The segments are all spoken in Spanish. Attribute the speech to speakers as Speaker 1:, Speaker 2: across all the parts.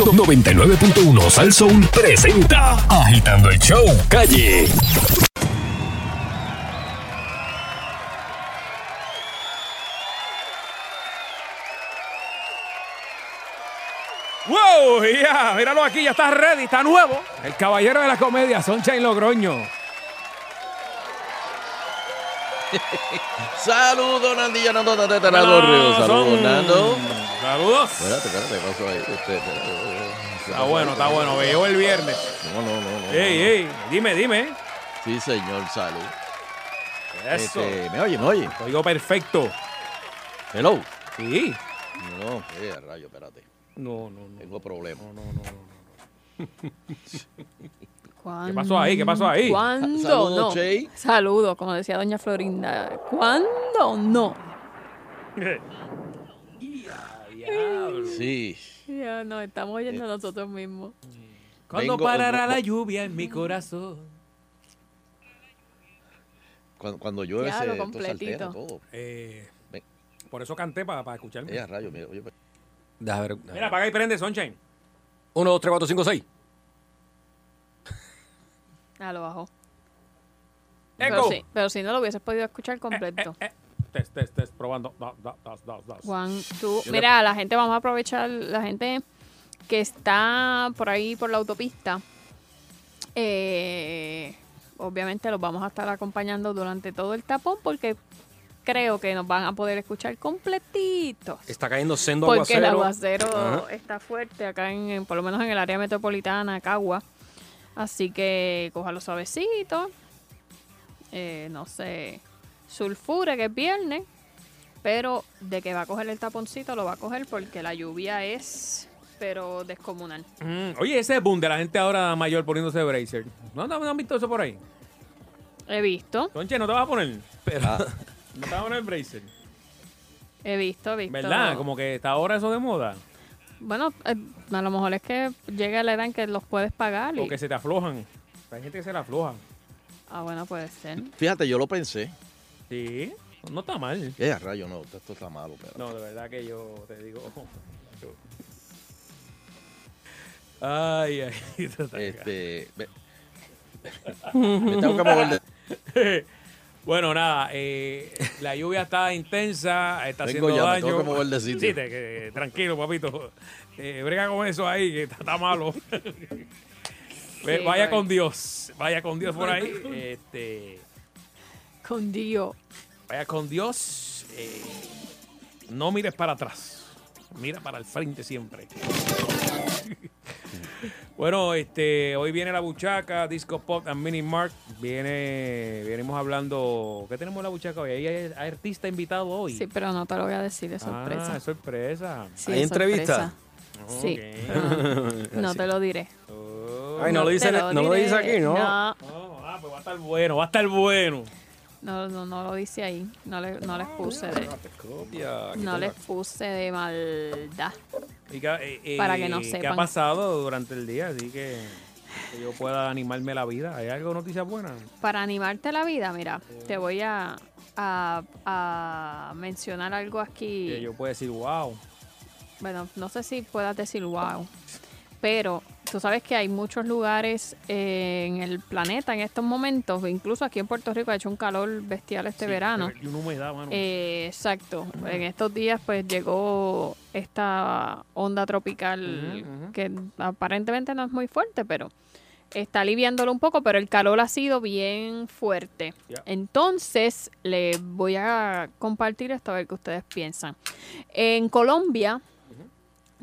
Speaker 1: 99.1 Sal Soul presenta Agitando el Show Calle.
Speaker 2: ¡Wow! ya, Míralo aquí, ya está ready, está nuevo. El caballero de la comedia, Sunshine Logroño.
Speaker 3: Saludos, Nandillo, Nando, Nando, Nando, Río.
Speaker 2: Ah,
Speaker 3: Saludos,
Speaker 2: son-
Speaker 3: Nando.
Speaker 2: Saludos.
Speaker 3: Espérate, espérate, ¿qué pasó ahí? Este, espérate, espérate.
Speaker 2: Está bueno, está bueno. Me llegó el viernes.
Speaker 3: este. No, no, no. no.
Speaker 2: Ey, ey, dime, dime.
Speaker 3: Sí, señor, salud.
Speaker 2: Eso.
Speaker 3: Este, me oye, me oye.
Speaker 2: Oigo perfecto.
Speaker 3: Hello.
Speaker 2: Sí.
Speaker 3: No, eh, rayo, espérate.
Speaker 2: No, no, no.
Speaker 3: Tengo problemas.
Speaker 2: ¿Qué pasó ahí? ¿Qué pasó ahí?
Speaker 4: ¿Cuándo
Speaker 3: Saludos,
Speaker 4: no?
Speaker 3: Chey.
Speaker 4: Saludos, como decía doña Florinda. ¿Cuándo no?
Speaker 3: Sí.
Speaker 4: Ya nos estamos oyendo nosotros mismos.
Speaker 2: Cuando
Speaker 3: Vengo-
Speaker 2: parará la lluvia en mi corazón.
Speaker 3: Cuando, cuando llueve
Speaker 4: Ya,
Speaker 3: se
Speaker 4: lo
Speaker 3: esto
Speaker 4: completito.
Speaker 3: saltea todo.
Speaker 2: Eh,
Speaker 3: Ven.
Speaker 2: por eso canté para escucharme.
Speaker 3: Eh, rayo, mira, oye,
Speaker 5: Déjame ver.
Speaker 2: Mira, apaga y prende, Sunshine.
Speaker 5: 1, 2, 3, 4, 5, 6.
Speaker 4: A Ah, lo bajo. Pero
Speaker 2: Echo.
Speaker 4: sí, pero si no lo hubieses podido escuchar completo.
Speaker 2: Eh, test, test, test, probando. Da, da, das, das, das.
Speaker 4: Juan, tú, mira, la gente, vamos a aprovechar, la gente que está por ahí por la autopista, eh, obviamente los vamos a estar acompañando durante todo el tapón porque creo que nos van a poder escuchar completitos.
Speaker 5: Está cayendo sendo
Speaker 4: Porque el
Speaker 5: aguacero.
Speaker 4: aguacero
Speaker 5: Ajá.
Speaker 4: está fuerte acá, en, en- por lo menos en el área metropolitana, Cagua. Así que cójalo suavecito. Eh, no sé, sulfure que es viernes. Pero de que va a coger el taponcito, lo va a coger porque la lluvia es, pero descomunal.
Speaker 2: Mm, oye, ese boom de la gente ahora mayor poniéndose bracer. ¿No, no, no han visto eso por ahí?
Speaker 4: He visto,
Speaker 2: Conche, ¿no te vas a poner? Ah.
Speaker 5: Pero,
Speaker 2: No te vas a poner bracer.
Speaker 4: he visto, he visto.
Speaker 2: ¿Verdad? Como que está ahora eso de moda.
Speaker 4: Bueno, eh, a lo mejor es que llega la edad en que los puedes pagar. y-
Speaker 2: O que se te aflojan. Hay gente que se la afloja.
Speaker 4: Ah, bueno, puede ser.
Speaker 3: Fíjate, yo lo pensé.
Speaker 2: Sí. No está mal.
Speaker 3: Eh, rayo, no, esto está malo. Espérate.
Speaker 2: No, de verdad que yo te digo. Ay, ay. esto está
Speaker 3: Este. ve- me tengo que mover de.
Speaker 2: Bueno, nada, eh, la lluvia está intensa, está haciendo
Speaker 3: Vengo ya, me
Speaker 2: daño.
Speaker 3: tengo que mover de sitio.
Speaker 2: Sí, te- que- tranquilo, papito. Eh, brega con eso ahí, que está, está malo. Ve- vaya
Speaker 4: Sí, vale.
Speaker 2: con Dios, vaya con Dios por ahí. Este,
Speaker 4: Con Dios.
Speaker 2: vaya con Dios. eh, no mires para atrás, mira para el frente siempre. Bueno, este, hoy viene la buchaca, Disco Pop and Mini Mark. Viene, venimos hablando. ¿Qué tenemos en la buchaca hoy? ¿Hay, hay artista invitado hoy?
Speaker 4: Sí, pero no te lo voy a decir de sorpresa.
Speaker 2: Ah, es sorpresa.
Speaker 4: Sí,
Speaker 5: ¿Hay
Speaker 4: es
Speaker 5: entrevista?
Speaker 4: sorpresa. Sí.
Speaker 2: Ok. Ah,
Speaker 4: No, no te lo diré.
Speaker 2: Oh.
Speaker 5: Ay, no lo dice,
Speaker 4: te
Speaker 5: no lo
Speaker 4: diré.
Speaker 5: dice aquí, ¿no?
Speaker 4: No,
Speaker 2: No, ah, pues va a estar bueno, va a estar bueno.
Speaker 4: no, no, no lo dice ahí. No, le, no les puse de, no les puse de maldad.
Speaker 2: Y que, eh, eh,
Speaker 4: Para que no
Speaker 2: ¿Qué ha
Speaker 4: sepan.
Speaker 2: pasado durante el día? Así que, que yo pueda animarme la vida. ¿Hay algo noticias buenas?
Speaker 4: Para animarte la vida, mira, te voy a, a, a mencionar algo
Speaker 2: Que
Speaker 4: aquí.
Speaker 2: yo pueda decir, wow.
Speaker 4: Bueno, no sé si puedas decir wow, pero tú sabes que hay muchos lugares eh, en el planeta en estos momentos, incluso aquí en Puerto Rico ha hecho un calor bestial este
Speaker 2: Sí,
Speaker 4: verano.
Speaker 2: pero- Y una humedad, mano.
Speaker 4: Eh, exacto. En estos días pues llegó esta onda tropical
Speaker 2: Ujú, ujú.
Speaker 4: que aparentemente no es muy fuerte, pero está aliviándolo un poco, pero el calor ha sido bien fuerte.
Speaker 2: Ya.
Speaker 4: Entonces, les voy a compartir esto a ver qué ustedes piensan. En Colombia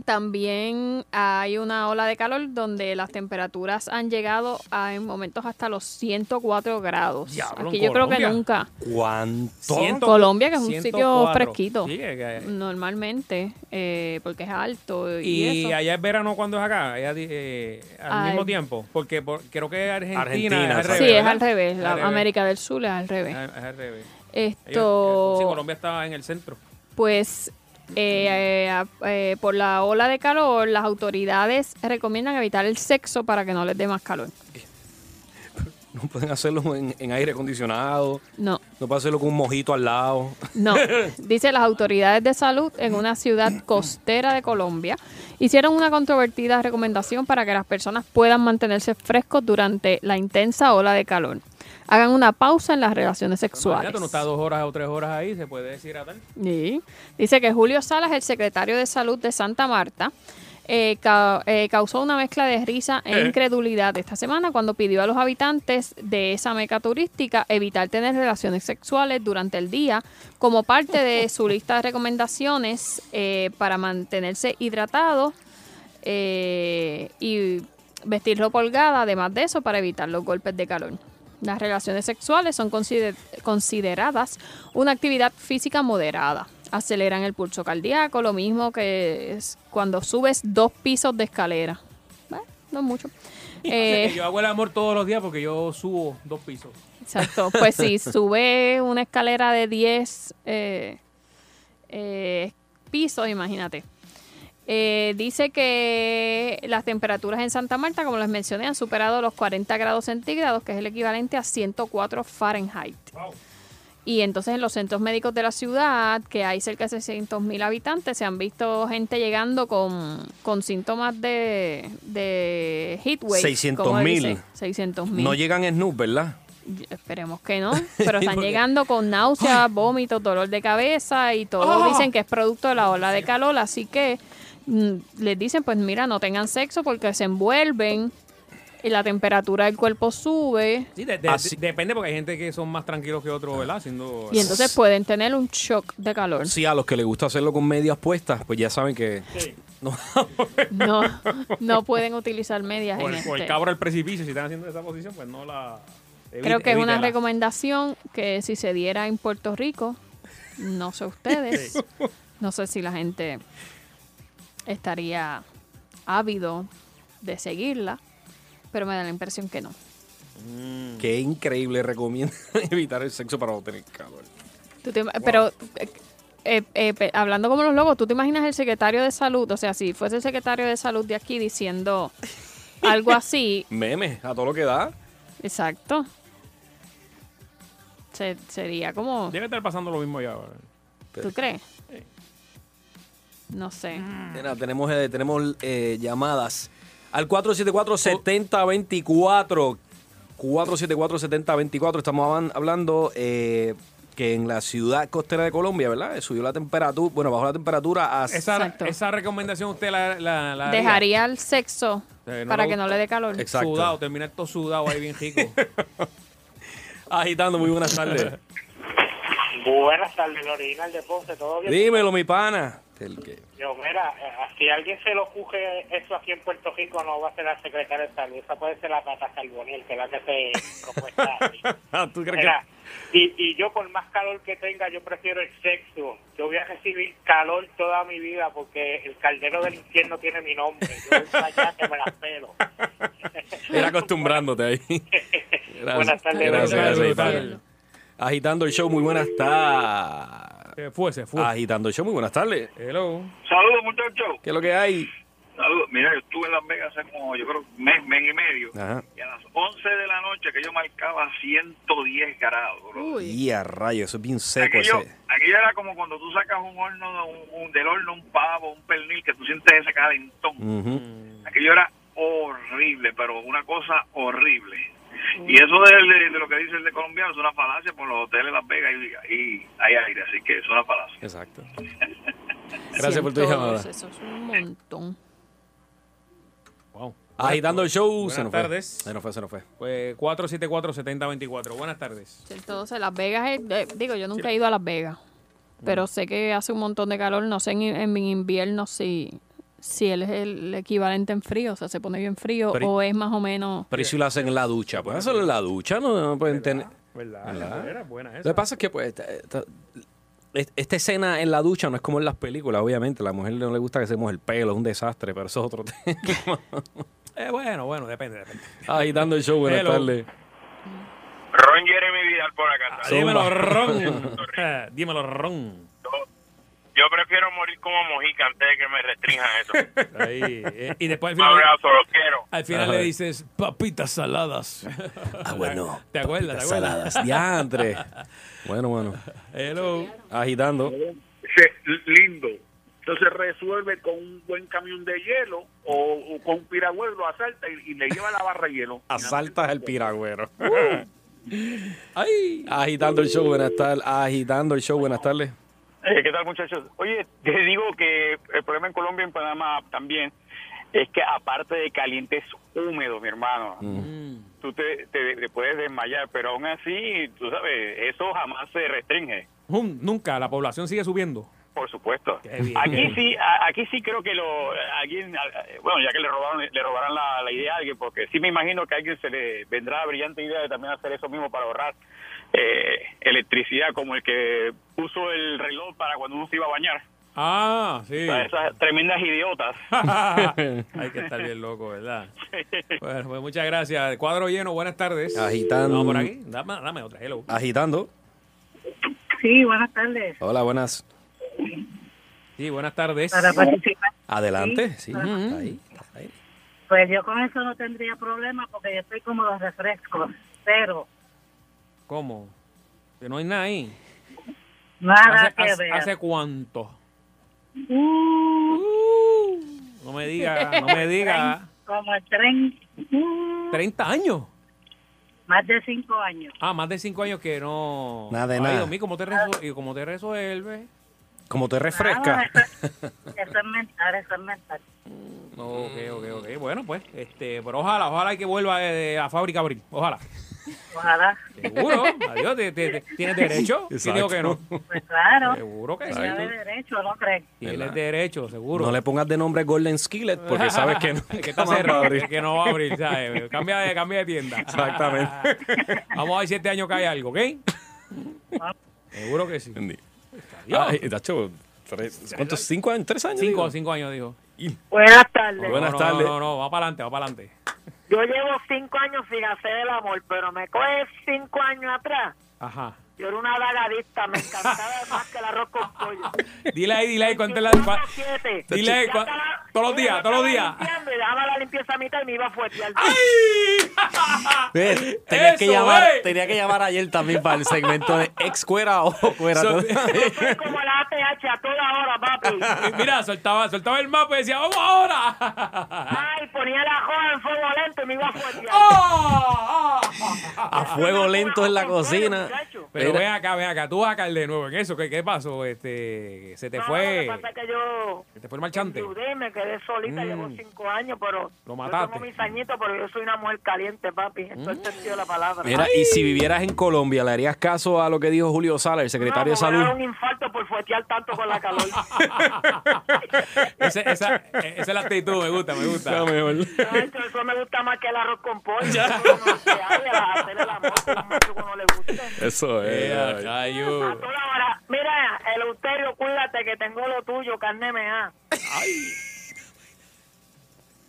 Speaker 4: también hay una ola de calor donde las temperaturas han llegado a, en momentos hasta los 104 grados.
Speaker 2: Diablo,
Speaker 4: Aquí
Speaker 2: en
Speaker 4: yo creo
Speaker 2: Colombia.
Speaker 4: que nunca.
Speaker 5: ¿Cuánto?
Speaker 2: Ciento-
Speaker 4: Colombia, que es un sitio
Speaker 2: 104.
Speaker 4: fresquito.
Speaker 2: Sí, que- que-
Speaker 4: Normalmente, eh, porque es alto y,
Speaker 2: y
Speaker 4: eso.
Speaker 2: allá es verano cuando es acá, Allá, eh, al
Speaker 4: Ay.
Speaker 2: mismo tiempo, porque por- creo que Argentina,
Speaker 5: Argentina,
Speaker 2: es al
Speaker 5: exacto.
Speaker 2: revés.
Speaker 4: sí, es
Speaker 2: ¿verdad?
Speaker 4: al revés. La
Speaker 2: Al revés.
Speaker 4: América del Sur es al revés.
Speaker 2: Ah, Es al revés. Ellos- eh, Sí,
Speaker 4: Esto,
Speaker 2: Colombia está en el centro.
Speaker 4: pues, eh, eh, eh, por la ola de calor, las autoridades recomiendan evitar el sexo para que no les dé más calor.
Speaker 5: No pueden hacerlo en, en aire acondicionado.
Speaker 4: No,
Speaker 5: No pueden hacerlo con un mojito al lado.
Speaker 4: no. Dice las autoridades de salud en una ciudad costera de Colombia hicieron una controvertida recomendación para que las personas puedan mantenerse frescos durante la intensa ola de calor. Hagan una pausa en las relaciones sexuales.
Speaker 2: Imagínate, no está dos horas o tres horas ahí, se puede decir a tal.
Speaker 4: Sí. Dice que Julio Salas, el secretario de Salud de Santa Marta, eh, ca- eh, causó una mezcla de risa e incredulidad esta semana cuando pidió a los habitantes de esa meca turística evitar tener relaciones sexuales durante el día como parte de su lista de recomendaciones eh, para mantenerse hidratados eh, y vestirlo polgada, además de eso, para evitar los golpes de calor. Las relaciones sexuales son consider- consideradas una actividad física moderada. Aceleran el pulso cardíaco, lo mismo que es cuando subes dos pisos de escalera. Bueno, no es mucho. Eh,
Speaker 2: Yo hago el amor todos los días porque yo subo dos pisos.
Speaker 4: Exacto, pues si sube una escalera de 10 eh, eh, pisos, imagínate. Eh, dice que las temperaturas en Santa Marta, como les mencioné, han superado los 40 grados centígrados, que es el equivalente a 104 Fahrenheit. Y entonces en los centros médicos de la ciudad, que hay cerca de 600 mil habitantes, se han visto gente llegando con, con síntomas de, de heat wave.
Speaker 5: 600,000.
Speaker 4: 600 mil.
Speaker 5: No llegan Snoop, ¿verdad?
Speaker 4: Yo- Esperemos que no, pero están llegando con náuseas, vómitos, dolor de cabeza y todo.
Speaker 5: ¡Oh!
Speaker 4: Dicen que es producto de la ola de calor, así que mm, les dicen, pues mira, no tengan sexo porque se envuelven y la temperatura del cuerpo sube
Speaker 2: Sí, de- de-
Speaker 5: Así-
Speaker 2: de- depende porque hay gente que son más tranquilos que otros, ¿verdad? Haciendo,
Speaker 4: y entonces pues, pueden tener un shock de calor.
Speaker 5: Sí, a los que les gusta hacerlo con medias puestas, pues ya saben que... No,
Speaker 4: No, no pueden utilizar medias
Speaker 2: o
Speaker 4: en
Speaker 2: el, o el
Speaker 4: este.
Speaker 2: cabro al precipicio, si están haciendo esa posición, pues no la... evi-
Speaker 4: Creo que es una
Speaker 2: evítela.
Speaker 4: recomendación que si se diera en Puerto Rico, no sé ustedes, no sé si la gente estaría ávido de seguirla, pero me da la impresión que no.
Speaker 5: qué increíble. Recomienda evitar el sexo para no tener calor.
Speaker 4: Tú te- Pero eh, eh, pe- hablando como los locos, ¿tú te imaginas el secretario de salud? O sea, si fuese el secretario de salud de aquí diciendo algo así,
Speaker 5: Memes, a todo lo que da.
Speaker 4: exacto. Se- sería como...
Speaker 2: Debe estar pasando lo mismo ya. ¿verdad?
Speaker 4: ¿Tú crees? No sé.
Speaker 5: Mira, tenemos, eh, tenemos eh, llamadas al 474-7024. 474-7024. Estamos haban- hablando eh, que en la ciudad costera de Colombia, ¿verdad? Eh, Subió la temperatura, bueno, bajó la temperatura a...
Speaker 2: Esa,
Speaker 4: Exacto.
Speaker 2: esa recomendación usted la, la- la haría.
Speaker 4: Dejaría el sexo
Speaker 2: Eh, no
Speaker 4: para
Speaker 2: le
Speaker 4: que no
Speaker 2: gusta.
Speaker 4: le dé calor.
Speaker 5: Ex- Exacto.
Speaker 2: Sudado, terminar todo sudado ahí bien rico.
Speaker 5: Agitando, muy buenas tardes.
Speaker 6: Buenas tardes, el original de Ponce, todo bien.
Speaker 5: Dímelo, mi pana. El que-
Speaker 6: Yo, mira, eh, si a alguien se le ocurre eso aquí en Puerto Rico, no va a ser la secretaria de salud, esa puede ser la Tata Carboniel, que es la que se propuesta. aquí.
Speaker 5: Ah, ¿Tú crees
Speaker 6: Mira, y, y yo, por más calor que tenga, yo prefiero el sexo. Yo voy a recibir calor toda mi vida porque el caldero del infierno tiene mi nombre. Yo voy para allá que me las pelo.
Speaker 5: que era acostumbrándote ahí? Gracias,
Speaker 6: Buenas tardes,
Speaker 5: Gracias,
Speaker 2: buenas
Speaker 5: gracias, mi
Speaker 2: tardes.
Speaker 5: pana. Agitando el show, muy buenas tardes.
Speaker 2: se fue, se fue.
Speaker 5: Agitando el show, muy buenas tardes.
Speaker 2: Hello.
Speaker 7: Saludos, muchachos.
Speaker 5: ¿Qué es lo que hay?
Speaker 7: Saludos. Mira, yo estuve en Las Vegas hace como, yo creo, mes, mes y medio.
Speaker 5: Ajá.
Speaker 7: Y a las 11 de la noche, que yo marcaba 110 grados, bro.
Speaker 5: Y a rayo, eso es bien seco
Speaker 7: Aquello,
Speaker 5: ese.
Speaker 7: aquello era como cuando tú sacas un horno, de un, un- del horno un pavo, un pernil, que tú sientes ese calentón.
Speaker 5: Ujú.
Speaker 7: Aquello era horrible, pero una cosa horrible.
Speaker 8: Mm.
Speaker 7: Y eso de, de- de lo que dice el de colombiano es una falacia por los hoteles de Las Vegas y, y hay aire, así que es una falacia.
Speaker 5: Exacto. Gracias por tu
Speaker 4: 112,
Speaker 5: llamada.
Speaker 4: Eso es un montón.
Speaker 2: Wow.
Speaker 5: Agitando el show.
Speaker 2: Buenas
Speaker 5: se nos
Speaker 2: tardes.
Speaker 5: Fue. Se nos fue, se nos fue.
Speaker 2: Pues 474-7024. Buenas tardes.
Speaker 4: Entonces, Las Vegas, es- eh, digo, yo nunca he ido a Las Vegas,
Speaker 2: Mm.
Speaker 4: pero sé que hace un montón de calor. No sé en, en invierno si, si él es el equivalente en frío, o sea, se pone bien frío
Speaker 5: Pero-
Speaker 4: o es más o menos.
Speaker 5: Pero ¿y si lo hacen en la ducha? Pueden hacerlo en la ducha, no, no pueden tener.
Speaker 2: ¿Verdad?
Speaker 5: ¿Verdad?
Speaker 2: Era buena
Speaker 5: Lo
Speaker 2: esa.
Speaker 5: que pasa es que, pues, esta, esta- est- esta escena en la ducha no es como en las películas, obviamente. A la mujer no le gusta que se moje el pelo, es un desastre, pero eso es otro tema.
Speaker 2: Eh, bueno, bueno, depende, depende.
Speaker 5: Agitando el show, buenas
Speaker 2: Hello.
Speaker 5: tardes.
Speaker 7: Ron Jeremy Vidal por acá.
Speaker 2: Dímelo, Ron. Ah, Dímelo, Ron.
Speaker 7: Yo prefiero morir como mojica antes de que me restrinjan eso.
Speaker 2: Ahí. eh, y después al
Speaker 7: Un
Speaker 2: final,
Speaker 7: abrazo, lo quiero.
Speaker 2: Al final le dices papitas saladas.
Speaker 5: Ah, bueno.
Speaker 2: ¿Te acuerdas?
Speaker 5: Las
Speaker 2: ¿Te acuerdas?
Speaker 5: saladas. Diantre. Bueno, bueno.
Speaker 2: Hello.
Speaker 5: Agitando.
Speaker 9: se- lindo. Entonces resuelve con un buen camión de hielo o, o con un piragüero, lo asalta y, y le lleva la barra de hielo.
Speaker 5: Asaltas el piragüero.
Speaker 2: Ay.
Speaker 5: Agitando el show, buenas tardes. Agitando el show, buenas tardes.
Speaker 10: Eh, ¿Qué tal, muchachos? Oye, te digo que el problema en Colombia y en Panamá también es que aparte de caliente es húmedo, mi hermano.
Speaker 2: Mm.
Speaker 10: Tú te, te- te puedes desmayar, pero aún así, tú sabes, eso jamás se restringe.
Speaker 2: Hum, Nunca, la población sigue subiendo.
Speaker 10: Por supuesto.
Speaker 2: Qué bien.
Speaker 10: Aquí sí, a- aquí sí creo que lo alguien, a- bueno, ya que le robaron, le robarán la, la idea a alguien, porque sí me imagino que a alguien se le vendrá la brillante idea de también hacer eso mismo para ahorrar eh, electricidad, como el que puso el reloj para cuando uno se iba a bañar.
Speaker 2: Ah, sí.
Speaker 10: O sea, esas tremendas idiotas.
Speaker 2: Hay que estar bien loco, ¿verdad? Bueno, pues muchas gracias. Cuadro lleno, buenas tardes.
Speaker 5: Agitando.
Speaker 2: No, por aquí. Dame, dame otra, hello.
Speaker 5: Agitando.
Speaker 8: Sí, buenas tardes.
Speaker 5: Hola, buenas.
Speaker 2: Pues Sí, buenas tardes.
Speaker 8: Para participar.
Speaker 5: Adelante. Sí. Ahí. ahí.
Speaker 8: Pues yo con eso no tendría problema porque yo estoy como los refrescos. Pero
Speaker 2: ¿Cómo? Que no hay nada ahí.
Speaker 8: nada
Speaker 2: ¿Hace,
Speaker 8: que
Speaker 2: hace-
Speaker 8: ver.
Speaker 2: hace cuánto?
Speaker 8: Uh,
Speaker 2: No me diga, no me diga.
Speaker 8: como el tren. uh,
Speaker 2: 30 años.
Speaker 8: más de cinco años.
Speaker 2: Ah, más de 5 años que no.
Speaker 5: Nada de
Speaker 2: Ay,
Speaker 5: nada.
Speaker 2: Dios mío, ¿cómo te, resu- y cómo te resuelve?
Speaker 5: Como te
Speaker 8: Nada,
Speaker 5: refresca.
Speaker 8: eso, eso es mental, eso es mental.
Speaker 2: Ok, ok, ok. Bueno, pues, este, pero ojalá, ojalá que vuelva eh, la fábrica a abrir. Ojalá.
Speaker 8: Ojalá.
Speaker 2: Seguro. Adiós, te- te- te- tienes derecho. Sí, digo que no.
Speaker 8: Pues claro.
Speaker 2: Seguro que sí.
Speaker 8: Ya de derecho, ¿no crees?
Speaker 2: Tienes derecho, seguro.
Speaker 5: No le pongas de nombre Golden Skillet porque sabes que no.
Speaker 2: que está cerrado, que no va a abrir, ¿sabes? Cambia de, cambia de tienda.
Speaker 5: Exactamente.
Speaker 2: Vamos a ver si este año cae algo, ¿ok? Seguro que sí.
Speaker 5: Ay, Dacho, tres- ¿cuántos? ¿Cinco años? ¿Tres años?
Speaker 2: Cinco,
Speaker 5: digo?
Speaker 2: cinco años, dijo.
Speaker 8: Buenas tardes.
Speaker 5: Buenas
Speaker 2: No, no,
Speaker 5: tardes.
Speaker 2: No, no, no, va para adelante, va para adelante.
Speaker 8: Yo llevo cinco años sin hacer el amor, pero me coge cinco años atrás.
Speaker 2: Ajá.
Speaker 8: Yo era una vagadista, me encantaba más que el arroz con pollo.
Speaker 2: Dile ahí, dile ahí, cuánto la. cua- Dile ahí, cua- todos los días, todos los días.
Speaker 8: Dejaba la limpieza a mitad y me iba a fuetear.
Speaker 2: ¡Ay!
Speaker 5: Ves, Tenía que,
Speaker 2: Eso,
Speaker 5: llamar,
Speaker 2: ey.
Speaker 5: tenía que llamar ayer también para el segmento de ex cuera o cuera.
Speaker 2: So-
Speaker 8: Soy como la ATH a toda hora, papi.
Speaker 2: Mira, soltaba, soltaba el mapa y decía, ¡vamos ahora!
Speaker 8: Ay, ponía la joven en fuego lento y me iba a fuetear.
Speaker 2: ¡Ah!
Speaker 5: a fuego lento en la cocina.
Speaker 2: Pero
Speaker 5: Mira.
Speaker 2: ven acá, ven acá, tú vas a caer de nuevo en eso. ¿Qué, qué pasó? Este, se te
Speaker 8: No,
Speaker 2: fue.
Speaker 8: Lo que pasa es que yo
Speaker 2: se te fue el marchante.
Speaker 8: dudé, me quedé
Speaker 5: Mm.
Speaker 8: solita, llevo cinco años, pero
Speaker 2: Lo mataste.
Speaker 8: yo tengo mis añitos, pero yo soy una mujer caliente, papi. Esto es sentido de la palabra.
Speaker 5: Mm. Mira, y si vivieras en Colombia, ¿le harías caso a lo que dijo Julio Sala, el secretario de
Speaker 8: No, me voy a dar
Speaker 5: salud?
Speaker 8: un infarto por fuetear tanto con la calor.
Speaker 2: Ese- esa,
Speaker 5: E-,
Speaker 2: eh, esa es la actitud, me gusta, me gusta.
Speaker 8: Ay, eso- eso me gusta más que el arroz con pollo. Eso no se hace, hacer el amor, por mucho que uno le guste.
Speaker 5: Eso
Speaker 2: Eh,
Speaker 5: es.
Speaker 2: Caillou.
Speaker 8: A toda hora. Mira, el uterio, cuídate que tengo lo tuyo, carne me da.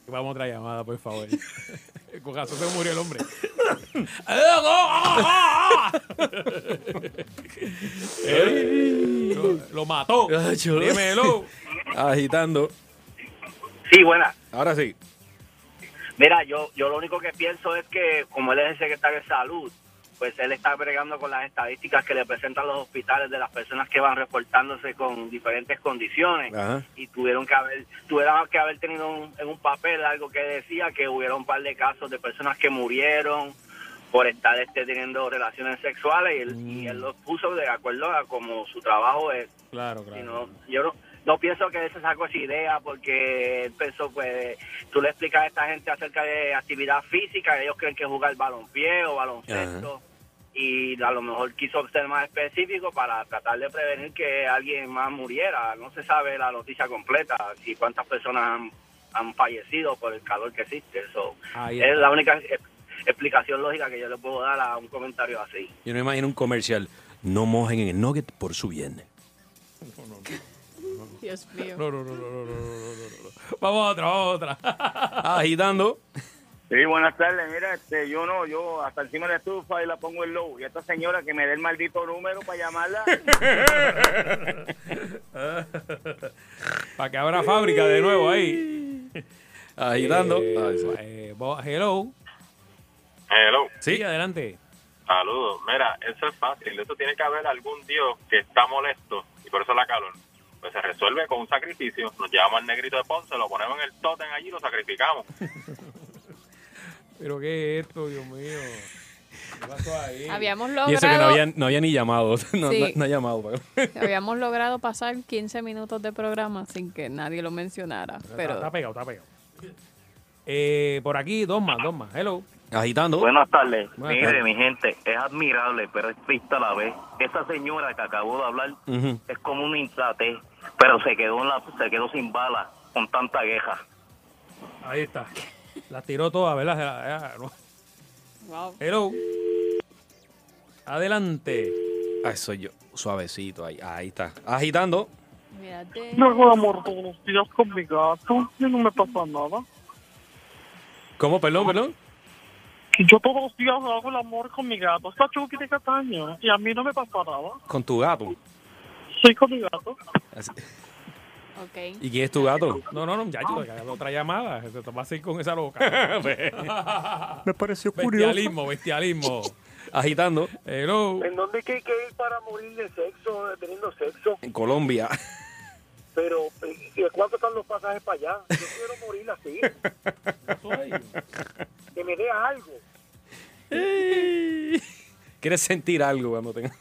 Speaker 2: Vamos a otra llamada, por favor. Con razón se murió el hombre. ¡Ah, Eh, lo, lo mató.
Speaker 5: Ay, chulo.
Speaker 2: Dímelo.
Speaker 5: Agitando.
Speaker 7: Sí, buena.
Speaker 5: Ahora sí.
Speaker 6: Mira, yo, yo lo único que pienso es que, como él es el secretario de salud, pues él está bregando con las estadísticas que le presentan los hospitales de las personas que van reportándose con diferentes condiciones.
Speaker 5: Ajá.
Speaker 6: Y tuvieron que haber, tuvieron que haber tenido un- en un papel algo que decía que hubiera un par de casos de personas que murieron por estar este, teniendo relaciones sexuales y él, y él los puso de acuerdo a como su trabajo es
Speaker 2: Claro,
Speaker 6: Sí,
Speaker 2: claro.
Speaker 6: no, yo no, no pienso que él se sacó esa idea porque él pensó, pues, tú le explicas a esta gente acerca de actividad física, ellos creen que es jugar balonpié o baloncesto, y a lo mejor quiso ser más específico para tratar de prevenir que alguien más muriera. No se sabe la noticia completa, si cuántas personas han, han fallecido por el calor que existe. Eso
Speaker 2: Ahí
Speaker 6: es
Speaker 2: está.
Speaker 6: la única eh, explicación lógica que yo le puedo dar a un comentario así.
Speaker 5: Yo no me imagino un comercial. No mojen en el nugget por su bien.
Speaker 4: Dios mío.
Speaker 2: No, no, no, no, no, no, no, no, no, no. Vamos a otra, vamos a otra.
Speaker 5: Agitando.
Speaker 10: Sí, buenas tardes. Mira, este, yo no, yo hasta encima de la estufa y la pongo en low. Y a esta señora que me dé el maldito número para llamarla.
Speaker 2: Para que abra fábrica de nuevo ahí.
Speaker 5: Ahí dando.
Speaker 2: Eh,
Speaker 5: Ay, sí.
Speaker 2: eh, bo- hello.
Speaker 11: Hello.
Speaker 2: Sí, adelante.
Speaker 11: Saludos. Mira, eso es fácil. Eso tiene que haber algún dios que está molesto y por eso la calor. Pues se resuelve con un sacrificio. Nos llevamos al negrito de Ponce, lo ponemos en el tótem allí y lo sacrificamos.
Speaker 2: Pero qué es esto, Dios mío. ¿Qué pasó ahí?
Speaker 4: Habíamos
Speaker 5: Y eso que no
Speaker 4: logrado,
Speaker 5: había, no había ni llamado. No,
Speaker 4: Sí.
Speaker 5: no- no ha llamado. pero-
Speaker 4: habíamos logrado pasar 15 minutos de programa sin que nadie lo mencionara.
Speaker 2: Está,
Speaker 4: Pero
Speaker 2: está pegado, está pegado. Eh, por aquí, dos más, dos más. Hello.
Speaker 5: Agitando.
Speaker 12: Buenas tardes.
Speaker 2: Buenas
Speaker 12: Mire,
Speaker 2: tardes.
Speaker 12: mi gente, es admirable, pero es triste a la vez. Esa señora que acabó de hablar
Speaker 5: Ujú.
Speaker 12: es como un insate, pero se quedó, en la, se quedó sin balas con tanta queja.
Speaker 2: Ahí está. La tiró toda, ¿verdad? Se la- ya, no. Hello. Adelante.
Speaker 5: Ah, soy yo. Suavecito. Ahí, ahí está. Agitando.
Speaker 8: Luego, amor, todos los días con mi gato. Y no me pasa nada.
Speaker 5: ¿Cómo? Perdón, perdón.
Speaker 8: Que yo todos los días hago el amor con mi gato. Está Chucky de Cataño. Y a mí no me pasa nada.
Speaker 5: Con tu gato.
Speaker 8: Soy con mi gato.
Speaker 5: Así-
Speaker 4: Ok.
Speaker 5: ¿Y quién es tu gato?
Speaker 2: No, no, no, muchacho, que haga otra llamada. Se te va a ir con esa loca.
Speaker 5: Me pareció
Speaker 2: bestialismo, bestialismo.
Speaker 5: Agitando.
Speaker 2: Hello.
Speaker 13: ¿En dónde que hay que ir para morir de sexo, eh, teniendo sexo?
Speaker 5: En Colombia.
Speaker 13: Pero, eh, ¿de ¿cuánto están los pasajes para allá? Yo quiero morir así. Que me dé algo.
Speaker 5: ¿Quieres sentir algo cuando tengas?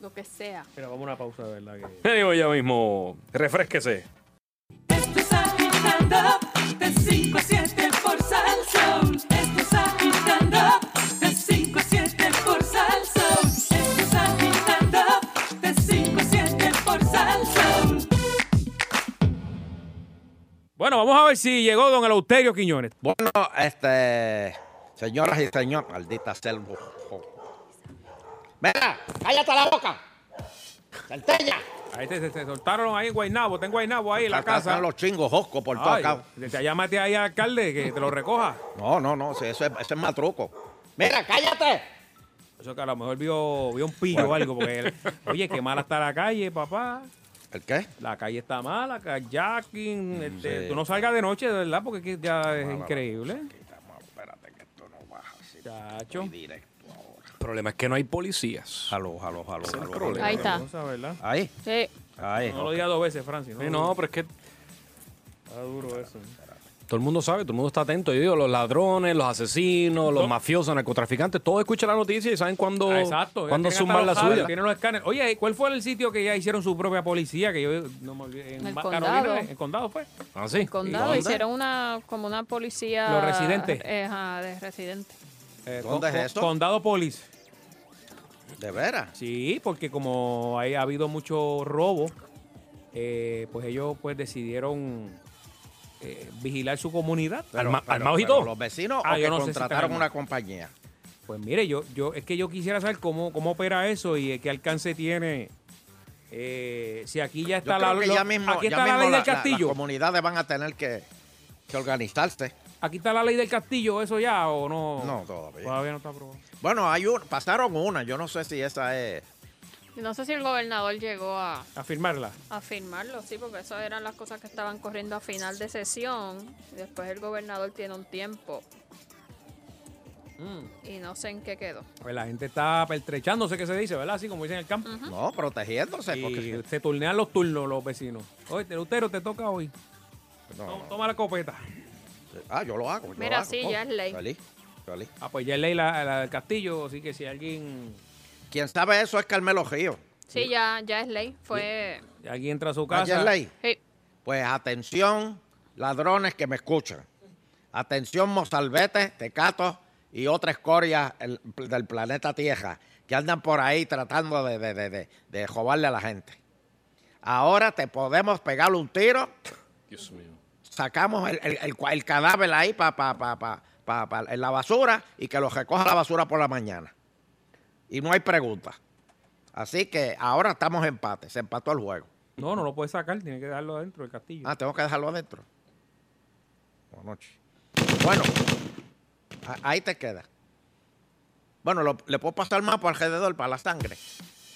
Speaker 4: lo que sea.
Speaker 2: Mira, vamos a una pausa, de verdad. Que...
Speaker 5: Digo ya mismo. Refresquese.
Speaker 14: agitando de 5 a 7 por Salsón. Esto es agitando de 5 a 7 por Salsón. Esto es agitando de 5 a 7 por Salsón.
Speaker 2: Bueno, vamos a ver si llegó don Eleuterio Quiñones.
Speaker 3: Bueno, este. Señoras y señores, maldita selva. Mira, cállate la boca. Saltella.
Speaker 2: Ahí te, se- se soltaron ahí en Guaynabo. Ten Guaynabo ahí en la
Speaker 3: Acá
Speaker 2: casa.
Speaker 3: están los chingos, Josco, por todo
Speaker 2: Ay,
Speaker 3: acá.
Speaker 2: te- te llámate ahí al alcalde que te lo recoja.
Speaker 3: No, no, no, sí, eso es, eso es matruco. Mira, cállate.
Speaker 2: Eso que a lo mejor vio, vio un pillo o algo. Porque, él- oye, qué mala está la calle, papá.
Speaker 3: ¿El qué? Mm,
Speaker 2: La calle está mala, carjacking. este, Tú no salgas de noche, de verdad, porque que ya es increíble. Chacho.
Speaker 5: El problema es que no hay policías. Jaló, jaló, jaló.
Speaker 4: Ahí está.
Speaker 3: Ahí.
Speaker 4: Sí.
Speaker 3: Ahí.
Speaker 2: No lo digas dos veces, Francis.
Speaker 5: Sí, no, pero es que
Speaker 2: Está duro eso.
Speaker 5: todo el mundo sabe, todo el mundo está atento. Yo digo, los ladrones, los asesinos, los mafiosos, narcotraficantes, todos escuchan la noticia y saben cuándo,
Speaker 2: Ah, Exacto.
Speaker 5: cuándo
Speaker 2: Tienen
Speaker 5: zumban
Speaker 2: hasta
Speaker 5: la
Speaker 2: los sables,
Speaker 5: suya.
Speaker 2: Tienen los escáneres. Oye, ¿cuál fue el sitio que ya hicieron su propia policía? Que yo no me olvidé. En
Speaker 4: El
Speaker 2: Ma-
Speaker 4: condado.
Speaker 2: Carolina, en condado fue.
Speaker 5: Ah, sí.
Speaker 4: Condado, hicieron una, como una policía.
Speaker 2: Los residentes.
Speaker 4: eh, ajá, de residentes.
Speaker 2: Eh,
Speaker 3: ¿Dónde es eso?
Speaker 2: Condado Police.
Speaker 3: ¿De veras?
Speaker 2: Sí, porque como hay- ha habido mucho robo, eh, pues ellos pues decidieron eh, vigilar su comunidad.
Speaker 3: Pero-
Speaker 2: Alma-
Speaker 3: pero-
Speaker 2: ¿Armados y
Speaker 3: pero
Speaker 2: todo?
Speaker 3: ¿Los vecinos
Speaker 2: Ah,
Speaker 3: o
Speaker 2: yo
Speaker 3: que
Speaker 2: no sé si están
Speaker 3: contrataron una
Speaker 2: armados.
Speaker 3: compañía?
Speaker 2: Pues mire, yo, yo es que yo quisiera saber cómo, cómo opera eso y eh, qué alcance tiene. eh, si aquí ya
Speaker 3: Yo
Speaker 2: está
Speaker 3: creo
Speaker 2: la,
Speaker 3: que
Speaker 2: lo-
Speaker 3: ya mismo,
Speaker 2: aquí
Speaker 3: ya
Speaker 2: está la
Speaker 3: mismo
Speaker 2: ley
Speaker 3: la-
Speaker 2: del
Speaker 3: la-
Speaker 2: castillo.
Speaker 3: las comunidades van a tener que, que organizarse.
Speaker 2: aquí está la ley del castillo, eso ya o no.
Speaker 3: No, todavía.
Speaker 2: Todavía no está aprobado.
Speaker 3: Bueno, hay un, pasaron una, yo no sé si esa es...
Speaker 4: Y No sé si el gobernador llegó a,
Speaker 2: A firmarla.
Speaker 4: a firmarlo, sí, porque esas eran las cosas que estaban corriendo a final de sesión. Después el gobernador tiene un tiempo.
Speaker 2: Mm.
Speaker 4: Y no sé en qué quedó.
Speaker 2: Pues la gente está pertrechándose, que se dice, ¿verdad? Así como dicen en el campo.
Speaker 3: No, protegiéndose.
Speaker 2: Y se turnean los turnos los vecinos. Oye, Lutero, te toca hoy.
Speaker 3: No,
Speaker 2: To- Toma la copeta.
Speaker 3: Ah, yo lo hago. yo
Speaker 4: Mira,
Speaker 3: lo hago.
Speaker 4: sí, ya es ley.
Speaker 3: Salí, salí.
Speaker 2: Ah, pues ya es ley la, la del castillo, así que si alguien
Speaker 3: Quien sabe eso es Carmelo Río.
Speaker 4: Sí, ya, ya es ley. Fue.
Speaker 2: alguien entra a su
Speaker 3: Ah,
Speaker 2: casa.
Speaker 3: ya es ley.
Speaker 4: Sí.
Speaker 3: Pues atención, ladrones que me escuchan. Atención, mozalbetes, tecatos y otra escoria el- del planeta Tierra que andan por ahí tratando de, de, de, de- de robarle a la gente. Ahora te podemos pegar un tiro,
Speaker 5: Dios mío.
Speaker 3: sacamos el, el- el cua- el cadáver ahí pa, pa, pa, pa, pa- pa- en la basura y que lo recoja la basura por la mañana. Y no hay preguntas. Así que ahora estamos empate, se empató el juego.
Speaker 2: No, no lo puedes sacar, tiene que dejarlo adentro del castillo.
Speaker 3: Ah, tengo que dejarlo adentro. Buenas noches. Bueno, a- ahí te queda. Bueno, lo- le puedo pasar más por alrededor para la sangre.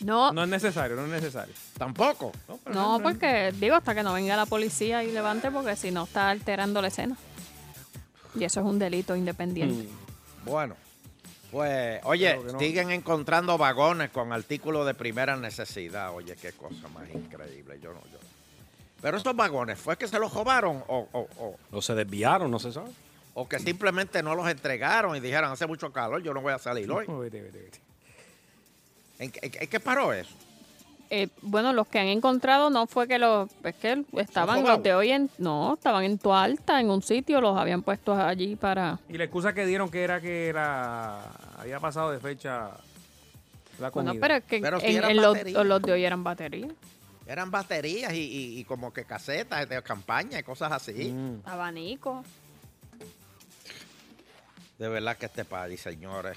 Speaker 4: No.
Speaker 2: No es necesario, no es necesario.
Speaker 3: Tampoco.
Speaker 4: Oh. No, pues, porque digo, hasta que no venga la policía y levante, porque si no está alterando la escena. Y eso es un delito independiente.
Speaker 3: Mm. Bueno, pues, oye,
Speaker 4: Creo que no.
Speaker 3: siguen encontrando vagones con artículos de primera necesidad. Oye, qué cosa más increíble. Yo no, yo. Pero esos vagones, ¿fue que se los robaron o, o- o-
Speaker 5: No se desviaron, no se sabe.
Speaker 3: o que simplemente no los entregaron y dijeron, hace mucho calor, yo no voy a salir hoy? ¿En, qué- en qué- en qué paró eso?
Speaker 4: Eh, bueno, los que han encontrado no fue que los. Es que estaban los
Speaker 2: robados?
Speaker 4: de hoy en. No, estaban en Tualta, en un sitio, los habían puesto allí para.
Speaker 2: Y la excusa que dieron que era que era, había pasado de fecha la comida.
Speaker 4: Bueno, pero es que en-
Speaker 3: si eran
Speaker 4: en los,
Speaker 3: baterías.
Speaker 4: los de hoy eran baterías.
Speaker 3: Eran baterías y, y- y como que casetas de campaña y cosas así.
Speaker 5: Mm.
Speaker 4: Abanico.
Speaker 3: De verdad que este país, señores,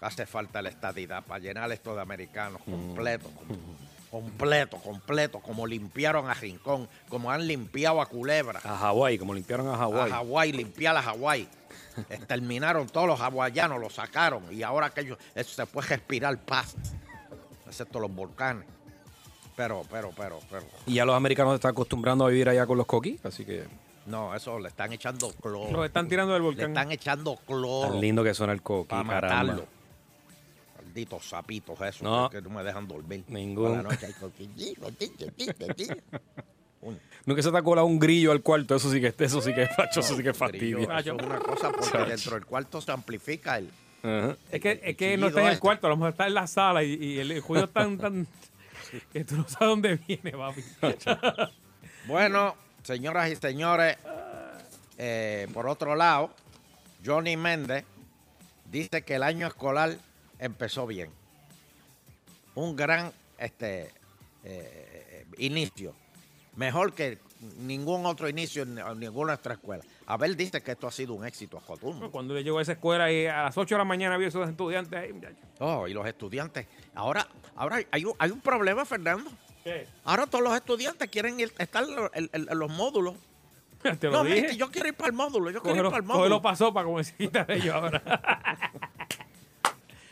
Speaker 3: hace falta la estadidad para llenar esto de americanos
Speaker 5: Mm.
Speaker 3: completo, com- completo, completo, como limpiaron a Rincón, como han limpiado a Culebra.
Speaker 5: A Hawái, como limpiaron a Hawái.
Speaker 3: A Hawái, limpiar a Hawái. Exterminaron todos los hawaianos, los sacaron y ahora que ellos eso se puede respirar paz, excepto los volcanes. Pero, pero, pero, pero,
Speaker 5: Y ya los americanos se están acostumbrando a vivir allá con los coquí, así que
Speaker 3: no, eso le están echando cloro.
Speaker 2: Los están tirando del volcán.
Speaker 3: Le están echando cloro.
Speaker 5: tan lindo que suena el coquí,
Speaker 3: Para
Speaker 5: caramba.
Speaker 3: matarlo. Malditos sapitos esos
Speaker 5: No.
Speaker 3: que no me dejan dormir.
Speaker 5: Ninguno.
Speaker 3: Por la noche hay coquillí, coquillí, coquillí.
Speaker 5: Nunca se te ha colado un grillo al cuarto, eso sí que eso sí que es facho, eso sí que es fastidio.
Speaker 3: Yo, eso es una cosa porque
Speaker 5: Chacho.
Speaker 3: dentro del cuarto se amplifica el... este.
Speaker 5: Ajá.
Speaker 2: Es que, es que no está en el cuarto, a lo mejor está en la sala y, y el juicio está tan, tan... que tú no sabes dónde viene, papi.
Speaker 3: Bueno, señoras y señores, eh, por otro lado, Johnny Méndez dice que el año escolar empezó bien. Un gran este, eh, inicio. Mejor que ningún otro inicio en en ninguna otra escuela. Abel dice que esto ha sido un éxito rotundo.
Speaker 2: Cuando yo llego a esa escuela y a las 8 de la mañana vi a esos estudiantes ahí, muchachos.
Speaker 3: Oh, y los estudiantes. Ahora, ahora hay, un, hay un problema, Fernando. Ahora todos los estudiantes quieren ir, estar en los- en- en los módulos.
Speaker 2: Te lo
Speaker 3: no,
Speaker 2: dije.
Speaker 3: es que yo quiero ir para el módulo, yo quiero ir
Speaker 2: Cógelo,
Speaker 3: para el
Speaker 2: cógelo
Speaker 3: módulo.
Speaker 2: pa' sopa, como se quita de ellos ahora.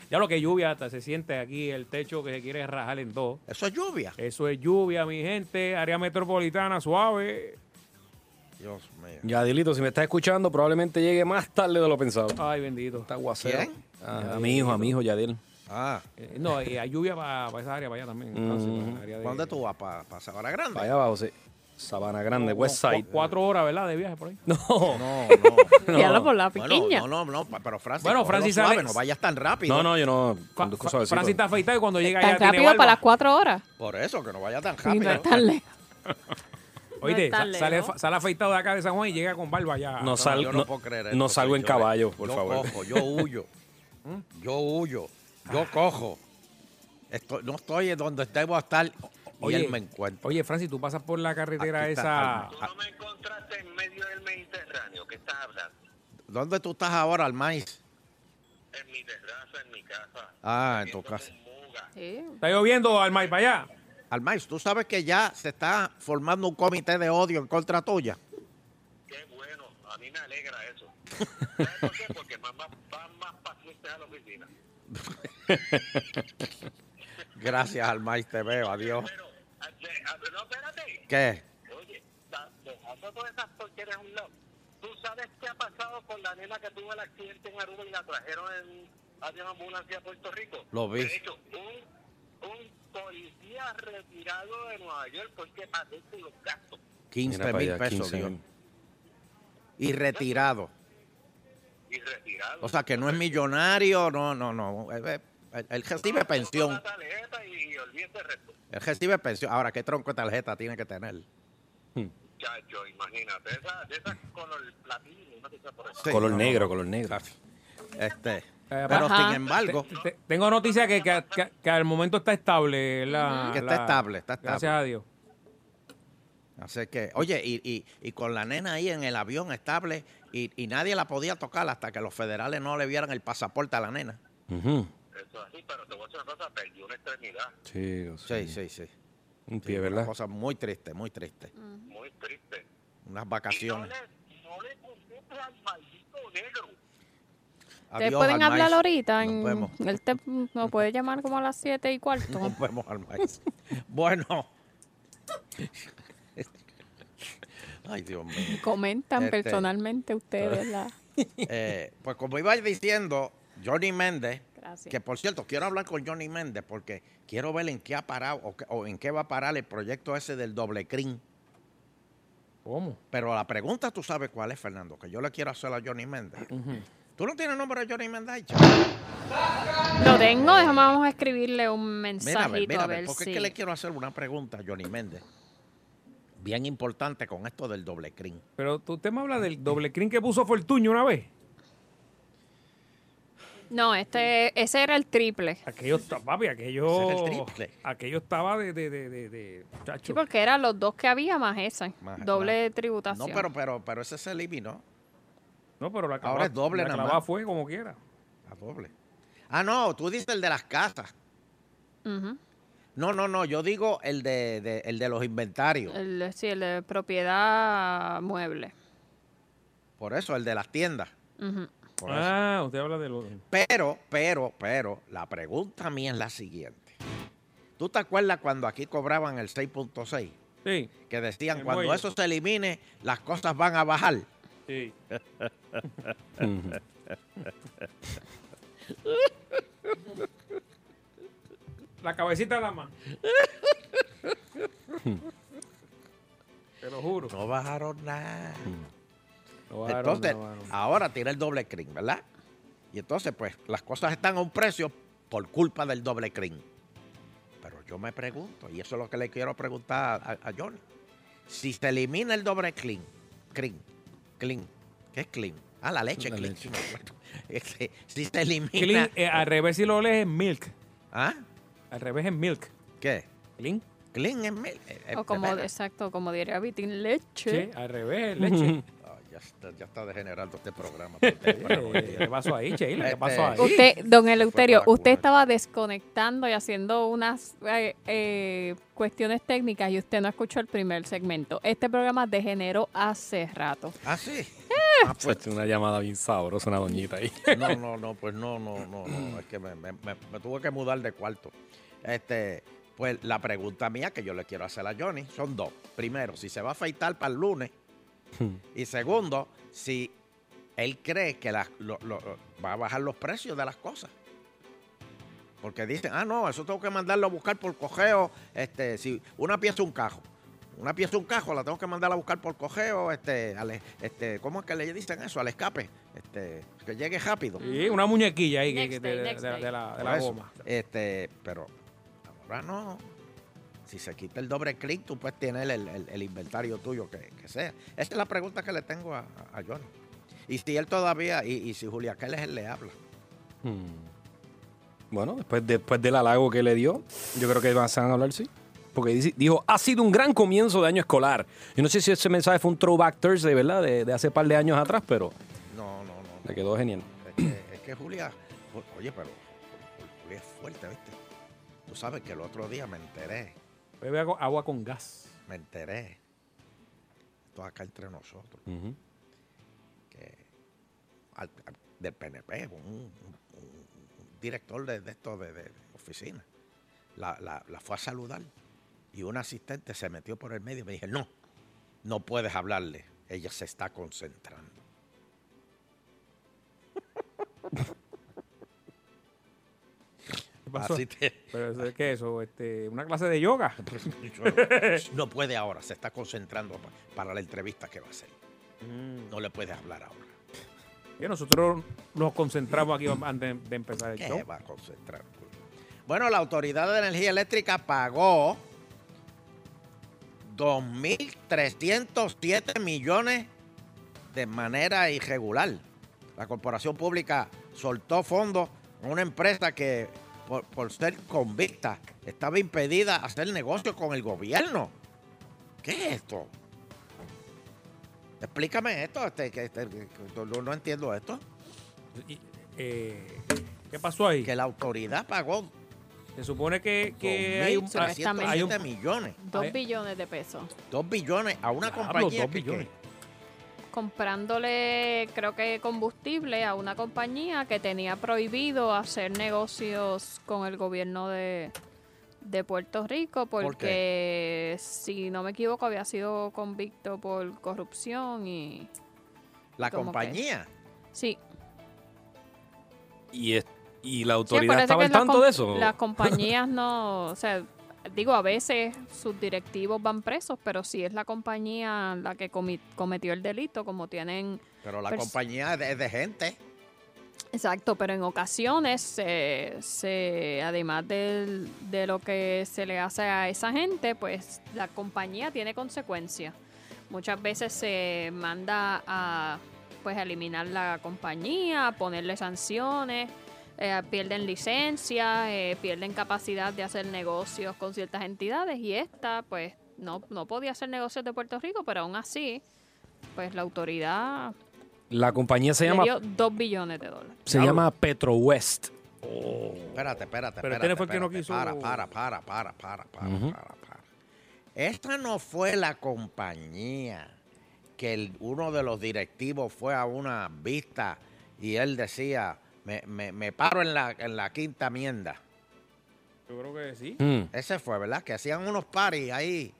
Speaker 2: ya lo que lluvia hasta se siente aquí el techo que se quiere rajar en dos.
Speaker 3: Eso es lluvia.
Speaker 2: Eso es lluvia, mi gente. Área metropolitana suave.
Speaker 3: Dios mío.
Speaker 5: Ya, Dilito, si me estás escuchando, probablemente llegue más tarde de lo pensado.
Speaker 2: Ay, bendito.
Speaker 5: Está aguacero.
Speaker 2: ¿Quién?
Speaker 5: Ah, a mi hijo, a mi hijo, Yadil.
Speaker 3: Ah.
Speaker 2: Eh, No, y hay lluvia para esa área, para allá también. entonces,
Speaker 5: Ujú.
Speaker 2: para el área de-
Speaker 3: ¿Dónde tú vas? ¿Para Sabana Grande?
Speaker 5: Mm. Allá abajo, sí. Sabana Grande,
Speaker 2: Como
Speaker 5: West
Speaker 2: cua-
Speaker 5: Side.
Speaker 2: Cuatro horas, ¿verdad? De viaje por ahí.
Speaker 5: No.
Speaker 3: No,
Speaker 5: No.
Speaker 3: no.
Speaker 5: Ya lo por la
Speaker 3: Bueno,
Speaker 5: piquiña.
Speaker 3: no, no, no, pa- pero Francis.
Speaker 2: Bueno,
Speaker 3: cógelo
Speaker 2: Francis
Speaker 3: suave,
Speaker 2: sale-
Speaker 3: No vayas tan rápido.
Speaker 5: No, no, yo no. conduzco suavecito.
Speaker 2: Francis está afeitado y cuando llega
Speaker 4: Tan
Speaker 2: ya tiene
Speaker 4: rápido para
Speaker 2: barba.
Speaker 4: las cuatro horas.
Speaker 3: Por eso, que no vayas tan
Speaker 4: Y no
Speaker 3: rápido.
Speaker 4: es tan lejos.
Speaker 2: Oíste,
Speaker 4: No es tan
Speaker 2: sa- sale,
Speaker 4: lejos.
Speaker 2: fa- sale afeitado de acá de San Juan y llega con barba ya.
Speaker 5: No, sal-
Speaker 3: yo
Speaker 5: no,
Speaker 3: no puedo creer
Speaker 5: no
Speaker 3: esto,
Speaker 5: salgo en
Speaker 3: señores.
Speaker 5: caballo, por
Speaker 3: Yo
Speaker 5: favor.
Speaker 3: cojo, yo huyo.
Speaker 2: ¿Mm?
Speaker 3: Yo huyo.
Speaker 2: Ah.
Speaker 3: Yo cojo. Estoy- no estoy en donde debo estar. Y
Speaker 2: Oye,
Speaker 3: él me encuentra.
Speaker 2: Oye, Francis, tú pasas por la carretera
Speaker 3: Aquí está
Speaker 2: esa.
Speaker 3: Alma. Ah, ¿Dónde tú estás ahora, al maíz? Ah, en tu casa.
Speaker 2: Está lloviendo, al maíz para allá.
Speaker 3: Al maíz, tú sabes que ya se está formando un comité de odio en contra tuya. Gracias, al maíz, te veo. Adiós. eh, ¿Qué?
Speaker 8: ¿Tú sabes qué ha pasado con la nena que tuvo el accidente en Aruba y la trajeron en avión ambulancia a Puerto Rico?
Speaker 3: Lo vi.
Speaker 8: De hecho, un, un policía retirado de Nueva York porque padece los gastos.
Speaker 3: 15
Speaker 5: Mira para
Speaker 3: mil
Speaker 5: allá,
Speaker 3: pesos,
Speaker 5: 15
Speaker 3: Dios.
Speaker 5: mil.
Speaker 3: Y retirado.
Speaker 8: Y retirado.
Speaker 3: O sea, que no es millonario, no, no, no. Eh, Él, él- él recibe pensión. Él recibe pensión. Ahora, ¿qué tronco de tarjeta tiene que tener?
Speaker 8: Chacho, imagínate, esa, de esas color platino, no sé qué por eso.
Speaker 3: Sí,
Speaker 5: color
Speaker 3: no, no.
Speaker 5: negro, color negro.
Speaker 3: Este.
Speaker 2: Eh,
Speaker 3: Pero
Speaker 2: ajá.
Speaker 3: sin embargo,
Speaker 2: Te- te- tengo noticia que, que, que- que al momento está estable. La,
Speaker 3: Que está
Speaker 2: la-
Speaker 3: estable, está estable.
Speaker 2: Gracias a Dios.
Speaker 3: así que, oye, y, y- y con la nena ahí en el avión estable y, y nadie la podía tocar hasta que los federales no le vieran el pasaporte a la nena.
Speaker 5: Ujú.
Speaker 3: Sí, sí, sí.
Speaker 5: Un
Speaker 3: Sí,
Speaker 5: pie,
Speaker 3: una
Speaker 5: ¿verdad?
Speaker 3: cosa muy triste, muy triste.
Speaker 8: Muy triste.
Speaker 3: Unas vacaciones.
Speaker 8: No le, no le confundas al maldito negro.
Speaker 4: Ustedes
Speaker 3: Adiós,
Speaker 4: pueden
Speaker 3: al
Speaker 4: hablar
Speaker 3: maíz.
Speaker 4: ahorita.
Speaker 3: Nos
Speaker 4: en-
Speaker 3: vemos.
Speaker 4: Él te, nos puede llamar como a las 7 y cuarto.
Speaker 3: Nos vemos al maíz. Bueno. Ay, Dios mío.
Speaker 4: Comentan
Speaker 3: Este,
Speaker 4: personalmente ustedes. La...
Speaker 3: eh, pues como iba diciendo, Johnny Méndez,
Speaker 4: Gracias.
Speaker 3: que por cierto, quiero hablar con Johnny Méndez porque quiero ver en qué ha parado o, qué- o en qué va a parar el proyecto ese del doble crin.
Speaker 2: ¿Cómo?
Speaker 3: Pero la pregunta tú sabes cuál es, Fernando, que yo le quiero hacer a Johnny Méndez. ¿Tú no tienes nombre de Johnny Méndez? ahí, chaval?
Speaker 4: Lo tengo, déjame vamos a escribirle un
Speaker 3: Mira, a
Speaker 4: mensajito
Speaker 3: ver, mira,
Speaker 4: a
Speaker 3: a ver,
Speaker 4: ver
Speaker 3: porque
Speaker 4: si...
Speaker 3: es que le quiero hacer una pregunta a Johnny Méndez. Bien importante con esto del doble crin.
Speaker 2: Pero tú- usted me habla del doble crin que puso Fortuño una vez.
Speaker 4: No, este, ese era el triple.
Speaker 3: Ah,
Speaker 2: Aquello, está- papi, aquello...
Speaker 4: Ese es el
Speaker 2: Aquello estaba de... de, de, de, de-
Speaker 4: Sí,
Speaker 2: chacho.
Speaker 4: porque eran los dos que había más ese.
Speaker 3: Más-
Speaker 4: doble tributación.
Speaker 3: No, pero, pero, pero ese se eliminó.
Speaker 2: No, pero la
Speaker 3: Ahora es doble
Speaker 2: la
Speaker 3: nada
Speaker 2: clavada
Speaker 3: más.
Speaker 2: fue como quiera.
Speaker 3: La doble. Ah, no, tú dices el de las casas.
Speaker 4: Ujú.
Speaker 3: No, no, no, yo digo el de, de- el de los inventarios.
Speaker 4: El- sí, el de propiedad mueble.
Speaker 3: Por eso, el de las tiendas.
Speaker 4: Ujú.
Speaker 3: Por eso.
Speaker 2: Ah, usted habla de los...
Speaker 3: Pero, pero, pero, la pregunta mía es la siguiente. ¿Tú te acuerdas cuando aquí cobraban el 6.6?
Speaker 2: Sí.
Speaker 3: Que decían,
Speaker 2: El
Speaker 3: cuando
Speaker 2: muelle.
Speaker 3: eso se elimine, las cosas van a bajar.
Speaker 2: Sí. La cabecita de la mano. Te lo juro.
Speaker 3: No bajaron nada.
Speaker 2: bajaron,
Speaker 3: Entonces,
Speaker 2: no bajaron.
Speaker 3: ahora tiene el doble crin, ¿verdad? Y entonces, pues, las cosas están a un precio por culpa del doble crin. Pero yo me pregunto, y eso es lo que le quiero preguntar a, a Johnny. Si se elimina el doble crin, crin, crin, ¿qué es crin? Ah, la leche, clean. Este, si se elimina...
Speaker 2: Clean, eh, al revés si lo lees es milk.
Speaker 3: ¿Ah?
Speaker 2: Al revés es milk.
Speaker 3: ¿Qué?
Speaker 2: Clean.
Speaker 3: Clean es milk. eh, eh,
Speaker 4: o como,
Speaker 3: espera.
Speaker 4: exacto, como diría Vitín, leche.
Speaker 2: Sí, al revés, leche.
Speaker 3: Ah, ya, está, ya está degenerando este programa. por temprano,
Speaker 2: Eh, ¿qué pasó ahí, Sheila? ¿Qué pasó ahí?
Speaker 3: Este,
Speaker 4: Usted, don Eleuterio,
Speaker 3: Fue para
Speaker 4: usted estaba desconectando y haciendo unas eh, eh, cuestiones técnicas y usted no escuchó el primer segmento. Este programa degeneró hace rato.
Speaker 3: Ah, sí.
Speaker 5: Fue Eh. una llamada bien sabrosa, una doñita ahí.
Speaker 3: No, no, no, pues no, no, no, no, Es que me, me- me- me tuve que mudar de cuarto. Este, pues la pregunta mía que yo le quiero hacer a Johnny son dos. Primero, si se va a afeitar para el lunes. Y segundo, si él cree que las- lo- lo- va a bajar los precios de las cosas. Porque dicen, ah, no, eso tengo que mandarlo a buscar por cojeo. Este, si una pieza un cajo. Una pieza un cajo la tengo que mandar a buscar por cojeo, este, al, este, ¿cómo es que le dicen eso? Al escape, este, que llegue rápido.
Speaker 2: Sí, una muñequilla ahí que,
Speaker 4: Next
Speaker 2: que
Speaker 4: day,
Speaker 2: de, de-
Speaker 4: next
Speaker 2: de-
Speaker 4: day.
Speaker 2: de la, de
Speaker 3: Por
Speaker 2: la
Speaker 3: eso,
Speaker 2: goma.
Speaker 3: Este, pero ahora no. Si se quita el doble clic, tú puedes tener el, el- el inventario tuyo que, que sea. Esa es la pregunta que le tengo a, a- a Johnny. Y si él todavía, y, y si Julia Keles él le habla.
Speaker 5: Hmm. Bueno, después, después del halago que le dio, yo creo que van a hablar, sí. Porque dice- dijo, ha sido un gran comienzo de año escolar. Yo no sé si ese mensaje fue un throwback Thursday, ¿verdad? De, de hace par de años atrás, pero
Speaker 3: No, no, no.
Speaker 5: le quedó genial.
Speaker 3: Es que, es que Julia, o- oye, pero Julia es fuerte, ¿viste? Tú sabes que el otro día me enteré,
Speaker 2: Bebe agu- agua con gas.
Speaker 3: me enteré. Esto acá entre nosotros, que al- al- del PNP, un, un- un- un director de, de esto de, de oficina, la, la- la fue a saludar y un asistente se metió por el medio y me dije, no, no puedes hablarle, ella se está concentrando.
Speaker 2: ¿Qué pasó?
Speaker 3: Así te- Pues,
Speaker 2: Pero eso es que eso, este, una clase de yoga.
Speaker 3: No puede ahora, se está concentrando pa- para la entrevista que va a hacer.
Speaker 2: Mm.
Speaker 3: No le puedes hablar ahora.
Speaker 2: Y nosotros nos concentramos aquí antes de- de empezar el
Speaker 3: ¿Qué
Speaker 2: show.
Speaker 3: va a concentrar? Bueno, la Autoridad de Energía Eléctrica pagó 2.307 millones de manera irregular. La corporación pública soltó fondos a una empresa que, por, por ser convicta, estaba impedida hacer negocio con el gobierno. ¿Qué es esto? Explícame esto, este, que- este, que- que- no- no entiendo esto.
Speaker 2: eh, ¿Qué pasó ahí?
Speaker 3: Que la autoridad pagó
Speaker 2: Se supone que, que hay un... hay un-
Speaker 3: 2.307 millones.
Speaker 4: Dos
Speaker 3: Hay-
Speaker 4: billones de pesos.
Speaker 3: Dos billones a una
Speaker 2: Diablo,
Speaker 3: compañía
Speaker 2: dos
Speaker 3: que, que-
Speaker 2: billones.
Speaker 3: que
Speaker 4: comprándole, creo que combustible a una compañía que tenía prohibido hacer negocios con el gobierno de, de Puerto Rico
Speaker 15: qué?
Speaker 4: porque, si no me equivoco, había sido convicto por corrupción y...
Speaker 3: La
Speaker 4: como que-
Speaker 3: compañía.
Speaker 4: Sí.
Speaker 5: Y, es- y la
Speaker 4: Sí,
Speaker 5: autoridad
Speaker 4: parece
Speaker 5: estaba
Speaker 4: que
Speaker 5: al
Speaker 4: las
Speaker 5: tanto
Speaker 4: com-
Speaker 5: de eso.
Speaker 4: Las compañías no, o sea, digo, a veces sus directivos van presos, pero si es la compañía la que comi- cometió el delito, como tienen...
Speaker 3: Pero la
Speaker 4: pers-
Speaker 3: compañía es de, es de gente.
Speaker 4: Exacto, pero en ocasiones, se, se- además del- de lo que se le hace a esa gente, pues la compañía tiene consecuencias. Muchas veces se manda a pues a eliminar la compañía, a ponerle sanciones, eh, pierden licencias, eh, pierden capacidad de hacer negocios con ciertas entidades y esta pues no, no podía hacer negocios de Puerto Rico, pero aún así pues la autoridad
Speaker 5: La compañía se
Speaker 4: le
Speaker 5: llama,
Speaker 4: dio 2 billones de dólares.
Speaker 5: se llama PetroWest.
Speaker 3: Espérate, espérate,
Speaker 5: Oh. Pero
Speaker 3: espérate.
Speaker 5: este fue el que no
Speaker 3: espérate.
Speaker 5: quiso-
Speaker 3: Para, para, para, para, para, para,
Speaker 5: Ujú.
Speaker 3: para, para. Esta no fue la compañía que el- uno de los directivos fue a una vista y él decía, me, me- me paro en la, en la quinta enmienda.
Speaker 2: Yo creo que sí.
Speaker 3: Ese fue, ¿verdad? Que hacían unos paris ahí.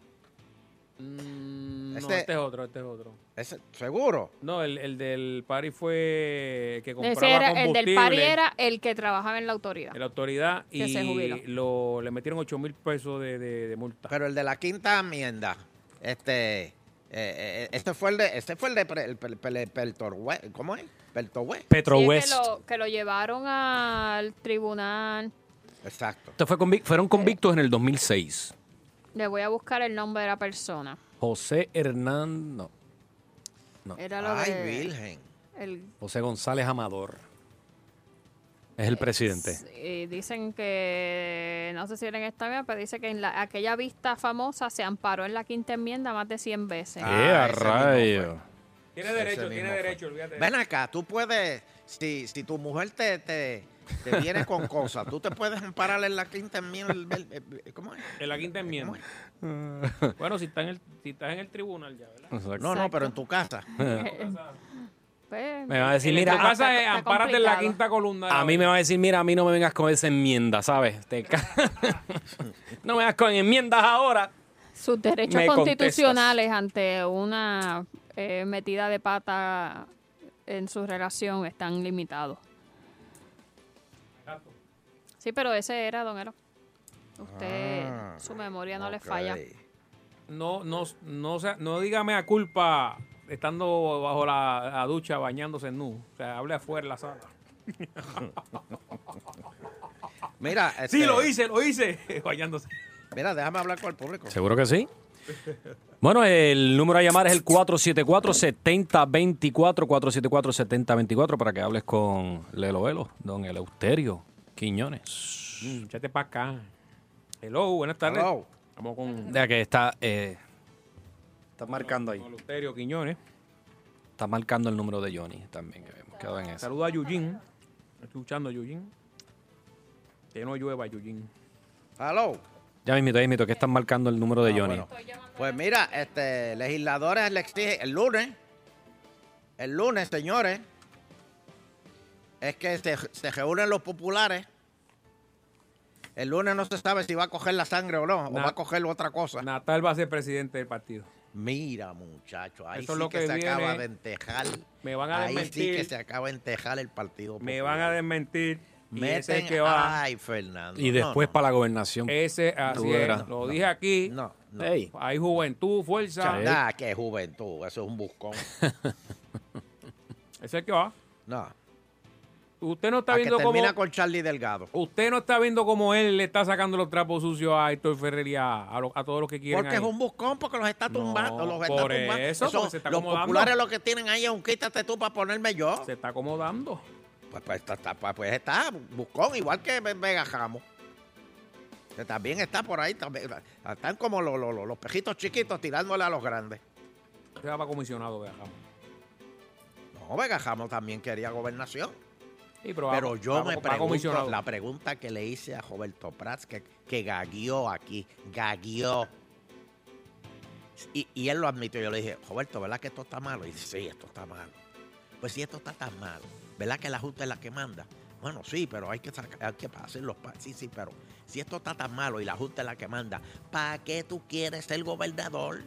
Speaker 2: No,
Speaker 3: Este-
Speaker 2: este es otro, este es otro.
Speaker 3: Ese- ¿Seguro?
Speaker 2: No, el, el del pari fue el que compraba
Speaker 4: Ese era, el
Speaker 2: combustible.
Speaker 4: del pari era el que trabajaba en la autoridad.
Speaker 2: de la autoridad
Speaker 4: Que se jubiló.
Speaker 2: y lo, le metieron 8 mil pesos de, de- de multa.
Speaker 3: Pero el de la quinta enmienda, este, eh, eh, este fue el de, este fue el de pre- el- el- el- el- Peltorwe- ¿cómo es? Peltorwe.
Speaker 4: Sí, Que, lo, que lo llevaron al tribunal.
Speaker 3: Exacto.
Speaker 5: Esto fue convic- fueron convictos en el 2006.
Speaker 4: Le voy a buscar el nombre de la persona.
Speaker 5: José Hernán, no, No.
Speaker 4: Era lo
Speaker 5: Ay,
Speaker 4: de-
Speaker 5: virgen.
Speaker 4: el-
Speaker 5: José González Amador. Es el presidente.
Speaker 4: y eh, dicen que, no sé si era en esta misma, pero dice que en la- aquella vista famosa se amparó en la quinta enmienda más de 100 veces.
Speaker 2: Ah,
Speaker 5: ¡Eh, a rayo!
Speaker 2: Tiene
Speaker 3: Ese
Speaker 2: derecho,
Speaker 3: mismo
Speaker 2: tiene
Speaker 3: fue.
Speaker 2: derecho, olvídate.
Speaker 3: Ven acá, tú puedes, si, si tu mujer te, te, te viene con cosas, tú te puedes amparar en la quinta enmienda. el- el- el- ¿Cómo es?
Speaker 2: En la quinta enmienda. Bueno, si estás en el, si estás en el tribunal ya, ¿verdad?
Speaker 5: Exacto.
Speaker 3: No, no, pero en tu casa.
Speaker 4: Pues,
Speaker 5: Me va a decir,
Speaker 2: en
Speaker 5: mira,
Speaker 2: tu casa
Speaker 5: ah,
Speaker 2: es
Speaker 5: está
Speaker 2: ampararte en la
Speaker 5: complicado.
Speaker 2: quinta columna. de la
Speaker 5: A mí me va a decir, mira, a mí no me vengas con esa enmienda, ¿sabes? Te ca- no me vengas con enmiendas ahora.
Speaker 4: Sus derechos
Speaker 5: Me
Speaker 4: constitucionales ante una eh, metida de pata en su relación están limitados. Sí, pero ese era, don Ero. Usted,
Speaker 2: Ah,
Speaker 4: su memoria no le falla.
Speaker 2: No, no, no, sea- no dígame a culpa estando bajo la, la ducha bañándose en nu. O sea, hable afuera en la sala.
Speaker 3: Mira, este
Speaker 2: Sí, lo hice, lo hice. Bañándose.
Speaker 3: Mira, déjame hablar con el público.
Speaker 5: Seguro que sí. Bueno, el número a llamar es el 474-7024, 474-7024, para que hables con Lelo Elo, don Eleuterio Quiñones.
Speaker 2: Mm, échate para acá. Hello, buenas tardes.
Speaker 5: Hello.
Speaker 2: Vamos con
Speaker 5: Ya que está, eh, está marcando ahí.
Speaker 2: Luterio Quiñones.
Speaker 5: Está marcando el número de Johnny también, que hemos quedado en eso.
Speaker 2: Saluda a Yujin. Escuchando a Yujin. Que no llueva, Yujin.
Speaker 3: Hello.
Speaker 5: Ya mismito, ya mismito, que están marcando el número de Johnny.
Speaker 3: Pues mira, este, legisladores le exigen el lunes, el lunes, señores, es que se, se reúnen los populares. El lunes no se sabe si va a coger la sangre o no, o
Speaker 2: Na-
Speaker 3: va a coger otra cosa.
Speaker 2: Natal va a ser presidente del partido.
Speaker 3: Mira, muchacho, ahí
Speaker 2: Eso es
Speaker 3: sí
Speaker 2: lo
Speaker 3: que,
Speaker 2: que
Speaker 3: se acaba
Speaker 2: viene.
Speaker 3: de entejar.
Speaker 2: Me van a
Speaker 3: ahí sí que
Speaker 2: desmentir.
Speaker 3: se acaba de entejar el partido.
Speaker 2: Me
Speaker 3: Popular.
Speaker 2: van a desmentir. y
Speaker 3: Meten-
Speaker 2: ese es que va.
Speaker 3: Ay, Fernando.
Speaker 5: Y
Speaker 3: no,
Speaker 5: después
Speaker 3: no.
Speaker 5: para la gobernación.
Speaker 2: Ese, así
Speaker 5: Tú
Speaker 2: es.
Speaker 5: verás.
Speaker 2: Lo dije aquí.
Speaker 3: No, no.
Speaker 2: Hay juventud, fuerza.
Speaker 3: Nah, qué juventud, eso es un buscón.
Speaker 2: Ese es el que va.
Speaker 3: No.
Speaker 2: Usted no está
Speaker 3: A que
Speaker 2: viendo cómo.
Speaker 3: termina con Charlie Delgado.
Speaker 2: Usted no está viendo cómo él le está sacando los trapos sucios a Héctor Ferrer y a, a lo- a todos los que quieren.
Speaker 3: Porque es
Speaker 2: ahí.
Speaker 3: un buscón, porque los está tumbando. los está
Speaker 2: por
Speaker 3: tumbando.
Speaker 2: eso, porque se está
Speaker 3: los
Speaker 2: acomodando.
Speaker 3: populares lo que tienen ahí es un quítate tú para ponerme yo.
Speaker 2: Se está acomodando.
Speaker 3: Pues, pues, está, está- pues, pues está, buscón, igual que Ve- Vega Jamo. Que también está por ahí. también- están como los, los- los- los pejitos chiquitos tirándole a los grandes.
Speaker 2: Se va para comisionado, Vega Ramos.
Speaker 3: No, Vega Jamo también quería gobernación.
Speaker 2: Sí,
Speaker 3: Pero,
Speaker 2: va-
Speaker 3: yo
Speaker 2: va-
Speaker 3: me
Speaker 2: va
Speaker 3: pregunto
Speaker 2: comisionado.
Speaker 3: la pregunta que le hice a Roberto Prats, que, que gagueó aquí, gagueó. Y, y él lo admitió. Yo le dije, Roberto, ¿verdad que esto está malo? Y dice, sí, esto está malo. Pues si esto está tan malo, ¿verdad que la Junta es la que manda? Bueno, sí, pero hay que, saca- hay que hacer los pa- Sí, sí, pero si esto está tan malo y la Junta es la que manda, ¿para qué tú quieres ser gobernador?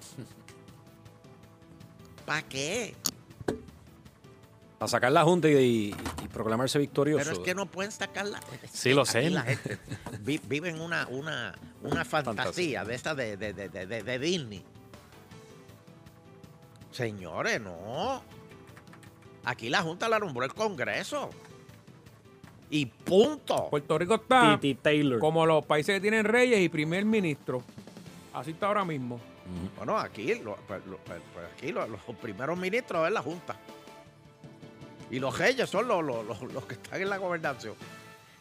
Speaker 3: ¿Para qué?
Speaker 5: A sacar la junta y, y proclamarse victorioso.
Speaker 3: Pero es que no pueden sacarla.
Speaker 5: Sí, lo sé.
Speaker 3: Aquí la gente vi- vive en una, una, una fantasía de esta de, de, de, de- de- de Disney. Señores, no. Aquí la Junta la nombró el Congreso. Y punto.
Speaker 2: Puerto Rico está
Speaker 5: Titi Taylor.
Speaker 2: como los países que tienen reyes y primer ministro. Así está ahora mismo.
Speaker 3: Bueno, aquí, lo- pues, lo- pues, pues aquí lo- los primeros ministros es la Junta. Y los reyes son los, los- los- los que están en la gobernación.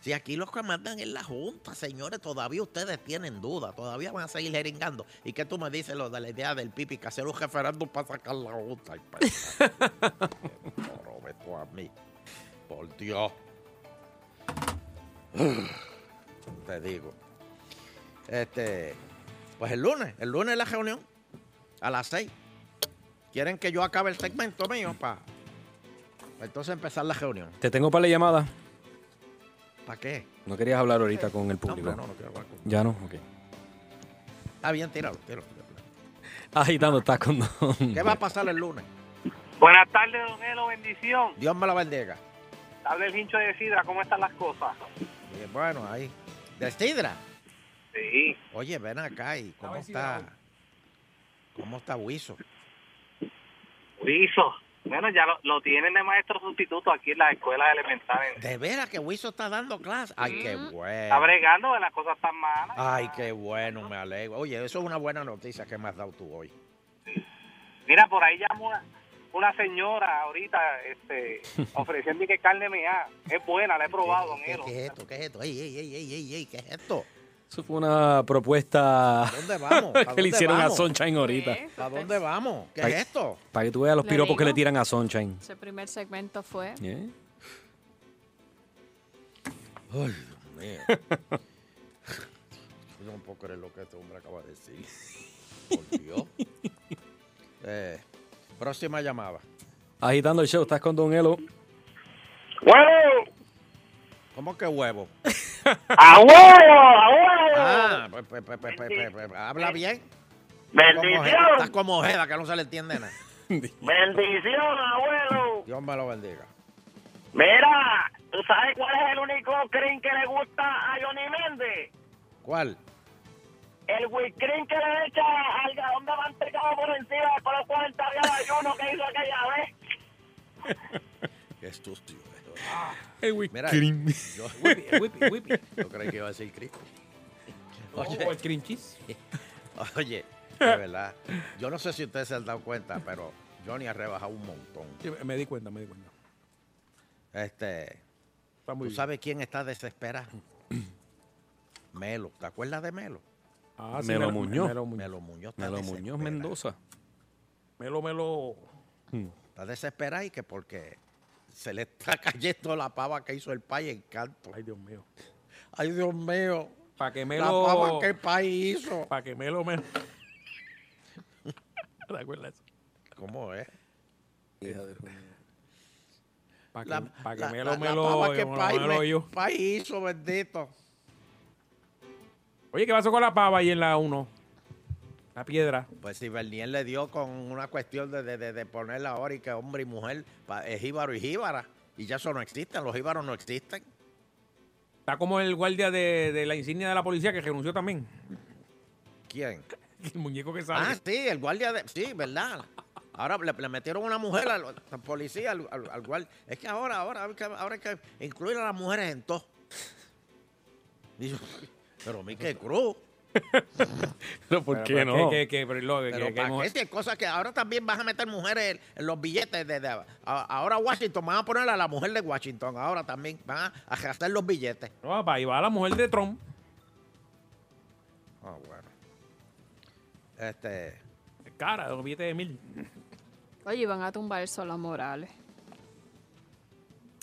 Speaker 3: Si aquí los que mandan es la Junta, señores, todavía ustedes tienen dudas, todavía van a seguir jeringando. ¿Y qué tú me dices lo de la idea del Pipi que hacer un referéndum para sacar la Junta? Ay, pues, pa- Jorobe tú a mí. Por Dios. Te digo. Este, pues el lunes, el lunes la reunión a las 6. Quieren que yo acabe el segmento mío para entonces empezar la reunión.
Speaker 5: Te tengo para la llamada.
Speaker 3: ¿Para qué?
Speaker 5: No querías hablar ahorita con el público.
Speaker 3: No, no, no quiero hablar con-
Speaker 5: Ya no, ok.
Speaker 3: Está bien, tíralo, tíralo.
Speaker 5: Agitando, estás con don-
Speaker 3: ¿Qué va a pasar el lunes?
Speaker 15: Buenas tardes, don Elo, bendición.
Speaker 3: Dios me la bendiga.
Speaker 15: Habla el hincho de Sidra, ¿cómo están las cosas?
Speaker 3: Y bueno, ahí. ¿De Sidra?
Speaker 15: Sí.
Speaker 3: Oye, ven acá y ¿cómo
Speaker 15: ver si la
Speaker 3: está? ¿Cómo está Wiso?
Speaker 15: Wiso. Bueno, ya lo, lo tienen de maestro sustituto aquí en las escuelas elementales.
Speaker 3: ¿De veras que Wiso está dando clases? Ay, qué
Speaker 15: Mm. Está
Speaker 3: bueno.
Speaker 15: bregando de las cosas tan malas.
Speaker 3: Ay, qué bueno, me alegro. Oye, eso es una buena noticia que me has dado tú hoy.
Speaker 15: Mira, por ahí llamó una, una señora ahorita este, ofreciendo que carne mea. Es buena, la he probado, don
Speaker 3: ¿Qué,
Speaker 15: Elo.
Speaker 3: qué es esto? ¿Qué es esto? Ey, ey, ey, ey, ey, ey, ¿qué es esto?
Speaker 5: Eso fue una propuesta
Speaker 3: ¿Dónde vamos? ¿A
Speaker 5: que
Speaker 3: dónde
Speaker 5: le hicieron
Speaker 3: vamos?
Speaker 5: a Sunshine ahorita.
Speaker 3: ¿A dónde vamos? ¿Qué
Speaker 5: Pa-
Speaker 3: es esto?
Speaker 5: Para que tú veas los
Speaker 4: Le
Speaker 5: piropos que
Speaker 4: digo.
Speaker 5: le tiran a Sunshine.
Speaker 4: Ese primer segmento fue.
Speaker 5: ¿Eh?
Speaker 3: Ay, Dios mío.
Speaker 16: Eh,
Speaker 3: Yo no puedo creer lo que este hombre acaba de decir. Por Dios. Eh, próxima llamada.
Speaker 5: Agitando el show, estás con Don Elo.
Speaker 3: ¡Huevo! ¿Cómo que huevo?
Speaker 5: ¡A huevo, a
Speaker 15: huevo!
Speaker 3: Ah, pues, pues, pues, pues, pues, pues, pues, habla bien.
Speaker 15: Bendición.
Speaker 3: Estás como Ojeda, que no se le entiende nada.
Speaker 15: Bendición, abuelo.
Speaker 3: Dios me lo bendiga.
Speaker 15: Mira, ¿tú sabes cuál es el único cream que le gusta a Johnny Méndez?
Speaker 3: ¿Cuál?
Speaker 15: El whipping que le echa al galón de mantecado por encima por los 40 días de ayuno que hizo aquella vez.
Speaker 3: Qué sucio.
Speaker 2: El
Speaker 3: Mira,
Speaker 2: cream.
Speaker 3: Yo,
Speaker 2: Whippy, whippy, whippy.
Speaker 3: Yo creí que iba a decir cream.
Speaker 2: O el Oh, cream cheese.
Speaker 3: Oye, de verdad, yo no sé si ustedes se han dado cuenta, pero Johnny ha rebajado un montón.
Speaker 2: Sí, me- Me di cuenta, me di cuenta.
Speaker 3: Este, ¿tú
Speaker 2: muy bien.
Speaker 3: sabes quién está desesperado? Melo, ¿te acuerdas de Melo?
Speaker 2: Ah, sí,
Speaker 5: Melo
Speaker 2: Melo-
Speaker 5: Muñoz.
Speaker 2: Melo Muñoz.
Speaker 3: Melo Muñoz está
Speaker 5: Melo
Speaker 3: desesperado.
Speaker 5: Muñoz Mendoza.
Speaker 2: Melo, melo.
Speaker 3: Hmm. Está desesperado y que porque se le está cayendo la pava que hizo el país en canto.
Speaker 2: Ay, Dios mío.
Speaker 3: Ay, Dios mío.
Speaker 2: Para que
Speaker 3: La pava
Speaker 2: Melo.
Speaker 3: que el país hizo.
Speaker 2: Para que Melo, Melo. ¿Te acuerdas?
Speaker 3: ¿Cómo es?
Speaker 2: Para
Speaker 3: La-
Speaker 2: que, pa' que
Speaker 3: la-
Speaker 2: Melo,
Speaker 3: la- la
Speaker 2: Melo.
Speaker 3: pava que el
Speaker 2: Melo,
Speaker 3: país
Speaker 2: Melo,
Speaker 3: me-
Speaker 2: yo.
Speaker 3: país hizo, bendito.
Speaker 2: Oye, ¿qué pasó con la pava ahí en la 1? La piedra.
Speaker 3: Pues si Bernier le dio con una cuestión de, de, de- de ponerla ahora y que hombre y mujer pa- es jíbaro y jíbara. Y ya eso no existe, los jíbaros no existen.
Speaker 2: Está como el guardia de, de la insignia de la policía que renunció también.
Speaker 3: ¿Quién?
Speaker 2: El muñeco que sale.
Speaker 3: Ah, sí, el guardia de... Sí, ¿verdad? Ahora le, le metieron una mujer al, al policía, al, al, al guardia. Es que ahora, ahora, hay que- ahora hay que incluir a las mujeres en todo. Y yo, pero Mickey Cruz.
Speaker 5: Pero ¿por
Speaker 2: Pero,
Speaker 5: qué
Speaker 2: pero
Speaker 5: no?
Speaker 2: Que, que, que- pero lo- que-
Speaker 3: Pero
Speaker 2: que-
Speaker 3: para
Speaker 2: que-
Speaker 3: qué si hay cosas que ahora también vas a meter mujeres en, en los billetes de, de- a- ahora Washington, van a poner a la mujer de Washington ahora también, van a, a gastar los billetes.
Speaker 2: No, papá, ahí va la mujer de Trump.
Speaker 3: Ah, bueno. Este,
Speaker 2: Cara, los billetes de mil.
Speaker 4: Oye, iban a tumbar el Sola Morales.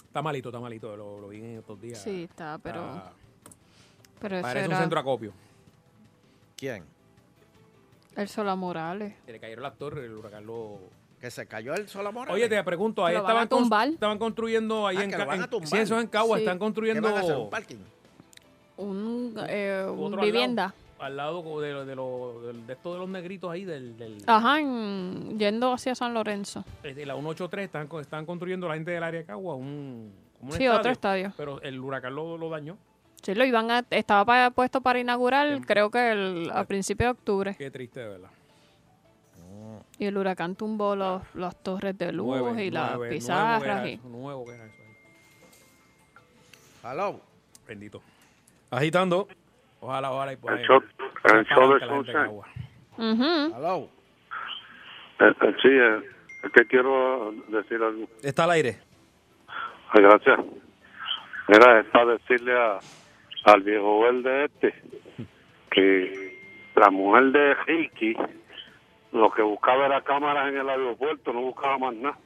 Speaker 2: Está malito, está malito. Lo, lo vi en estos días.
Speaker 4: Sí, está, pero-
Speaker 3: Ah.
Speaker 2: Está-
Speaker 4: Pero eso
Speaker 2: Ah. parece un
Speaker 4: era-
Speaker 2: centro acopio.
Speaker 3: ¿quién?
Speaker 4: El Sola Morales.
Speaker 2: Se le cayeron las torres, el huracán lo...
Speaker 3: Que se cayó el Sola Morales.
Speaker 2: Oye, te pregunto, ahí
Speaker 4: Lo van
Speaker 2: estaban,
Speaker 4: a tumbar.
Speaker 2: cons- estaban construyendo ahí
Speaker 3: Ah,
Speaker 2: en,
Speaker 3: que lo
Speaker 2: Ca-
Speaker 3: van a
Speaker 2: en-
Speaker 3: tumbar.
Speaker 2: sí, eso es en Cagua,
Speaker 4: Sí.
Speaker 2: están construyendo
Speaker 3: ¿Qué van a hacer, un parking?
Speaker 4: Un, eh, un
Speaker 2: otro al
Speaker 4: vivienda.
Speaker 2: lado, Al lado, de, lo- de, lo- del- de esto de los negritos ahí del, del
Speaker 4: Ajá, en- yendo hacia San Lorenzo.
Speaker 2: de la 183 están, co- están construyendo la gente del área de Cagua un, como un
Speaker 4: Sí, otro estadio.
Speaker 2: Pero el huracán lo, lo dañó.
Speaker 4: Sí, lo iban a, estaba pa- puesto para inaugurar,
Speaker 2: Em.
Speaker 4: creo que el- a principios de octubre.
Speaker 2: Qué triste, de ¿verdad?
Speaker 4: Y el huracán tumbó los, las torres de luz
Speaker 2: Nueve,
Speaker 4: Mm. y las
Speaker 2: nueve, Nuevo
Speaker 4: pizarras.
Speaker 2: que era
Speaker 4: y-
Speaker 2: eso, nuevo que era eso ahí.
Speaker 3: Hello.
Speaker 2: Bendito.
Speaker 5: Agitando.
Speaker 2: Ojalá, ojalá y por
Speaker 16: El
Speaker 2: ahí.
Speaker 16: show, el show de
Speaker 2: Aparezca la gente en
Speaker 16: Sunshine.
Speaker 2: Cagua.
Speaker 3: Hello.
Speaker 16: Eh, eh, sí, eh, es que quiero decir algo.
Speaker 5: Está al aire.
Speaker 16: Ay, Gracias. Era para decirle a, al viejo verde este que la mujer de Ricky lo que buscaba era cámaras en el aeropuerto, no buscaba más nada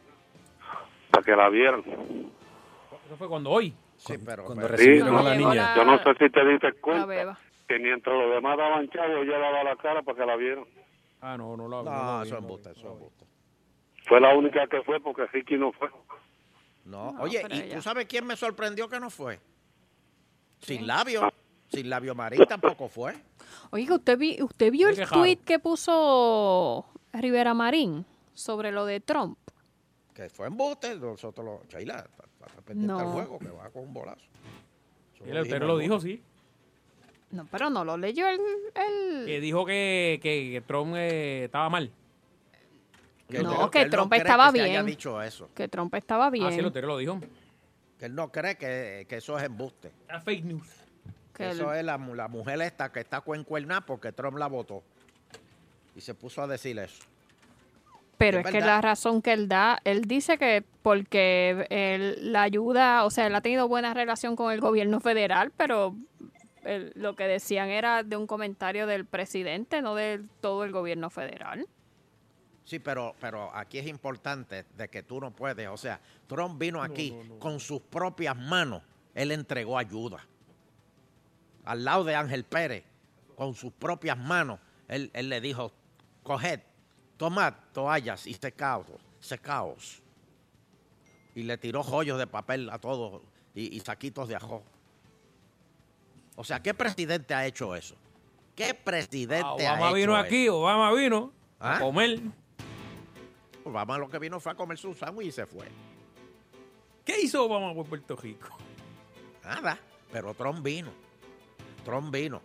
Speaker 16: para que la vieran.
Speaker 2: Eso fue cuando hoy.
Speaker 3: Sí, pero.
Speaker 16: Sí,
Speaker 5: recibieron
Speaker 16: no,
Speaker 5: a la niña.
Speaker 16: Yo no sé si te diste cuenta que mientras los demás daban chavo, ella daba la cara para que la vieran.
Speaker 2: Ah, no, no lo
Speaker 3: No,
Speaker 2: lo vi,
Speaker 3: eso
Speaker 2: no lo
Speaker 3: es
Speaker 2: vi.
Speaker 3: embuste, eso es embuste.
Speaker 16: Fue la única que fue porque Ricky no fue.
Speaker 3: No,
Speaker 16: No,
Speaker 3: oye,
Speaker 16: pero
Speaker 3: ¿y
Speaker 16: ella-
Speaker 3: tú sabes quién me sorprendió que no fue? Sin
Speaker 16: Ah.
Speaker 3: labio. Sin labio marín tampoco fue.
Speaker 4: Oiga, ¿usted, vi- usted vio
Speaker 3: Qué
Speaker 4: el
Speaker 3: raro.
Speaker 4: tweet que puso Rivera Marín sobre lo de Trump?
Speaker 3: Que fue embuste. Nosotros lo. Sheila, está, está pendiente
Speaker 4: No.
Speaker 3: al juego, que va con un bolazo. Eso
Speaker 2: Mira, usted
Speaker 3: dijimos,
Speaker 2: lo
Speaker 3: ¿no?
Speaker 2: dijo, sí.
Speaker 4: No, pero no lo leyó el... el-
Speaker 2: Que dijo que, que, que Trump eh, estaba mal.
Speaker 3: Que
Speaker 4: No,
Speaker 3: él
Speaker 4: que
Speaker 3: él
Speaker 4: Trump
Speaker 3: cree
Speaker 4: estaba
Speaker 3: que se haya
Speaker 4: bien.
Speaker 3: dicho eso.
Speaker 4: Que Trump estaba bien.
Speaker 2: Ah, sí, el Otero lo dijo.
Speaker 3: Que él no cree que, que eso es embuste.
Speaker 2: Es fake news.
Speaker 4: Que
Speaker 3: eso
Speaker 4: el-
Speaker 3: es la, mu- la mujer esta que está cuencuerna porque Trump la votó. Y se puso a decir eso.
Speaker 4: Pero
Speaker 3: Es
Speaker 4: es, que
Speaker 3: verdad.
Speaker 4: la razón que él da, él dice que porque él, la ayuda, o sea, él ha tenido buena relación con el gobierno federal, pero él- lo que decían era de un comentario del presidente, no de todo el gobierno federal.
Speaker 3: Sí, pero, pero aquí es importante de que tú no puedes. O sea, Trump vino aquí con sus propias manos. Él entregó ayuda. Al lado de Ángel Pérez, con sus propias manos, él, él le dijo, coged, tomad toallas y secaos, secaos. Y le tiró joyos de papel a todos y, y saquitos de ajo. O sea, ¿qué presidente ha hecho eso? ¿Qué presidente
Speaker 2: Ah,
Speaker 3: Este ha
Speaker 2: Obama
Speaker 3: hecho
Speaker 2: vino
Speaker 3: eso?
Speaker 2: aquí, Obama vino
Speaker 3: ¿Ah?
Speaker 2: a comer.
Speaker 3: Obama lo que vino fue a comer su sándwich y se fue.
Speaker 2: ¿Qué hizo Obama por Puerto Rico?
Speaker 3: Nada. Pero Trump vino. Trump vino.